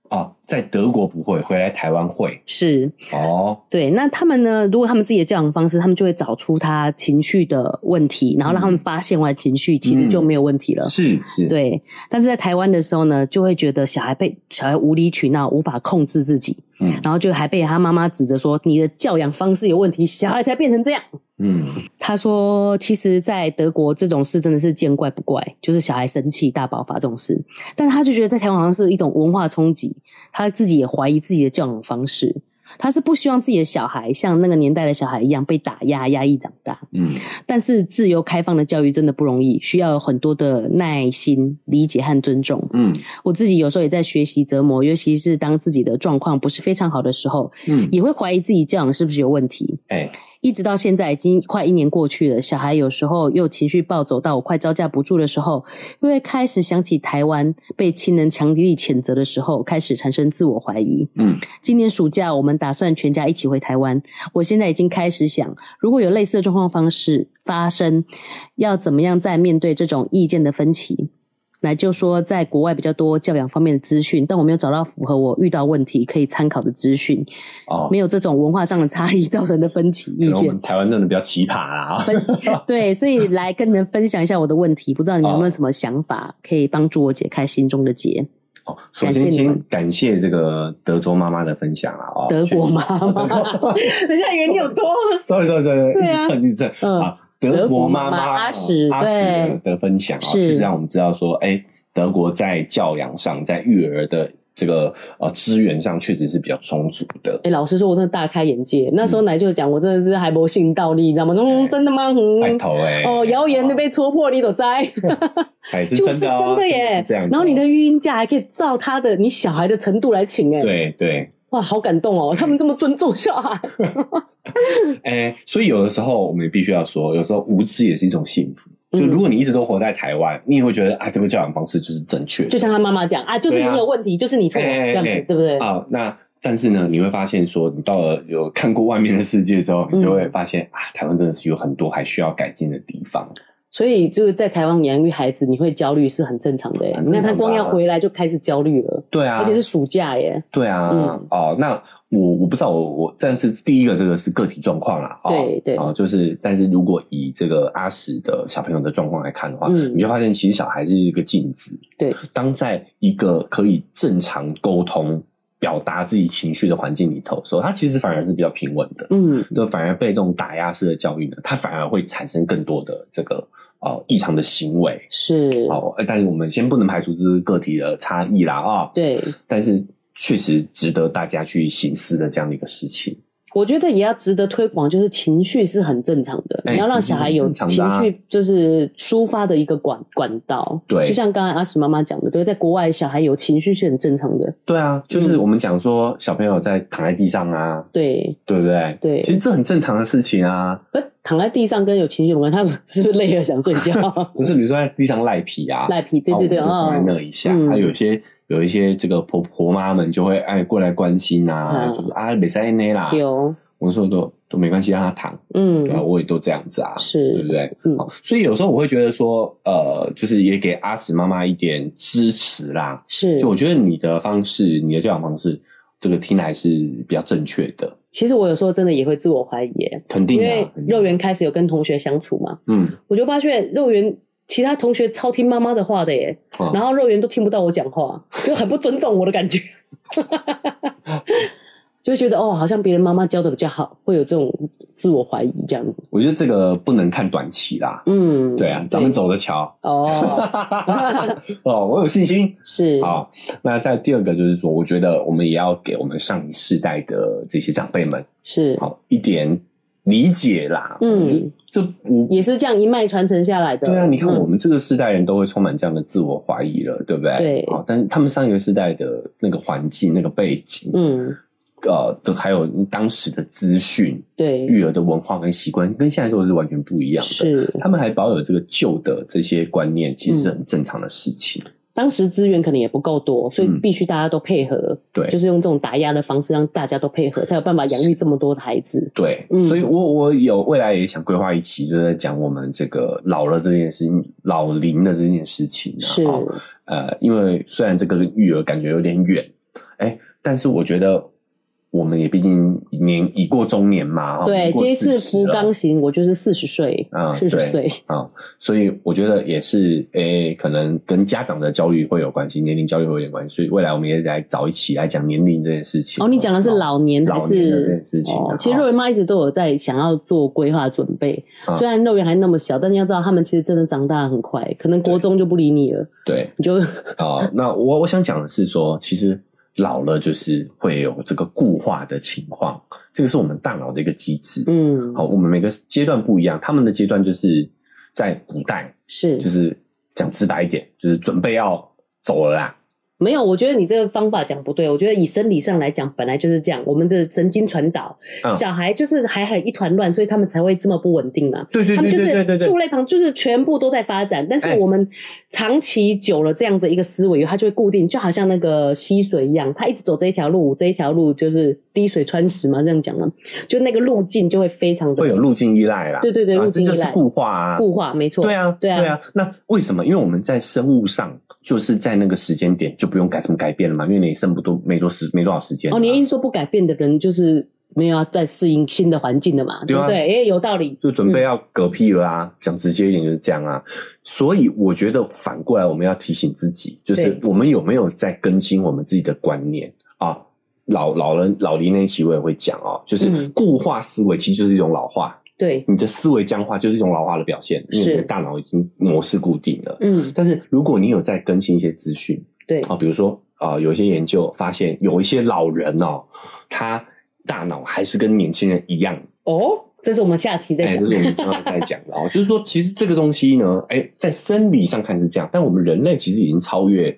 Speaker 2: 哦，在德国不会，回来台湾会
Speaker 1: 是
Speaker 2: 哦，
Speaker 1: 对。那他们呢，如果他们自己的教养方式，他们就会找出他情绪的问题，然后让他们发现完情绪，其实就没有问题了。
Speaker 2: 是是，，
Speaker 1: 对，但是在台湾的时候呢，就会觉得小孩被小孩无理取闹，无法控制自己，
Speaker 2: 嗯
Speaker 1: 然后就还被他妈妈指着说你的教养方式有问题，小孩才变成这样。
Speaker 2: 嗯
Speaker 1: 他说，其实，在德国这种事真的是见怪不怪，就是小孩生气大爆发这种事。但他就觉得在台湾好像是一种文化冲击，他自己也怀疑自己的教养方式。他是不希望自己的小孩像那个年代的小孩一样被打压、压抑长大。
Speaker 2: 嗯，
Speaker 1: 但是自由开放的教育真的不容易，需要有很多的耐心、理解和尊重。
Speaker 2: 嗯
Speaker 1: 我自己有时候也在学习折磨，尤其是当自己的状况不是非常好的时候，
Speaker 2: 嗯，
Speaker 1: 也会怀疑自己教养是不是有问题。
Speaker 2: 哎
Speaker 1: 一直到现在已经快一年过去了，小孩有时候又情绪暴走到我快招架不住的时候，又会开始想起台湾被亲人强力谴责的时候，开始产生自我怀疑。
Speaker 2: 嗯
Speaker 1: 今年暑假我们打算全家一起回台湾，我现在已经开始想，如果有类似的状况方式发生，要怎么样在面对这种意见的分歧。来就说，在国外比较多教养方面的资讯，但我没有找到符合我遇到问题可以参考的资讯，
Speaker 2: 哦，
Speaker 1: 没有这种文化上的差异 造成的分歧意
Speaker 2: 可能我
Speaker 1: 见
Speaker 2: 们。台湾真的比较奇葩啦，哦
Speaker 1: 分 对，所以来跟你们分享一下我的问题，不知道你们
Speaker 2: 啊
Speaker 1: 有没有什么想法可以帮助我解开心中的结？
Speaker 2: 哦，首先
Speaker 1: 感谢你
Speaker 2: 先
Speaker 1: 们
Speaker 2: 感谢这个德州妈妈的分享啊，哦，
Speaker 1: 德国妈 妈， 等一下人有多？
Speaker 2: ？sorry sorry sorry，
Speaker 1: 对啊
Speaker 2: 一直蹭一直蹭
Speaker 1: 嗯
Speaker 2: 啊，德国妈
Speaker 1: 德国妈
Speaker 2: 妈哦
Speaker 1: 妈阿史
Speaker 2: 阿
Speaker 1: 对
Speaker 2: 史的的分享啊，
Speaker 1: 是
Speaker 2: 就是让我们知道说，哎，德国在教养上，在育儿的这个呃资源上，确实是比较充足的。
Speaker 1: 哎、老实说，我真的大开眼界。那时
Speaker 2: 嗯
Speaker 1: 候奶就讲，我真的是还没信到你，你知道吗？嗯，真的吗？
Speaker 2: 哎拜
Speaker 1: 嗯。
Speaker 2: 托哎，
Speaker 1: 哦，谣言都被戳破，你都 栽，
Speaker 2: 哎，是
Speaker 1: 就是
Speaker 2: 真的哦
Speaker 1: 真的耶
Speaker 2: 是这样子哦。
Speaker 1: 然后你的育婴假还可以照他的你小孩的程度来请，哎，，
Speaker 2: 对对，
Speaker 1: 哇，好感动哦！他们这么尊重小孩，
Speaker 2: 哎，所以有的时候我们也必须要说，有时候无知也是一种幸福。就如
Speaker 1: 嗯
Speaker 2: 果你一直都活在台湾，你也会觉得啊，这个教养方式就是正确的
Speaker 1: 就。像他妈妈讲啊，就是你
Speaker 2: 对啊
Speaker 1: 有问题，就是你错，
Speaker 2: 哎哎哎
Speaker 1: 这样子，对不对？
Speaker 2: 啊、那但是呢，你会发现说，你到了有看过外面的世界之后，你
Speaker 1: 嗯
Speaker 2: 就会发现、啊，台湾真的是有很多还需要改进的地方。
Speaker 1: 所以就是在台湾养育孩子，你会焦虑是很正常的、欸。
Speaker 2: 很
Speaker 1: 你
Speaker 2: 啊正
Speaker 1: 看
Speaker 2: 常
Speaker 1: 他
Speaker 2: 吧
Speaker 1: 光要回来就开始焦虑了，
Speaker 2: 对啊，
Speaker 1: 而且是暑假耶、
Speaker 2: 对啊，
Speaker 1: 嗯
Speaker 2: 哦，那我我不知道，我我但是第一个这个是个体状况啦，哦、
Speaker 1: 对对
Speaker 2: 哦，就是但是如果以这个阿史的小朋友的状况来看的话，
Speaker 1: 嗯
Speaker 2: 你就发现其实小孩是一个镜子，
Speaker 1: 对，
Speaker 2: 当在一个可以正常沟通、表达自己情绪的环境里头的时候，他其实反而是比较平稳的，
Speaker 1: 嗯，
Speaker 2: 就反而被这种打压式的教育呢，它反而会产生更多的这个呃异常的行为。
Speaker 1: 是，
Speaker 2: 哦，呃但是我们先不能排除这是个体的差异啦啊、
Speaker 1: 对，
Speaker 2: 但是确实值得大家去醒思的这样的一个事情。
Speaker 1: 我觉得也要值得推广，就是情绪是很正常的，
Speaker 2: 哎
Speaker 1: 你要让小孩有
Speaker 2: 情绪
Speaker 1: 情
Speaker 2: 是正常的啊
Speaker 1: 绪就是抒发的一个管管道。
Speaker 2: 对
Speaker 1: 就像刚才阿史妈妈讲的，对，在国外小孩有情绪是很正常的，
Speaker 2: 对啊，就是
Speaker 1: 嗯
Speaker 2: 我们讲说小朋友在躺在地上啊，
Speaker 1: 对。
Speaker 2: 对不对？
Speaker 1: 对
Speaker 2: 其实这很正常的事情啊。
Speaker 1: 可躺在地上跟有情绪有关，他们是不是累了想睡觉？
Speaker 2: 不是，比如说在地上赖皮啊，
Speaker 1: 赖皮，对对对，
Speaker 2: 然后我们就放在那一下。
Speaker 1: 嗯
Speaker 2: 还、有些有一些这个婆婆妈们就会哎过来关心啊，
Speaker 1: 嗯
Speaker 2: 就是啊没塞内啦，
Speaker 1: 有，
Speaker 2: 我说都都没关系，让他躺，对啊，
Speaker 1: 哦嗯，
Speaker 2: 我也都这样子啊，
Speaker 1: 是
Speaker 2: 对不对？
Speaker 1: 嗯
Speaker 2: 好，所以有时候我会觉得说，呃，就是也给阿史妈妈一点支持啦。
Speaker 1: 是。
Speaker 2: 就我觉得你的方式，你的教养方式，这个听来是比较正确的，
Speaker 1: 其实我有时候真的也会自我怀疑耶，
Speaker 2: 肯定
Speaker 1: 因
Speaker 2: 的、
Speaker 1: 为
Speaker 2: 啊。肯定
Speaker 1: 肉圆开始有跟同学相处嘛，
Speaker 2: 嗯，
Speaker 1: 我就发现肉圆其他同学超听妈妈的话的耶，
Speaker 2: 啊
Speaker 1: 然后肉圆都听不到我讲话，就很不尊重我的感 觉，就会觉得哦，好像别人妈妈教的比较好，会有这种自我怀疑这样子。
Speaker 2: 我觉得这个不能看短期啦。
Speaker 1: 嗯，
Speaker 2: 对啊，咱们走着瞧。
Speaker 1: 哦，
Speaker 2: 哦，我有信心。
Speaker 1: 是，
Speaker 2: 好，那在第二个就是说，我觉得我们也要给我们上一世代的这些长辈们，
Speaker 1: 是，
Speaker 2: 好一点理解啦。
Speaker 1: 嗯，
Speaker 2: 这我
Speaker 1: 也是这样一脉传承下来的。
Speaker 2: 对啊，你看
Speaker 1: 嗯
Speaker 2: 我们这个世代人都会充满这样的自我怀疑了，对不对？
Speaker 1: 对
Speaker 2: 好，但是他们上一个世代的那个环境、那个背景，
Speaker 1: 嗯，
Speaker 2: 呃，的还有当时的资讯、
Speaker 1: 对，
Speaker 2: 育儿的文化跟习惯，跟现在都是完全不一样的。
Speaker 1: 是
Speaker 2: 他们还保有这个旧的这些观念，其
Speaker 1: 嗯
Speaker 2: 实是很正常的事情。
Speaker 1: 当时资源可能也不够多，所以
Speaker 2: 嗯
Speaker 1: 必须大家都配合，
Speaker 2: 对，
Speaker 1: 就是用这种打压的方式让大家都配合，才有办法养育这么多的孩子。
Speaker 2: 对，
Speaker 1: 嗯
Speaker 2: 所以我我有未来也想规划一期，就在讲我们这个老了这件事情，老龄的这件事情、啊。
Speaker 1: 是，
Speaker 2: 哦呃，因为虽然这个育儿感觉有点远，哎，但是我觉得我们也毕竟年已过中年嘛，哦
Speaker 1: 对
Speaker 2: 已，过
Speaker 1: 这一次
Speaker 2: 40
Speaker 1: 福
Speaker 2: 了
Speaker 1: 冈行，我就是四十岁
Speaker 2: 啊，
Speaker 1: 四十
Speaker 2: 对
Speaker 1: 岁，
Speaker 2: 啊，所以我觉得也是，诶、可能跟家长的焦虑会有关系，年龄焦虑会有点关系，所以未来我们也来找一起来讲年龄这件事情。
Speaker 1: 哦，你讲的是老年还
Speaker 2: 老年的这件
Speaker 1: 是？
Speaker 2: 事情啊
Speaker 1: 哦，其实
Speaker 2: 好
Speaker 1: 肉圆妈一直都有在想要做规划准备
Speaker 2: 嗯，
Speaker 1: 虽然肉圆还那么小，但是要知道他们其实真的长大得很快，可能国中就不理你了，
Speaker 2: 对，
Speaker 1: 你就嗯
Speaker 2: 哦，那我我想讲的是说，其实老了就是会有这个固化的情况，这个是我们大脑的一个机制。，
Speaker 1: 嗯，
Speaker 2: 好，我们每个阶段不一样，他们的阶段就是在古代，
Speaker 1: 是
Speaker 2: 就是讲直白一点，就是准备要走了啦。
Speaker 1: 没有，我觉得你这个方法讲不对。我觉得以生理上来讲，本来就是这样，我们的神经传导，
Speaker 2: 嗯
Speaker 1: 小孩就是还很一团乱，所以他们才会这么不稳定嘛。
Speaker 2: 对对
Speaker 1: 他们
Speaker 2: 对
Speaker 1: 就
Speaker 2: 对对对
Speaker 1: 是
Speaker 2: 对
Speaker 1: 触，类旁，就是全部都在发展，但是
Speaker 2: 哎
Speaker 1: 我们长期久了这样子一个思维，它就会固定，就好像那个溪水一样，它一直走这一条路，这一条路就是滴水穿石嘛，这样讲嘛，就那个路径就会非常的
Speaker 2: 会有路径依赖啦。
Speaker 1: 对对对
Speaker 2: 啊
Speaker 1: 路
Speaker 2: 这
Speaker 1: 径依
Speaker 2: 就是
Speaker 1: 赖
Speaker 2: 固化啊，
Speaker 1: 固化，没错，
Speaker 2: 对啊，
Speaker 1: 对啊
Speaker 2: 对啊。那为什么？因为我们在生物上就是在那个时间点就不用改怎么改变了嘛，因为你剩不多没多时没多少时间了
Speaker 1: 哦，
Speaker 2: 嘛。
Speaker 1: 你的意思说不改变的人就是没有要再适应新的环境的嘛，
Speaker 2: 对
Speaker 1: 对
Speaker 2: 啊
Speaker 1: 不对？哎，有道理，
Speaker 2: 就准备要嗝屁了啊！讲直接一点就是这样啊。所以我觉得反过来我们要提醒自己，就是
Speaker 1: 对
Speaker 2: 我们有没有在更新我们自己的观念啊？老老人老龄那一期我也会讲哦，就是
Speaker 1: 嗯
Speaker 2: 固化思维其实就是一种老化，
Speaker 1: 对，
Speaker 2: 你的思维僵化就是一种老化的表现，因为
Speaker 1: 是
Speaker 2: 你的大脑已经模式固定了。
Speaker 1: 嗯，
Speaker 2: 但是如果你有在更新一些资讯
Speaker 1: 对，
Speaker 2: 啊，比如说啊、有一些研究发现有一些老人哦，他大脑还是跟年轻人一样
Speaker 1: 哦，这是我们下期再
Speaker 2: 哎，
Speaker 1: 讲
Speaker 2: 这。是我们刚刚在讲的哦，就是说，其实这个东西呢，哎，在生理上看是这样，但我们人类其实已经超越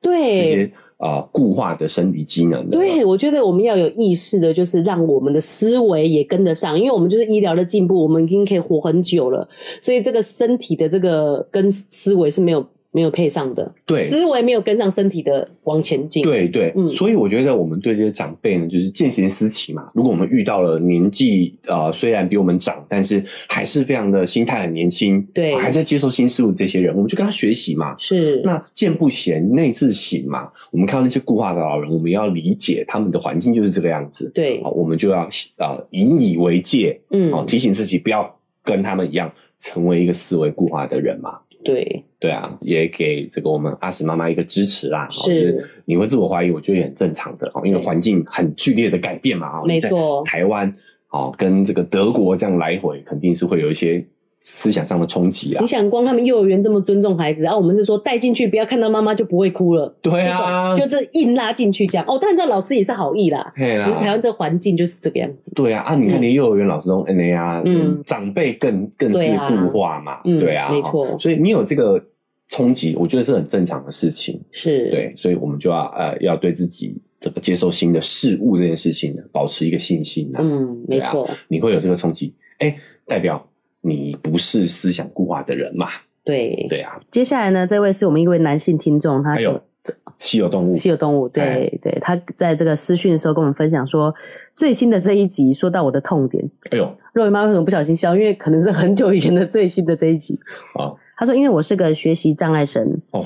Speaker 2: 这
Speaker 1: 对
Speaker 2: 些啊、呃固化的生理机能了。
Speaker 1: 对，我觉得我们要有意识的，就是让我们的思维也跟得上，因为我们就是医疗的进步，我们已经可以活很久了，所以这个身体的这个跟思维是没有没有配上的，
Speaker 2: 对
Speaker 1: 思维没有跟上身体的往前进。，
Speaker 2: 对对，
Speaker 1: 嗯
Speaker 2: 所以我觉得我们对这些长辈呢，就是见贤思齐嘛。如果我们遇到了年纪呃虽然比我们长，但是还是非常的心态很年轻，
Speaker 1: 对
Speaker 2: 还在接受新事物这些人，我们就跟他学习嘛。
Speaker 1: 是，
Speaker 2: 那见不贤内自省嘛，我们看到那些固化的老人，我们要理解他们的环境就是这个样子。
Speaker 1: 对
Speaker 2: 好，，我们就要呃引以为戒，哦，
Speaker 1: 嗯，
Speaker 2: 提醒自己不要跟他们一样成为一个思维固化的人嘛。
Speaker 1: 对，
Speaker 2: 对啊，也给这个我们阿史妈妈一个支持啦。哦
Speaker 1: 是
Speaker 2: 就是你会自我怀疑，我觉得也很正常的哦，因
Speaker 1: 对
Speaker 2: 为环境很剧烈的改变嘛。哦，
Speaker 1: 没错
Speaker 2: 你在台湾哦跟这个德国这样来回，肯定是会有一些思想上的冲击啊
Speaker 1: 你。想光他们幼儿园这么尊重孩子，然、后啊我们是说带进去，不要看到妈妈就不会哭了。
Speaker 2: 对啊，
Speaker 1: 这种就是硬拉进去这样哦，但这老师也是好意啦，
Speaker 2: 嘿
Speaker 1: 只
Speaker 2: 啦
Speaker 1: 是台湾这环境就是这个样子。
Speaker 2: 对啊，啊，你看连幼儿园老师都 N A 啊，
Speaker 1: 嗯
Speaker 2: 嗯，长辈更更
Speaker 1: 对
Speaker 2: 是
Speaker 1: 啊
Speaker 2: 固化嘛，
Speaker 1: 嗯
Speaker 2: 对啊，
Speaker 1: 没错
Speaker 2: 哦所以你有这个冲击，我觉得是很正常的事情，
Speaker 1: 是，
Speaker 2: 对，所以我们就要呃要对自己这个接受新的事物这件事情呢，保持一个信心啊，
Speaker 1: 嗯，没
Speaker 2: 对啊
Speaker 1: 错，
Speaker 2: 你会有这个冲击，哎，代表你不是思想固化的人嘛，
Speaker 1: 对。
Speaker 2: 对啊，
Speaker 1: 接下来呢，这位是我们一位男性听众，他
Speaker 2: 还有稀有动物，
Speaker 1: 稀有动物，对、
Speaker 2: 哎
Speaker 1: 对，他在这个私讯的时候跟我们分享说，最新的这一集说到我的痛点，
Speaker 2: 哎呦
Speaker 1: 肉圆妈为什么不小心笑？因为可能是很久以前的最新的这一集。
Speaker 2: 啊
Speaker 1: 他说，因为我是个学习障碍生，
Speaker 2: 哦，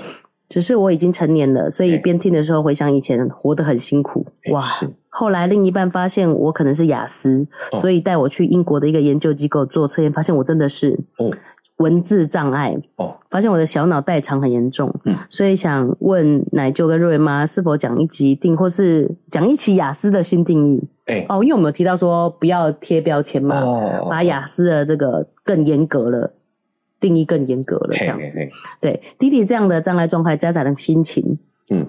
Speaker 1: 只是我已经成年了，所以
Speaker 2: 哎
Speaker 1: 边听的时候回想以前活得很辛苦，
Speaker 2: 哎
Speaker 1: 哇
Speaker 2: 是！
Speaker 1: 后来另一半发现我可能是雅思，
Speaker 2: 哦
Speaker 1: 所以带我去英国的一个研究机构做测验，发现我真的是
Speaker 2: 哦
Speaker 1: 文字障碍。
Speaker 2: 哦，
Speaker 1: 发现我的小脑代偿很严重，
Speaker 2: 嗯
Speaker 1: 所以想问奶舅跟瑞妈是否讲一集定，或是讲一期雅思的新定义
Speaker 2: 哎
Speaker 1: 哦？因为我们有提到说不要贴标签嘛，
Speaker 2: 哦
Speaker 1: 把雅思的这个更严格了，定义更严格了，这样
Speaker 2: 嘿
Speaker 1: 子。
Speaker 2: 嘿嘿
Speaker 1: 对弟弟这样的障碍状态，家长的心情，
Speaker 2: 嗯，嗯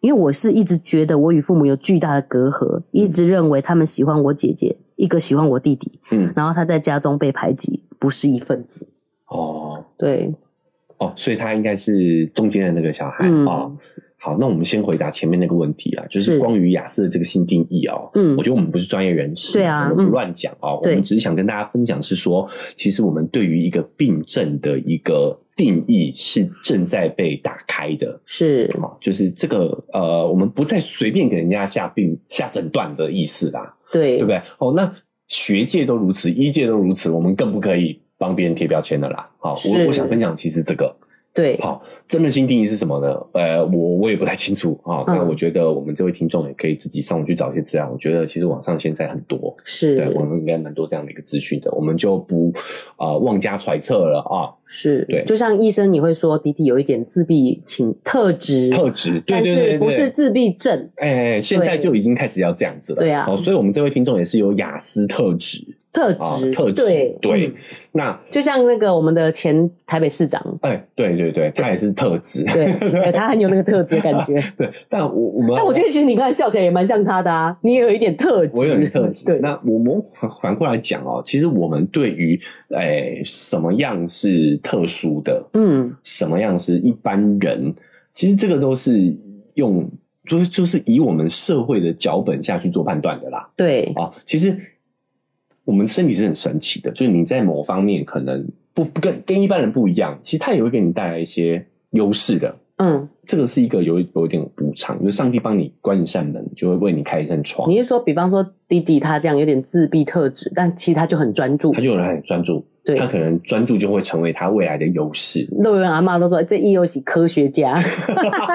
Speaker 1: 因为我是一直觉得我与父母有巨大的隔阂，一直认为他们喜欢我姐姐，一个喜欢我弟弟，
Speaker 2: 嗯，
Speaker 1: 然后他在家中被排挤，不是一份子。
Speaker 2: 哦
Speaker 1: 对，
Speaker 2: 哦，所以他应该是中间的那个小孩
Speaker 1: 嗯
Speaker 2: 哦。好，那我们先回答前面那个问题啊，就是
Speaker 1: 是
Speaker 2: 关于雅思的这个新定义哦。
Speaker 1: 嗯
Speaker 2: 我觉得我们不是专业人士，
Speaker 1: 对啊
Speaker 2: 我们
Speaker 1: 嗯
Speaker 2: 不乱讲哦。我
Speaker 1: 对
Speaker 2: 们只是想跟大家分享是说，其实我们对于一个病症的一个定义是正在被打开的。
Speaker 1: 是，
Speaker 2: 哦，就是这个呃，我们不再随便给人家下病下诊断的意思啦，
Speaker 1: 对，
Speaker 2: 对不对？哦，那学界都如此，医界都如此，我们更不可以帮别人贴标签的啦。好、
Speaker 1: 是
Speaker 2: 我我想分享其实这个
Speaker 1: 对
Speaker 2: 好，真的新定义是什么呢？呃，我我也不太清楚 啊、哦。
Speaker 1: 嗯
Speaker 2: 那我觉得我们这位听众也可以自己上网去找一些资料。我觉得其实网上现在很多，对
Speaker 1: 是
Speaker 2: 我们应该蛮多这样的一个资讯的，我们就不啊、呃妄加揣测了啊、
Speaker 1: 是，
Speaker 2: 对
Speaker 1: 就像医生你会说弟弟有一点自闭倾特质，
Speaker 2: 特质，对
Speaker 1: 嗯但
Speaker 2: 对对
Speaker 1: 是
Speaker 2: 对，
Speaker 1: 不是自闭症
Speaker 2: 哎、现在
Speaker 1: 对
Speaker 2: 就已经开始要这样子了，
Speaker 1: 对啊
Speaker 2: 哦，所以我们这位听众也是有雅思特质
Speaker 1: 特
Speaker 2: 啊、
Speaker 1: 质
Speaker 2: 特质，
Speaker 1: 对
Speaker 2: 对，
Speaker 1: 嗯
Speaker 2: 那
Speaker 1: 就像那个我们的前台北市长，
Speaker 2: 哎、对对对，他也是特质，
Speaker 1: 对，对他很有那个特质的感觉。
Speaker 2: 对，但我我们
Speaker 1: 但我觉得其实你看笑起来也蛮像他的啊，你也有一点特质，
Speaker 2: 我有点特质。
Speaker 1: 对，
Speaker 2: 那我们反反过来讲哦，其实我们对于诶、什么样是特殊的，
Speaker 1: 嗯，
Speaker 2: 什么样是一般人，其实这个都是用就是就是以我们社会的脚本下去做判断的啦。
Speaker 1: 对，
Speaker 2: 啊，其实我们身体是很神奇的，就是你在某方面可能不不跟跟一般人不一样，其实它也会给你带来一些优势的。
Speaker 1: 嗯，
Speaker 2: 这个是一个有一有一点补偿，就是上帝帮你关一扇门，就会为你开一扇窗
Speaker 1: 你。是说，比方说弟弟他这样有点自闭特质，但其实他就很专注，
Speaker 2: 他就有人很专注，
Speaker 1: 对。
Speaker 2: 他可能专注就会成为他未来的优势
Speaker 1: 肉圆阿嬷都说这一游戏科学家，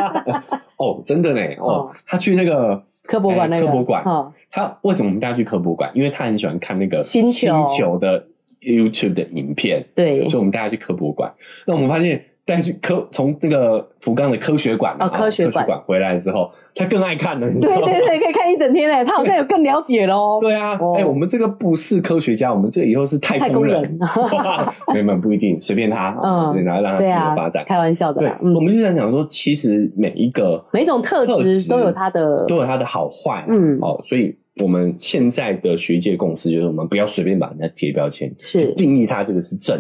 Speaker 2: 哦，真的呢，哦
Speaker 1: 哦，
Speaker 2: 他去那个
Speaker 1: 科博馆那个
Speaker 2: 哎科博馆
Speaker 1: 哦，
Speaker 2: 他为什么我们大家去科博馆？因为他很喜欢看那个
Speaker 1: 星球
Speaker 2: 的 YouTube 的影片，
Speaker 1: 对
Speaker 2: 所以我们大家去科博馆。那我们发现，带去科从那个福冈的科学馆
Speaker 1: 哦科学馆
Speaker 2: 馆回来之后，他更爱看了，你知道
Speaker 1: 对
Speaker 2: 吗？
Speaker 1: 对对，可以看一整天嘞，他好像有更了解喽。
Speaker 2: 对啊，哎、
Speaker 1: 哦
Speaker 2: 我们这个不是科学家，我们这以后是太
Speaker 1: 太
Speaker 2: 空
Speaker 1: 空
Speaker 2: 人，
Speaker 1: 人
Speaker 2: 没有没有不一定，随便他，
Speaker 1: 嗯
Speaker 2: 随便他让他自
Speaker 1: 对
Speaker 2: 由
Speaker 1: 啊
Speaker 2: 发展。，
Speaker 1: 开玩笑的
Speaker 2: 对
Speaker 1: 啦，，嗯
Speaker 2: 我，们就想讲说，其实每一个
Speaker 1: 每一种特
Speaker 2: 特
Speaker 1: 质都有它的
Speaker 2: 都有它的好坏、嗯
Speaker 1: 嗯，
Speaker 2: 哦，所以我们现在的学界共识就是，我们不要随便把人家贴标签，
Speaker 1: 是
Speaker 2: 去定义它这个是症，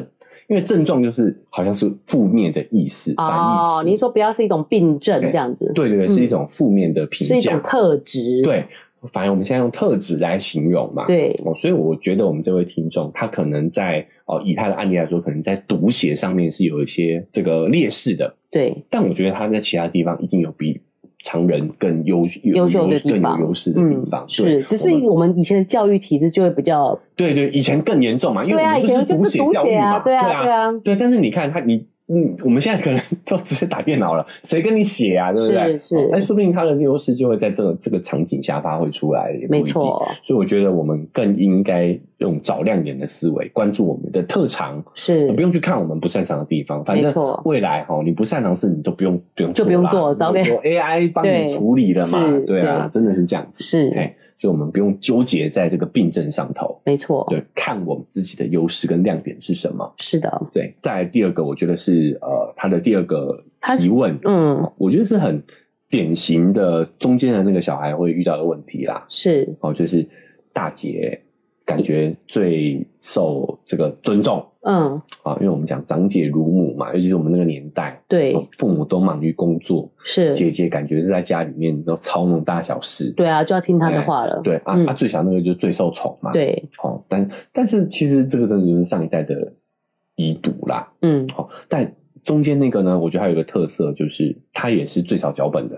Speaker 2: 因为症状就是好像是负面的意思，
Speaker 1: 哦，
Speaker 2: 反义
Speaker 1: 你
Speaker 2: 词，
Speaker 1: 说不要是一种病症
Speaker 2: 对
Speaker 1: 这样子，
Speaker 2: 对对对，
Speaker 1: 嗯
Speaker 2: 是一种负面的
Speaker 1: 是
Speaker 2: 评
Speaker 1: 一
Speaker 2: 价
Speaker 1: 种，特质，
Speaker 2: 对，啊反正我们现在用特质来形容嘛，。
Speaker 1: 对
Speaker 2: 哦，所以我觉得我们这位听众，他可能在哦，以他的案例来说，可能在读写上面是有一些这个劣势的，
Speaker 1: 对
Speaker 2: 但我觉得他在其他地方一定有比常人更优有
Speaker 1: 优秀的地
Speaker 2: 更
Speaker 1: 方
Speaker 2: 有优势的
Speaker 1: 嗯
Speaker 2: 地方。，对
Speaker 1: 是，只是
Speaker 2: 我们
Speaker 1: 我们以前的教育体制就会比较，
Speaker 2: 对对，以前更严重嘛，因为
Speaker 1: 对啊，
Speaker 2: 我
Speaker 1: 以
Speaker 2: 们
Speaker 1: 前就
Speaker 2: 读
Speaker 1: 是
Speaker 2: 写
Speaker 1: 读
Speaker 2: 教育
Speaker 1: 写
Speaker 2: 嘛，
Speaker 1: 啊，对啊，对啊，
Speaker 2: 对。但是你看他，你嗯，我们现在可能 都直接打电脑了，谁跟你写啊？对不对？
Speaker 1: 是是
Speaker 2: 哦哎，说不定他的优势就会在这个这个场景下发挥出来，也不
Speaker 1: 没
Speaker 2: 一定
Speaker 1: 错，
Speaker 2: 所以我觉得我们更应该用找亮点的思维，关注我们的特长，
Speaker 1: 是
Speaker 2: 呃啊不用去看我们不擅长的地方，反
Speaker 1: 没
Speaker 2: 正
Speaker 1: 错
Speaker 2: 未来哈、哦，你不擅长的事你都不用不用
Speaker 1: 就不用
Speaker 2: 啦
Speaker 1: 做早给
Speaker 2: 有 AI 帮
Speaker 1: 对
Speaker 2: 你处理了嘛
Speaker 1: 是，
Speaker 2: 对啊，
Speaker 1: 对
Speaker 2: 真的是这样子，
Speaker 1: 是
Speaker 2: 哎，所以我们不用纠结在这个病症上头，
Speaker 1: 没错，
Speaker 2: 对，看我们自己的优势跟亮点是什么，
Speaker 1: 是的，
Speaker 2: 对，再来第二个，我觉得是呃，他的第二个提问，
Speaker 1: 嗯，
Speaker 2: 我觉得是很典型的中间的那个小孩会遇到的问题啦，
Speaker 1: 是
Speaker 2: 哦，就是大姐感觉最受这个尊重
Speaker 1: 嗯，
Speaker 2: 啊，因为我们讲长姐如母嘛，尤其是我们那个年代，
Speaker 1: 对，
Speaker 2: 父母都忙于工作，
Speaker 1: 是，
Speaker 2: 姐姐感觉是在家里面都操弄大小事，
Speaker 1: 对啊，就要听他的话了，
Speaker 2: 对啊、
Speaker 1: 嗯
Speaker 2: 啊，最小那个就最受宠嘛，，
Speaker 1: 对，
Speaker 2: 哦，但但是其实这个真的就是上一代的遗毒啦，
Speaker 1: 嗯，
Speaker 2: 哦，但中间那个呢，我觉得还有一个特色就是他也是最少脚本的，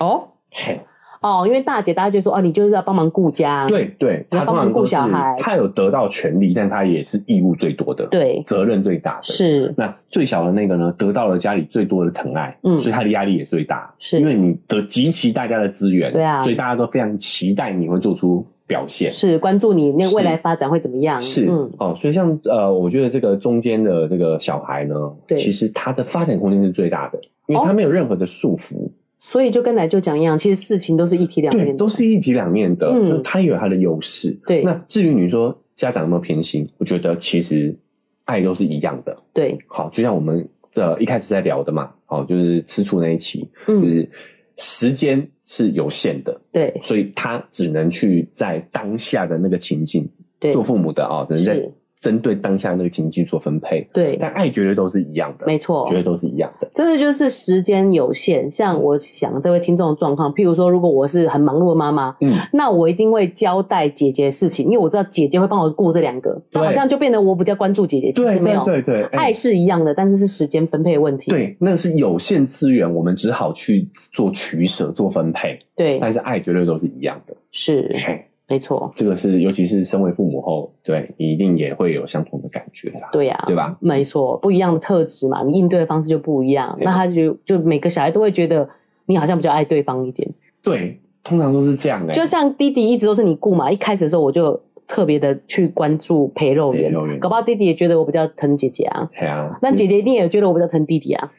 Speaker 1: 哦。
Speaker 2: 嘿，
Speaker 1: 哦，因为大姐大家就说哦，你就是要帮忙顾家，
Speaker 2: 对对，
Speaker 1: 你要
Speaker 2: 他通
Speaker 1: 帮忙
Speaker 2: 常
Speaker 1: 顾
Speaker 2: 都是
Speaker 1: 小孩
Speaker 2: 他有得到权利，但他也是义务最多的，。
Speaker 1: 对，
Speaker 2: 责任最大的。
Speaker 1: 是
Speaker 2: 那最小的那个呢，得到了家里最多的疼爱，
Speaker 1: 嗯
Speaker 2: 所以他的压力也最大，
Speaker 1: 是
Speaker 2: 因为你得集齐大家的资源，
Speaker 1: 对啊
Speaker 2: 所以大家都非常期待你会做出表现，
Speaker 1: 是关注你那
Speaker 2: 是
Speaker 1: 未来发展会怎么样，
Speaker 2: 是、
Speaker 1: 嗯，
Speaker 2: 哦，所以像呃，我觉得这个中间的这个小孩呢，
Speaker 1: 对
Speaker 2: 其实他的发展空间是最大的，因为他
Speaker 1: 哦
Speaker 2: 没有任何的束缚，
Speaker 1: 所以就跟奶舅讲一样，其实事情都是一体两面
Speaker 2: 对，
Speaker 1: 的，
Speaker 2: 都是一体两面的，
Speaker 1: 嗯
Speaker 2: 就他也有他的优势。
Speaker 1: 对
Speaker 2: 那至于你说家长有没有偏心，我觉得其实爱都是一样的。
Speaker 1: 对，
Speaker 2: 好，就像我们呃一开始在聊的嘛，好，就是吃醋那一期，就
Speaker 1: 嗯，
Speaker 2: 是时间是有限的，
Speaker 1: 对
Speaker 2: 所以他只能去在当下的那个情境，
Speaker 1: 对
Speaker 2: 做父母的啊、只能在
Speaker 1: 是
Speaker 2: 针对当下那个情境做分配。
Speaker 1: 对，
Speaker 2: 但爱绝对都是一样的，
Speaker 1: 没错
Speaker 2: 绝，对都是一样的。
Speaker 1: 真的就是时间有限。像我想这位听众的状况，譬如说，如果我是很忙碌的妈妈，
Speaker 2: 嗯，
Speaker 1: 那我一定会交代姐姐事情，因为我知道姐姐会帮我顾这两个，那
Speaker 2: 对
Speaker 1: 好像就变得我比较关注姐姐，其
Speaker 2: 对
Speaker 1: 实没有
Speaker 2: 对。对对，哎
Speaker 1: 爱是一样的，但是是时间分配的问题。
Speaker 2: 对，那是有限资源，我们只好去做取舍、做分配。
Speaker 1: 对，
Speaker 2: 但是爱绝对都是一样的。
Speaker 1: 是
Speaker 2: 嘿，
Speaker 1: 没错，
Speaker 2: 这个是，尤其是身为父母后，对你一定也会有相同的感觉啦，
Speaker 1: 对呀、
Speaker 2: 对吧？
Speaker 1: 没错，不一样的特质嘛，你应对的方式就不一样。
Speaker 2: 对
Speaker 1: 那他就就每个小孩都会觉得你好像比较爱对方一点，
Speaker 2: 对，通常都是这样的、哎
Speaker 1: 就像弟弟一直都是你顾嘛，一开始的时候我就特别的去关注陪肉
Speaker 2: 陪
Speaker 1: 员
Speaker 2: 肉，员
Speaker 1: 搞不好弟弟也觉得我比较疼姐姐啊，
Speaker 2: 哎呀，
Speaker 1: 那姐姐一定也觉得我比较疼弟弟啊。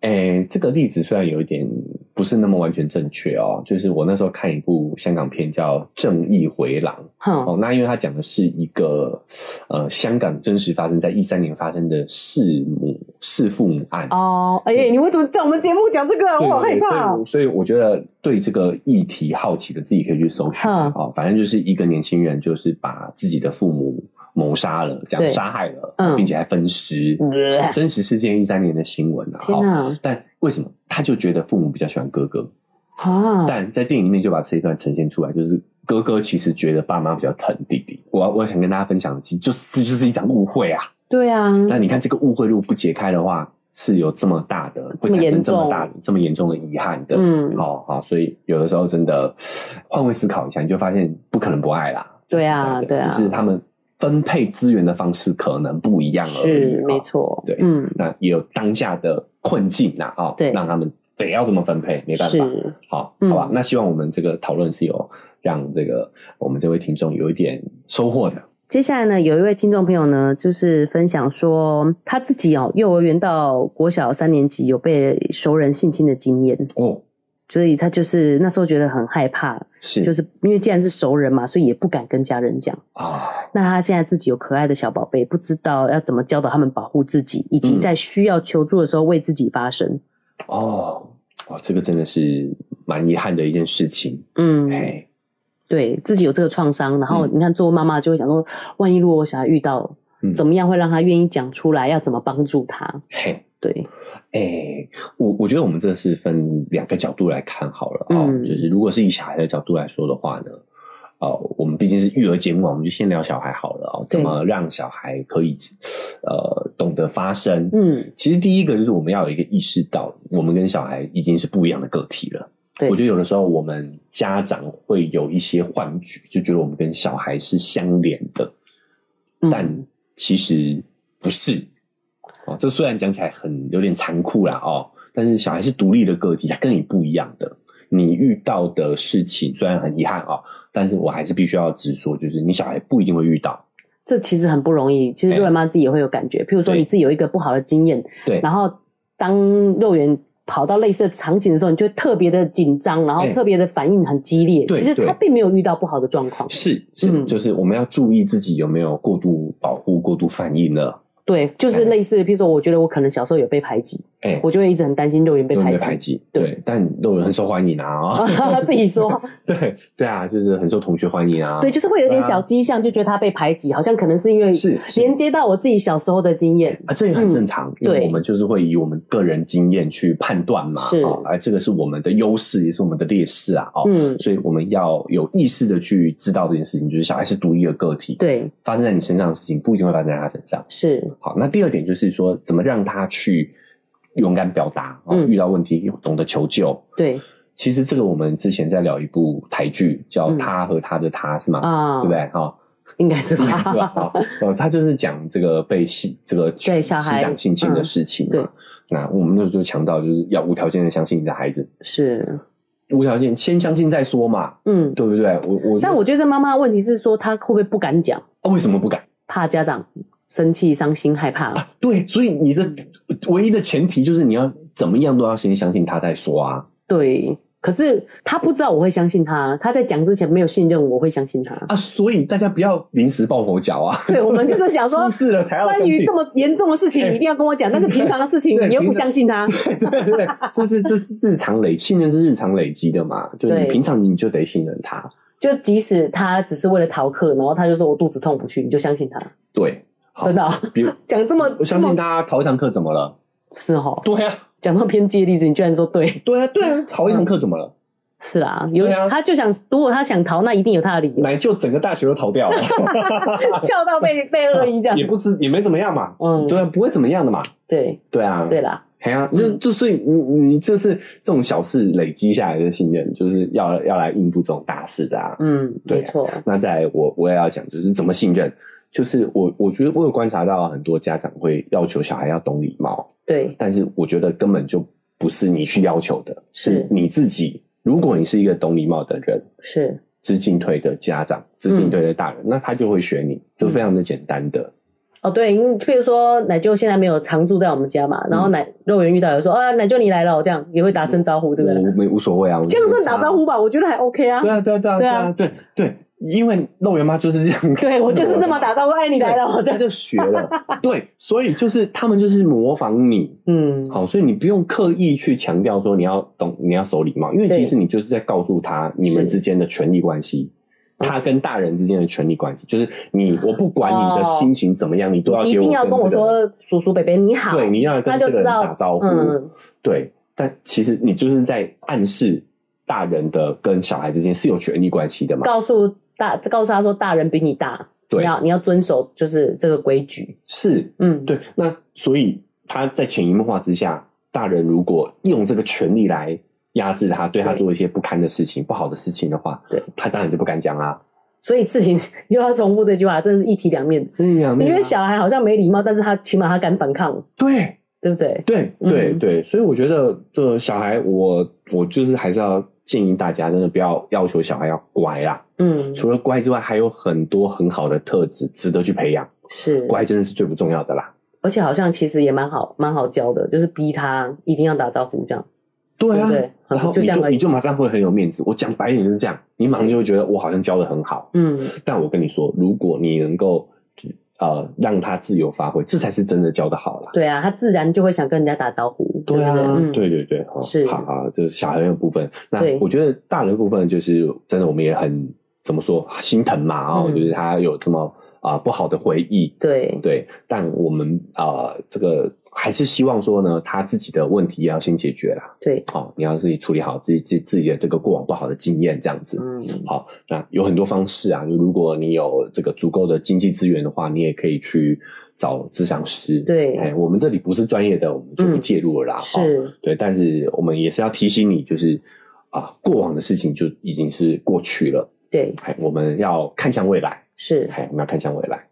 Speaker 2: 哎，这个例子虽然有一点不是那么完全正确哦，就是我那时候看一部香港片叫《正义回廊》
Speaker 1: 哼，
Speaker 2: 哦，那因为它讲的是一个呃香港真实发生在一三年发生的弑母弑父母案
Speaker 1: 哦，哎、你为什么在我们节目讲这个啊？
Speaker 2: 对
Speaker 1: 我好害
Speaker 2: 对
Speaker 1: 怕
Speaker 2: 所以
Speaker 1: 哦
Speaker 2: 我。所以我觉得对这个议题好奇的，自己可以去搜寻
Speaker 1: 哼
Speaker 2: 哦。反正就是一个年轻人，就是把自己的父母谋杀了，这样
Speaker 1: 对
Speaker 2: 杀害了，
Speaker 1: 嗯
Speaker 2: 并且还分尸。
Speaker 1: 呃
Speaker 2: 真实事件一三年的新闻啊，
Speaker 1: 天
Speaker 2: 好
Speaker 1: 哪
Speaker 2: 但为什么他就觉得父母比较喜欢哥哥？
Speaker 1: 啊！
Speaker 2: 但在电影里面就把这一段呈现出来，就是哥哥其实觉得爸妈比较疼弟弟。我我想跟大家分享，其实就是这就是一场误会啊。
Speaker 1: 对啊，
Speaker 2: 那你看这个误会如果不解开的话，是有这么大的，
Speaker 1: 这
Speaker 2: 会
Speaker 1: 么
Speaker 2: 产
Speaker 1: 严
Speaker 2: 生
Speaker 1: 重
Speaker 2: 这么大的、这么严重的遗憾的。
Speaker 1: 嗯
Speaker 2: 好好，所以有的时候真的换位思考一下，你就发现不可能不爱啦。
Speaker 1: 对啊
Speaker 2: 就是这样的
Speaker 1: 对啊
Speaker 2: 只是他们分配资源的方式可能不一样而已。哦
Speaker 1: 是没。错，
Speaker 2: 对
Speaker 1: 嗯，
Speaker 2: 那也有当下的困境呐，啊，
Speaker 1: 对
Speaker 2: 让他们得要这么分配，没办法。
Speaker 1: 是，
Speaker 2: 好，
Speaker 1: 嗯
Speaker 2: 好吧，那希望我们这个讨论是有让这个我们这位听众有一点收获的。
Speaker 1: 接下来呢，有一位听众朋友呢，就是分享说他自己哦，幼儿园到国小三年级有被熟人性侵的经验，
Speaker 2: 哦，
Speaker 1: 所以他就是那时候觉得很害怕，
Speaker 2: 是，
Speaker 1: 就是因为既然是熟人嘛，所以也不敢跟家人讲。
Speaker 2: 啊，
Speaker 1: 那他现在自己有可爱的小宝贝，不知道要怎么教导他们保护自己，以及
Speaker 2: 嗯
Speaker 1: 在需要求助的时候为自己发声。
Speaker 2: 哦，哦，这个真的是蛮遗憾的一件事情。
Speaker 1: 嗯，
Speaker 2: 哎、
Speaker 1: 对自己有这个创伤，然后
Speaker 2: 嗯
Speaker 1: 你看，做妈妈就会想说，万一如果我小孩遇到，
Speaker 2: 嗯
Speaker 1: 怎么样会让他愿意讲出来，要怎么帮助他？
Speaker 2: 嘿，
Speaker 1: 对，
Speaker 2: 哎、我我觉得我们这是分两个角度来看好了哦，
Speaker 1: 嗯
Speaker 2: 就是如果是以小孩的角度来说的话呢，哦，我们毕竟是育儿节目嘛，我们就先聊小孩好了哦，
Speaker 1: 对
Speaker 2: 怎么让小孩可以呃懂得发声？
Speaker 1: 嗯，
Speaker 2: 其实第一个就是我们要有一个意识到，我们跟小孩已经是不一样的个体了。
Speaker 1: 对，
Speaker 2: 我觉得有的时候我们家长会有一些幻觉，就觉得我们跟小孩是相连的，
Speaker 1: 嗯
Speaker 2: 但其实不是。哦，这虽然讲起来很有点残酷啦哦，但是小孩是独立的个体，他跟你不一样的。你遇到的事情虽然很遗憾哦，但是我还是必须要直说，就是你小孩不一定会遇到。
Speaker 1: 这其实很不容易。其实
Speaker 2: 对
Speaker 1: 肉圆妈自己也会有感觉，譬如说
Speaker 2: 对
Speaker 1: 你自己有一个不好的经验，
Speaker 2: 对，
Speaker 1: 然后当肉圆跑到类似的场景的时候，你就会特别的紧张，然后
Speaker 2: 哎
Speaker 1: 特别的反应很激烈。
Speaker 2: 对
Speaker 1: 其实他
Speaker 2: 对
Speaker 1: 并没有遇到不好的状况，
Speaker 2: 是是，
Speaker 1: 嗯
Speaker 2: 就是我们要注意自己有没有过度保护、过度反应了。
Speaker 1: 对，就是
Speaker 2: 哎
Speaker 1: 类似，譬如说，我觉得我可能小时候有被排挤，
Speaker 2: 哎、
Speaker 1: 我就会一直很担心肉圆被
Speaker 2: 都
Speaker 1: 排
Speaker 2: 被
Speaker 1: 挤
Speaker 2: 排。挤，
Speaker 1: 对
Speaker 2: 对，但都有很受欢迎 啊、哦，
Speaker 1: 自己说，
Speaker 2: 对对啊，就是很受同学欢迎啊，
Speaker 1: 对，就是会有点
Speaker 2: 对啊
Speaker 1: 小迹象，就觉得他被排挤，好像可能是因为
Speaker 2: 是是
Speaker 1: 连接到我自己小时候的经验。
Speaker 2: 啊，这也很正常，因
Speaker 1: 嗯对
Speaker 2: 为我们就是会以我们个人经验去判断嘛，
Speaker 1: 是
Speaker 2: 哦，而这个是我们的优势，也是我们的劣势啊，哦，
Speaker 1: 嗯，
Speaker 2: 所以我们要有意识的去知道这件事情，就是小孩是独一的个体，，
Speaker 1: 对，
Speaker 2: 发生在你身上的事情不一定会发生在他身上。
Speaker 1: 是，
Speaker 2: 好，那第二点就是说，怎么让他去勇敢表达，哦
Speaker 1: 嗯
Speaker 2: 遇到问题懂得求救。
Speaker 1: 对
Speaker 2: 其实这个我们之前在聊一部台剧叫
Speaker 1: 嗯
Speaker 2: 《他和他的他》是吗？
Speaker 1: 啊，
Speaker 2: 对不？哦对？哈、
Speaker 1: 应该是
Speaker 2: 应该是吧？
Speaker 1: 吧？
Speaker 2: 哈 哦，他就是讲这个被吸这个
Speaker 1: 对小孩
Speaker 2: 吸氧性侵的事情、嘛。
Speaker 1: 嗯对，
Speaker 2: 那我们那时候就强调就是要无条件的相信你的孩子，
Speaker 1: 是，
Speaker 2: 无条件先相信再说嘛，
Speaker 1: 嗯。
Speaker 2: 对不对？我我
Speaker 1: 但我觉得这妈妈的问题是说，她会不会不敢讲，
Speaker 2: 哦为什么不敢
Speaker 1: 怕家长生气、伤心、害怕？
Speaker 2: 啊？对，所以
Speaker 1: 嗯
Speaker 2: 你的唯一的前提就是你要怎么样都要先相信他再说啊。
Speaker 1: 对，可是他不知道我会相信他，他在讲之前没有信任我会相 信他。
Speaker 2: 啊，所以大家不要临时抱佛脚啊！
Speaker 1: 对，我们就是想说
Speaker 2: 出，事了 才要
Speaker 1: 关
Speaker 2: 相
Speaker 1: 于
Speaker 2: 信
Speaker 1: 这。么严重的事情，
Speaker 2: 对
Speaker 1: 你一定要跟我讲，但是平常的事情
Speaker 2: 对
Speaker 1: 你又不
Speaker 2: 平常
Speaker 1: 相信他。
Speaker 2: 对对对，就是这是日常累，信任是日常累积的嘛，就是你
Speaker 1: 对
Speaker 2: 平常你就得信任他。
Speaker 1: 就即使他只是为了逃课，然后他就说我肚子痛不去，你就相信他，
Speaker 2: 对，好
Speaker 1: 真的哦、
Speaker 2: 比如
Speaker 1: 讲这么
Speaker 2: 我相信他逃一堂课怎么了？
Speaker 1: 是哈，
Speaker 2: 对啊，
Speaker 1: 讲到偏激的例子，你居然说对，
Speaker 2: 对啊，对
Speaker 1: 嗯
Speaker 2: 啊，逃一堂课怎么了？
Speaker 1: 是啦，有、
Speaker 2: 对啊
Speaker 1: 他就想，如果他想逃，那一定有他的理 由，
Speaker 2: 来就整个大学都 逃掉了，
Speaker 1: 笑到被被恶意这样
Speaker 2: 也，不是也没怎么样嘛。
Speaker 1: 嗯，
Speaker 2: 对啊，不会怎么样的嘛。
Speaker 1: 对
Speaker 2: 对啊，
Speaker 1: 对啦，
Speaker 2: 哎呀，就就所以你你就是这种小事累积下来的信任，就是要要来应付这种大事的啊。
Speaker 1: 嗯，
Speaker 2: 对啊
Speaker 1: 没错，
Speaker 2: 那在我我也要讲，就是怎么信任，就是我我觉得我有观察到很多家长会要求小孩要懂礼貌，
Speaker 1: 对
Speaker 2: 但是我觉得根本就不是你去要求的，
Speaker 1: 是
Speaker 2: 是你自己。如果你是一个懂礼貌的人，
Speaker 1: 是，
Speaker 2: 知进退的家长，知
Speaker 1: 嗯
Speaker 2: 进退的大人，那他就会学你，这非常的简单的。
Speaker 1: 哦对，因为譬如说奶舅现在没有常住在我们家嘛，
Speaker 2: 嗯
Speaker 1: 然后奶、肉圆遇到有说啊奶舅你来了，这样也会打声招呼，对不
Speaker 2: 我
Speaker 1: 对？
Speaker 2: 没无所谓啊，我
Speaker 1: 这样算打招呼吧，我觉得还 OK 啊
Speaker 2: 对。啊，对啊，对啊，
Speaker 1: 对
Speaker 2: 对
Speaker 1: 啊
Speaker 2: 啊，对对，因为肉圆妈就是这样，
Speaker 1: 对，我就是这么打招呼，哎，你来了，我这
Speaker 2: 他
Speaker 1: 样，
Speaker 2: 就学 了。对，所以就是他们就是模仿你，
Speaker 1: 嗯，
Speaker 2: 好，所以你不用刻意去强调说你要懂，你要守礼貌，因为
Speaker 1: 对
Speaker 2: 其实你就是在告诉他你们之间的权利关系，他跟大人之间的权利关系，就是你我不管你的心情怎么样，你都要
Speaker 1: 哦你一
Speaker 2: 啊给我
Speaker 1: 定要跟我
Speaker 2: 这个人，
Speaker 1: 说叔叔伯伯你好，
Speaker 2: 对，你要
Speaker 1: 他
Speaker 2: 跟
Speaker 1: 就
Speaker 2: 这个
Speaker 1: 知
Speaker 2: 人
Speaker 1: 道
Speaker 2: 打招呼，
Speaker 1: 嗯，
Speaker 2: 对。但其实你就是在暗示大人的跟小孩之间是有权利关系的嘛？
Speaker 1: 告诉大告诉他说大人比你大，你
Speaker 2: 对，
Speaker 1: 要你要遵守就是这个规矩，
Speaker 2: 是，
Speaker 1: 嗯，
Speaker 2: 对。那所以他在潜移默化之下，大人如果用这个权利来压制他，对他
Speaker 1: 对
Speaker 2: 做一些不堪的事情、不好的事情的话，
Speaker 1: 对
Speaker 2: 他当然就不敢讲啊啦。
Speaker 1: 所以事情 又要重复这句话，真的是一体两面。
Speaker 2: 真的两
Speaker 1: 你
Speaker 2: 面
Speaker 1: 觉
Speaker 2: 啊
Speaker 1: 得小孩好像没礼貌，但是他起码他敢反抗，
Speaker 2: 对
Speaker 1: 对不对？
Speaker 2: 对
Speaker 1: 嗯
Speaker 2: 对对，所以我觉得这小孩我，我就是还是要建议大家，真的不要要求小孩要乖啦。
Speaker 1: 嗯，
Speaker 2: 除了乖之外，还有很多很好的特质值得去培养。
Speaker 1: 是，
Speaker 2: 乖真的是最不重要的啦。
Speaker 1: 而且好像其实也蛮好，蛮好教的，就是逼他一定要打招呼这样。
Speaker 2: 对啊，
Speaker 1: 对对
Speaker 2: 然后
Speaker 1: 就
Speaker 2: 你
Speaker 1: 这样
Speaker 2: 就
Speaker 1: 而已
Speaker 2: 你就马上会很有面子。我讲白一点就是这样，你马上就会觉得我好像教的很好。
Speaker 1: 嗯，
Speaker 2: 但我跟你说，如果你能够呃让他自由发挥，这才是真的教的好啦。
Speaker 1: 对啊，他自然就会想跟人家打招呼，对不对
Speaker 2: 啊
Speaker 1: 嗯，
Speaker 2: 对对对，哦
Speaker 1: 是
Speaker 2: 好好，就是小孩的部分。
Speaker 1: 对
Speaker 2: 那我觉得大人的部分就是真的，我们也很怎么说心疼嘛哦，
Speaker 1: 嗯
Speaker 2: 就是他有这么啊、不好的回忆，
Speaker 1: 对
Speaker 2: 对。但我们啊、这个还是希望说呢，他自己的问题也要先解决啦。
Speaker 1: 对，
Speaker 2: 哦，你要自己处理好自己自己自己的这个过往不好的经验，这样子。
Speaker 1: 嗯，
Speaker 2: 好，那有很多方式啊。就如果你有这个足够的经济资源的话，你也可以去找智商师。
Speaker 1: 对嗯
Speaker 2: 哎，我们这里不是专业的，我们就不介入了啦。哦，
Speaker 1: 是，
Speaker 2: 对，但是我们也是要提醒你，就是啊，过往的事情就已经是过去了。
Speaker 1: 对，
Speaker 2: 哎，我们要看向未来。
Speaker 1: 是，
Speaker 2: 哎，我们要看向未来。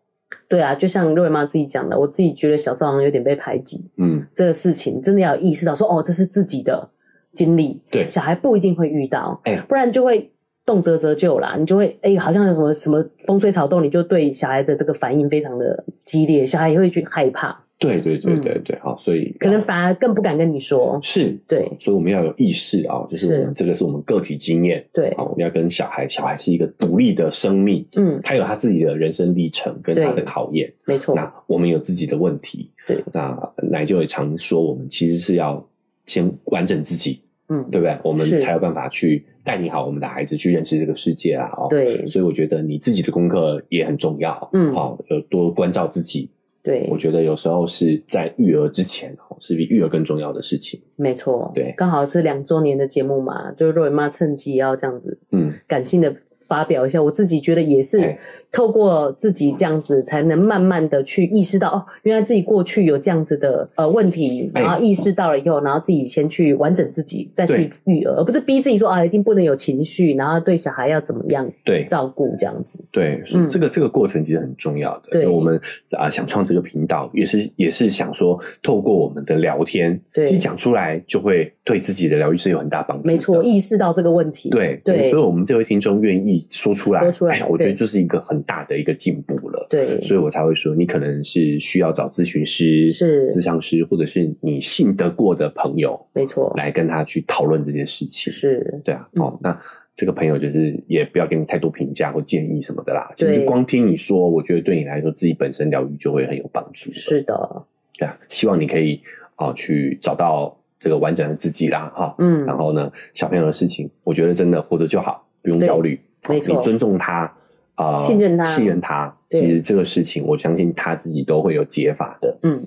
Speaker 1: 对啊，就像瑞妈自己讲的，我自己觉得小时候好像有点被排挤，
Speaker 2: 嗯，
Speaker 1: 这个事情真的要有意识到说，哦，这是自己的经历，
Speaker 2: 对
Speaker 1: 小孩不一定会遇到，
Speaker 2: 哎
Speaker 1: 不然就会动辄折旧啦，你就会哎，好像有什么什么风吹草动，你就对小孩的这个反应非常的激烈，小孩也会去害怕，
Speaker 2: 对对对
Speaker 1: 嗯
Speaker 2: 对对，好，所以
Speaker 1: 可能反而更不敢跟你说，
Speaker 2: 是。
Speaker 1: 对
Speaker 2: 所以我们要有意识啊、就是我
Speaker 1: 是
Speaker 2: 们这个是我们个体经验
Speaker 1: 对
Speaker 2: 啊、，我们要跟小孩，小孩是一个独立的生命，
Speaker 1: 嗯，
Speaker 2: 他有他自己的人生历程跟他的考验。
Speaker 1: 没错，
Speaker 2: 那我们有自己的问题，
Speaker 1: 对，
Speaker 2: 那奶就也常说，我们其实是要先完整自己，
Speaker 1: 嗯，
Speaker 2: 对不对？我们
Speaker 1: 是
Speaker 2: 才有办法去带领好我们的孩子去认识这个世界啊。哦，
Speaker 1: 对
Speaker 2: 所以我觉得你自己的功课也很重要，
Speaker 1: 嗯
Speaker 2: 哦，有多关照自己。
Speaker 1: 对
Speaker 2: 我，觉得有时候是在育儿之前哦，是比育儿更重要的事情。
Speaker 1: 没错，
Speaker 2: 对
Speaker 1: 刚好是两周年的节目嘛，就是瑞妈趁机也要这样子
Speaker 2: 嗯，
Speaker 1: 感性的发表一下，我自己觉得也是
Speaker 2: 哎
Speaker 1: 透过自己这样子，才能慢慢的去意识到哦，原来自己过去有这样子的呃问题，
Speaker 2: 哎
Speaker 1: 然后意识到了以后，然后自己先去完整自己，再去
Speaker 2: 对
Speaker 1: 育儿，而不是逼自己说啊一定不能有情绪，然后对小孩要怎么样
Speaker 2: 对，
Speaker 1: 照顾这样子。
Speaker 2: 对，
Speaker 1: 嗯
Speaker 2: 这个这个过程其实很重要的。
Speaker 1: 对
Speaker 2: 因为我们啊、想创这个频道，也是也是想说，透过我们的聊天，
Speaker 1: 对
Speaker 2: 其实讲出来就会对自己的疗愈是有很大帮助的。
Speaker 1: 没错，意识到这个问题，
Speaker 2: 对
Speaker 1: 对
Speaker 2: 所以我们这位听众愿意己说出来，
Speaker 1: 说出来
Speaker 2: 哎，我觉得
Speaker 1: 对
Speaker 2: 就是一个很大的一个进步了。
Speaker 1: 对，
Speaker 2: 所以我才会说，你可能是需要找咨询师、
Speaker 1: 是
Speaker 2: 咨商师，或者是你信得过的朋友
Speaker 1: 没错，
Speaker 2: 来跟他去讨论这件事情。
Speaker 1: 是
Speaker 2: 对啊，
Speaker 1: 嗯
Speaker 2: 哦，那这个朋友就是也不要给你太多评价或建议什么的啦，就
Speaker 1: 对
Speaker 2: 是光听你说，我觉得对你来说自己本身疗愈就会很有帮助。，
Speaker 1: 是的，
Speaker 2: 对啊，希望你可以啊、哦去找到这个完整的自己啦，哈、
Speaker 1: 嗯，
Speaker 2: 然后呢，小朋友的事情，我觉得真的活着就好，不用
Speaker 1: 对
Speaker 2: 焦虑，哦
Speaker 1: 没错
Speaker 2: 你尊重他。啊、
Speaker 1: 信任他
Speaker 2: 信任他。
Speaker 1: 对
Speaker 2: 其实这个事情，我相信他自己都会有解法的。
Speaker 1: 嗯，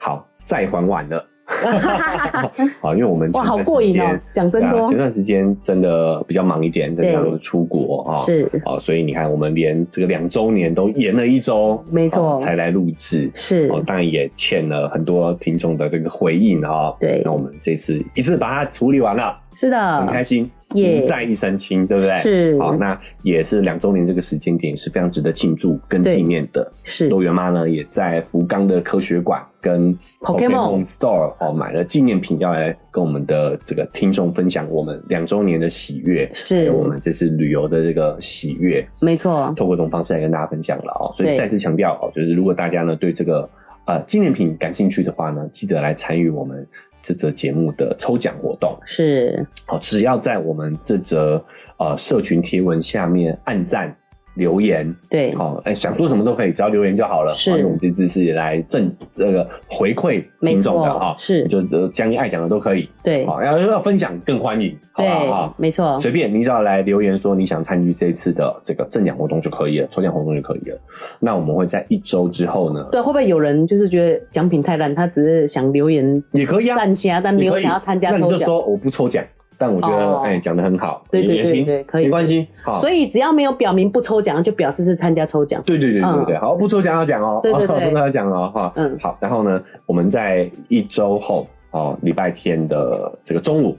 Speaker 2: 好，再还晚了。好，因为我们
Speaker 1: 哇，
Speaker 2: 前
Speaker 1: 好
Speaker 2: 段
Speaker 1: 过
Speaker 2: 时
Speaker 1: 瘾哦
Speaker 2: 间，
Speaker 1: 讲真
Speaker 2: 对啊，
Speaker 1: 多
Speaker 2: 前，段时间真的比较忙一点，
Speaker 1: 对
Speaker 2: 真的出国啊，
Speaker 1: 是
Speaker 2: 哦，所以你看，我们连这个两周年都延了一周，
Speaker 1: 没错
Speaker 2: 哦才来录制。
Speaker 1: 是
Speaker 2: 哦，当然也欠了很多听众的这个回应啊、哦。
Speaker 1: 对
Speaker 2: 那我们这次一次把它处理完了，
Speaker 1: 是
Speaker 2: 哦很开
Speaker 1: 的，
Speaker 2: 心，
Speaker 1: 耶
Speaker 2: 一债一身轻，对不对？。
Speaker 1: 是
Speaker 2: 好，那也是两周年这个时间点是非常值得庆祝跟
Speaker 1: 对
Speaker 2: 纪念的。
Speaker 1: 是
Speaker 2: 肉圆妈呢也在福冈的科学馆跟
Speaker 1: Pokemon
Speaker 2: Store 哦买了纪念品，要来跟我们的这个听众分享我们两周年的喜悦，还
Speaker 1: 是
Speaker 2: 有我们这次旅游的这个喜悦，
Speaker 1: 没错，
Speaker 2: 透过这种方式来跟大家分享了哦。所以
Speaker 1: 对
Speaker 2: 再次强调哦，就是如果大家呢对这个呃纪念品感兴趣的话呢，记得来参与我们这则节目的抽奖活动。
Speaker 1: 是
Speaker 2: 好，只要在我们这则呃社群贴文下面按赞留言，
Speaker 1: 对，
Speaker 2: 好、哎、想说什么都可以，只要留言就好了。哦
Speaker 1: 是
Speaker 2: 好因为我们这次是来正这个回馈
Speaker 1: 没
Speaker 2: 听众的
Speaker 1: 错，
Speaker 2: 哈、
Speaker 1: 是
Speaker 2: 你就呃讲你爱讲的都可以，
Speaker 1: 对
Speaker 2: 好、要要分享更欢迎，好不好？
Speaker 1: 对
Speaker 2: 好，
Speaker 1: 没错，
Speaker 2: 随便，你只要来留言说你想参与这一次的这个赠奖活动就可以了，抽奖活动就可以了。那我们会在一周之后呢，
Speaker 1: 对，会不会有人就是觉得奖品太烂，他只是想留言
Speaker 2: 也可以啊，
Speaker 1: 赞下，但
Speaker 2: 你
Speaker 1: 没有
Speaker 2: 可以
Speaker 1: 想要参加
Speaker 2: 那你
Speaker 1: 抽
Speaker 2: 就
Speaker 1: 奖？
Speaker 2: 说我不抽奖，但我觉得
Speaker 1: 哦
Speaker 2: 哎讲的很好，
Speaker 1: 对对
Speaker 2: 也
Speaker 1: 对
Speaker 2: 行，
Speaker 1: 对可以
Speaker 2: 没关系，好。
Speaker 1: 所以只要没有表明不抽奖，就表示是参加抽奖。
Speaker 2: 对对对对对，好，不抽奖要讲哦，
Speaker 1: 嗯对 对对
Speaker 2: 不抽奖要讲哦，哈，
Speaker 1: 嗯
Speaker 2: 好，然后呢，我们在一周后哦，礼拜天的这个中午，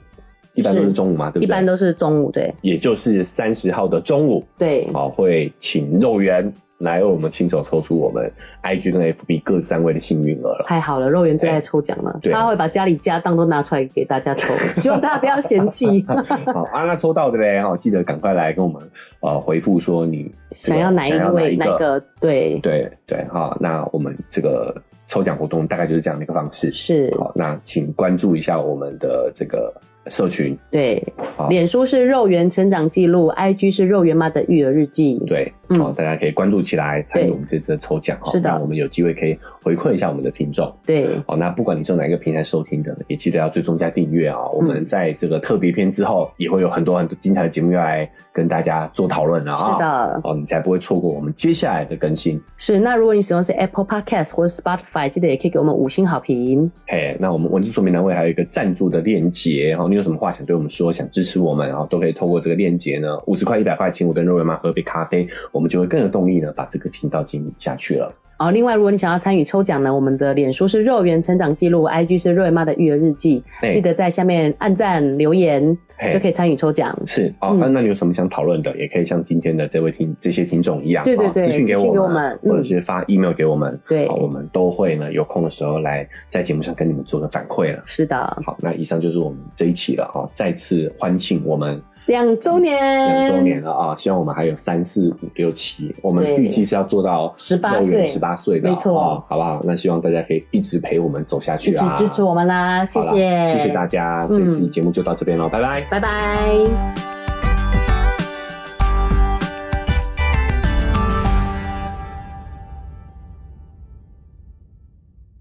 Speaker 2: 一般都是
Speaker 1: 是
Speaker 2: 中午嘛，对不对？
Speaker 1: 一般都是中午，对
Speaker 2: 也就是三十号的中午，
Speaker 1: 对，
Speaker 2: 哦，会请肉圆来为我们亲手抽出我们 IG 跟 FB 各三位的幸运儿了。
Speaker 1: 太好了，肉圆最爱抽奖了，
Speaker 2: 对啊
Speaker 1: 他会把家里家当都拿出来给大家 抽，希望大家不要嫌弃。
Speaker 2: 好，啊，那抽到的嘞，哦，记得赶快来跟我们呃回复说你 这
Speaker 1: 想
Speaker 2: 啊个
Speaker 1: 要哪一
Speaker 2: 想要
Speaker 1: 位哪一个？对，
Speaker 2: 对对，好，那我们这个抽奖活动大概就是这样的一个方式。
Speaker 1: 是，
Speaker 2: 好，那请关注一下我们的这个社群。
Speaker 1: 对
Speaker 2: 好，
Speaker 1: 脸书是肉圆成长记录，IG 是肉圆妈的育儿日记。
Speaker 2: 对，
Speaker 1: 嗯
Speaker 2: 好、大家可以关注起来，参与
Speaker 1: 对
Speaker 2: 我们这次的抽奖哈。
Speaker 1: 是的
Speaker 2: 那我们有机会可以回馈一下我们的听众。
Speaker 1: 对
Speaker 2: 好，那不管你是用哪一个平台收听的，也记得要追踪加订阅啊。
Speaker 1: 嗯
Speaker 2: 我们在这个特别篇之后，也会有很多很多精彩的节目要来跟大家做讨论了啊。
Speaker 1: 是，的，
Speaker 2: 哦，你才不会错过我们接下来的更新。
Speaker 1: 是。那如果你使用是 Apple Podcast 或是 Spotify，记得也可以给我们五星好评。
Speaker 2: 嘿，那我们文字说明栏位还有一个赞助的链接，然后你有什么话想对我们说，想支持我们，然后都可以透过这个链接呢，五十块、一百块，请我跟肉圆妈喝杯咖啡，我们就会更有动力呢，把这个频道经营下去了。
Speaker 1: 哦，另外，如果你想要参与抽奖呢，我们的脸书是肉圆成长记录，IG 是肉圆妈的育儿日记，
Speaker 2: 嘿
Speaker 1: 记得在下面按赞留言
Speaker 2: 嘿
Speaker 1: 就可以参与抽奖。
Speaker 2: 是哦，
Speaker 1: 嗯
Speaker 2: 那、那你有什么想讨论的，也可以像今天的这位听这些听众一样，
Speaker 1: 对对
Speaker 2: 哦
Speaker 1: 对
Speaker 2: 私讯给
Speaker 1: 私讯
Speaker 2: 我
Speaker 1: 给
Speaker 2: 们，
Speaker 1: 我们嗯
Speaker 2: 或者是发 email 给我们，哦
Speaker 1: 对
Speaker 2: 好我们都会呢有空的时候来在节目上跟你们做个反馈了。
Speaker 1: 是的，
Speaker 2: 好，那以上就是我们这一期了啊、哦，再次欢庆我们
Speaker 1: 两周年，
Speaker 2: 两周年了啊！希望我们还有三四五六七，我们
Speaker 1: 对
Speaker 2: 预计是要做到
Speaker 1: 18
Speaker 2: 十八岁的，
Speaker 1: 没错
Speaker 2: 哦好不好？那希望大家可以一直陪我们走下
Speaker 1: 一
Speaker 2: 去
Speaker 1: 起
Speaker 2: 啊！
Speaker 1: 支持我们啦，谢
Speaker 2: 好啦
Speaker 1: 谢，
Speaker 2: 谢谢大
Speaker 1: 家，
Speaker 2: 家，
Speaker 1: 嗯
Speaker 2: 这次节目就到这边喽，拜拜。
Speaker 1: 拜拜。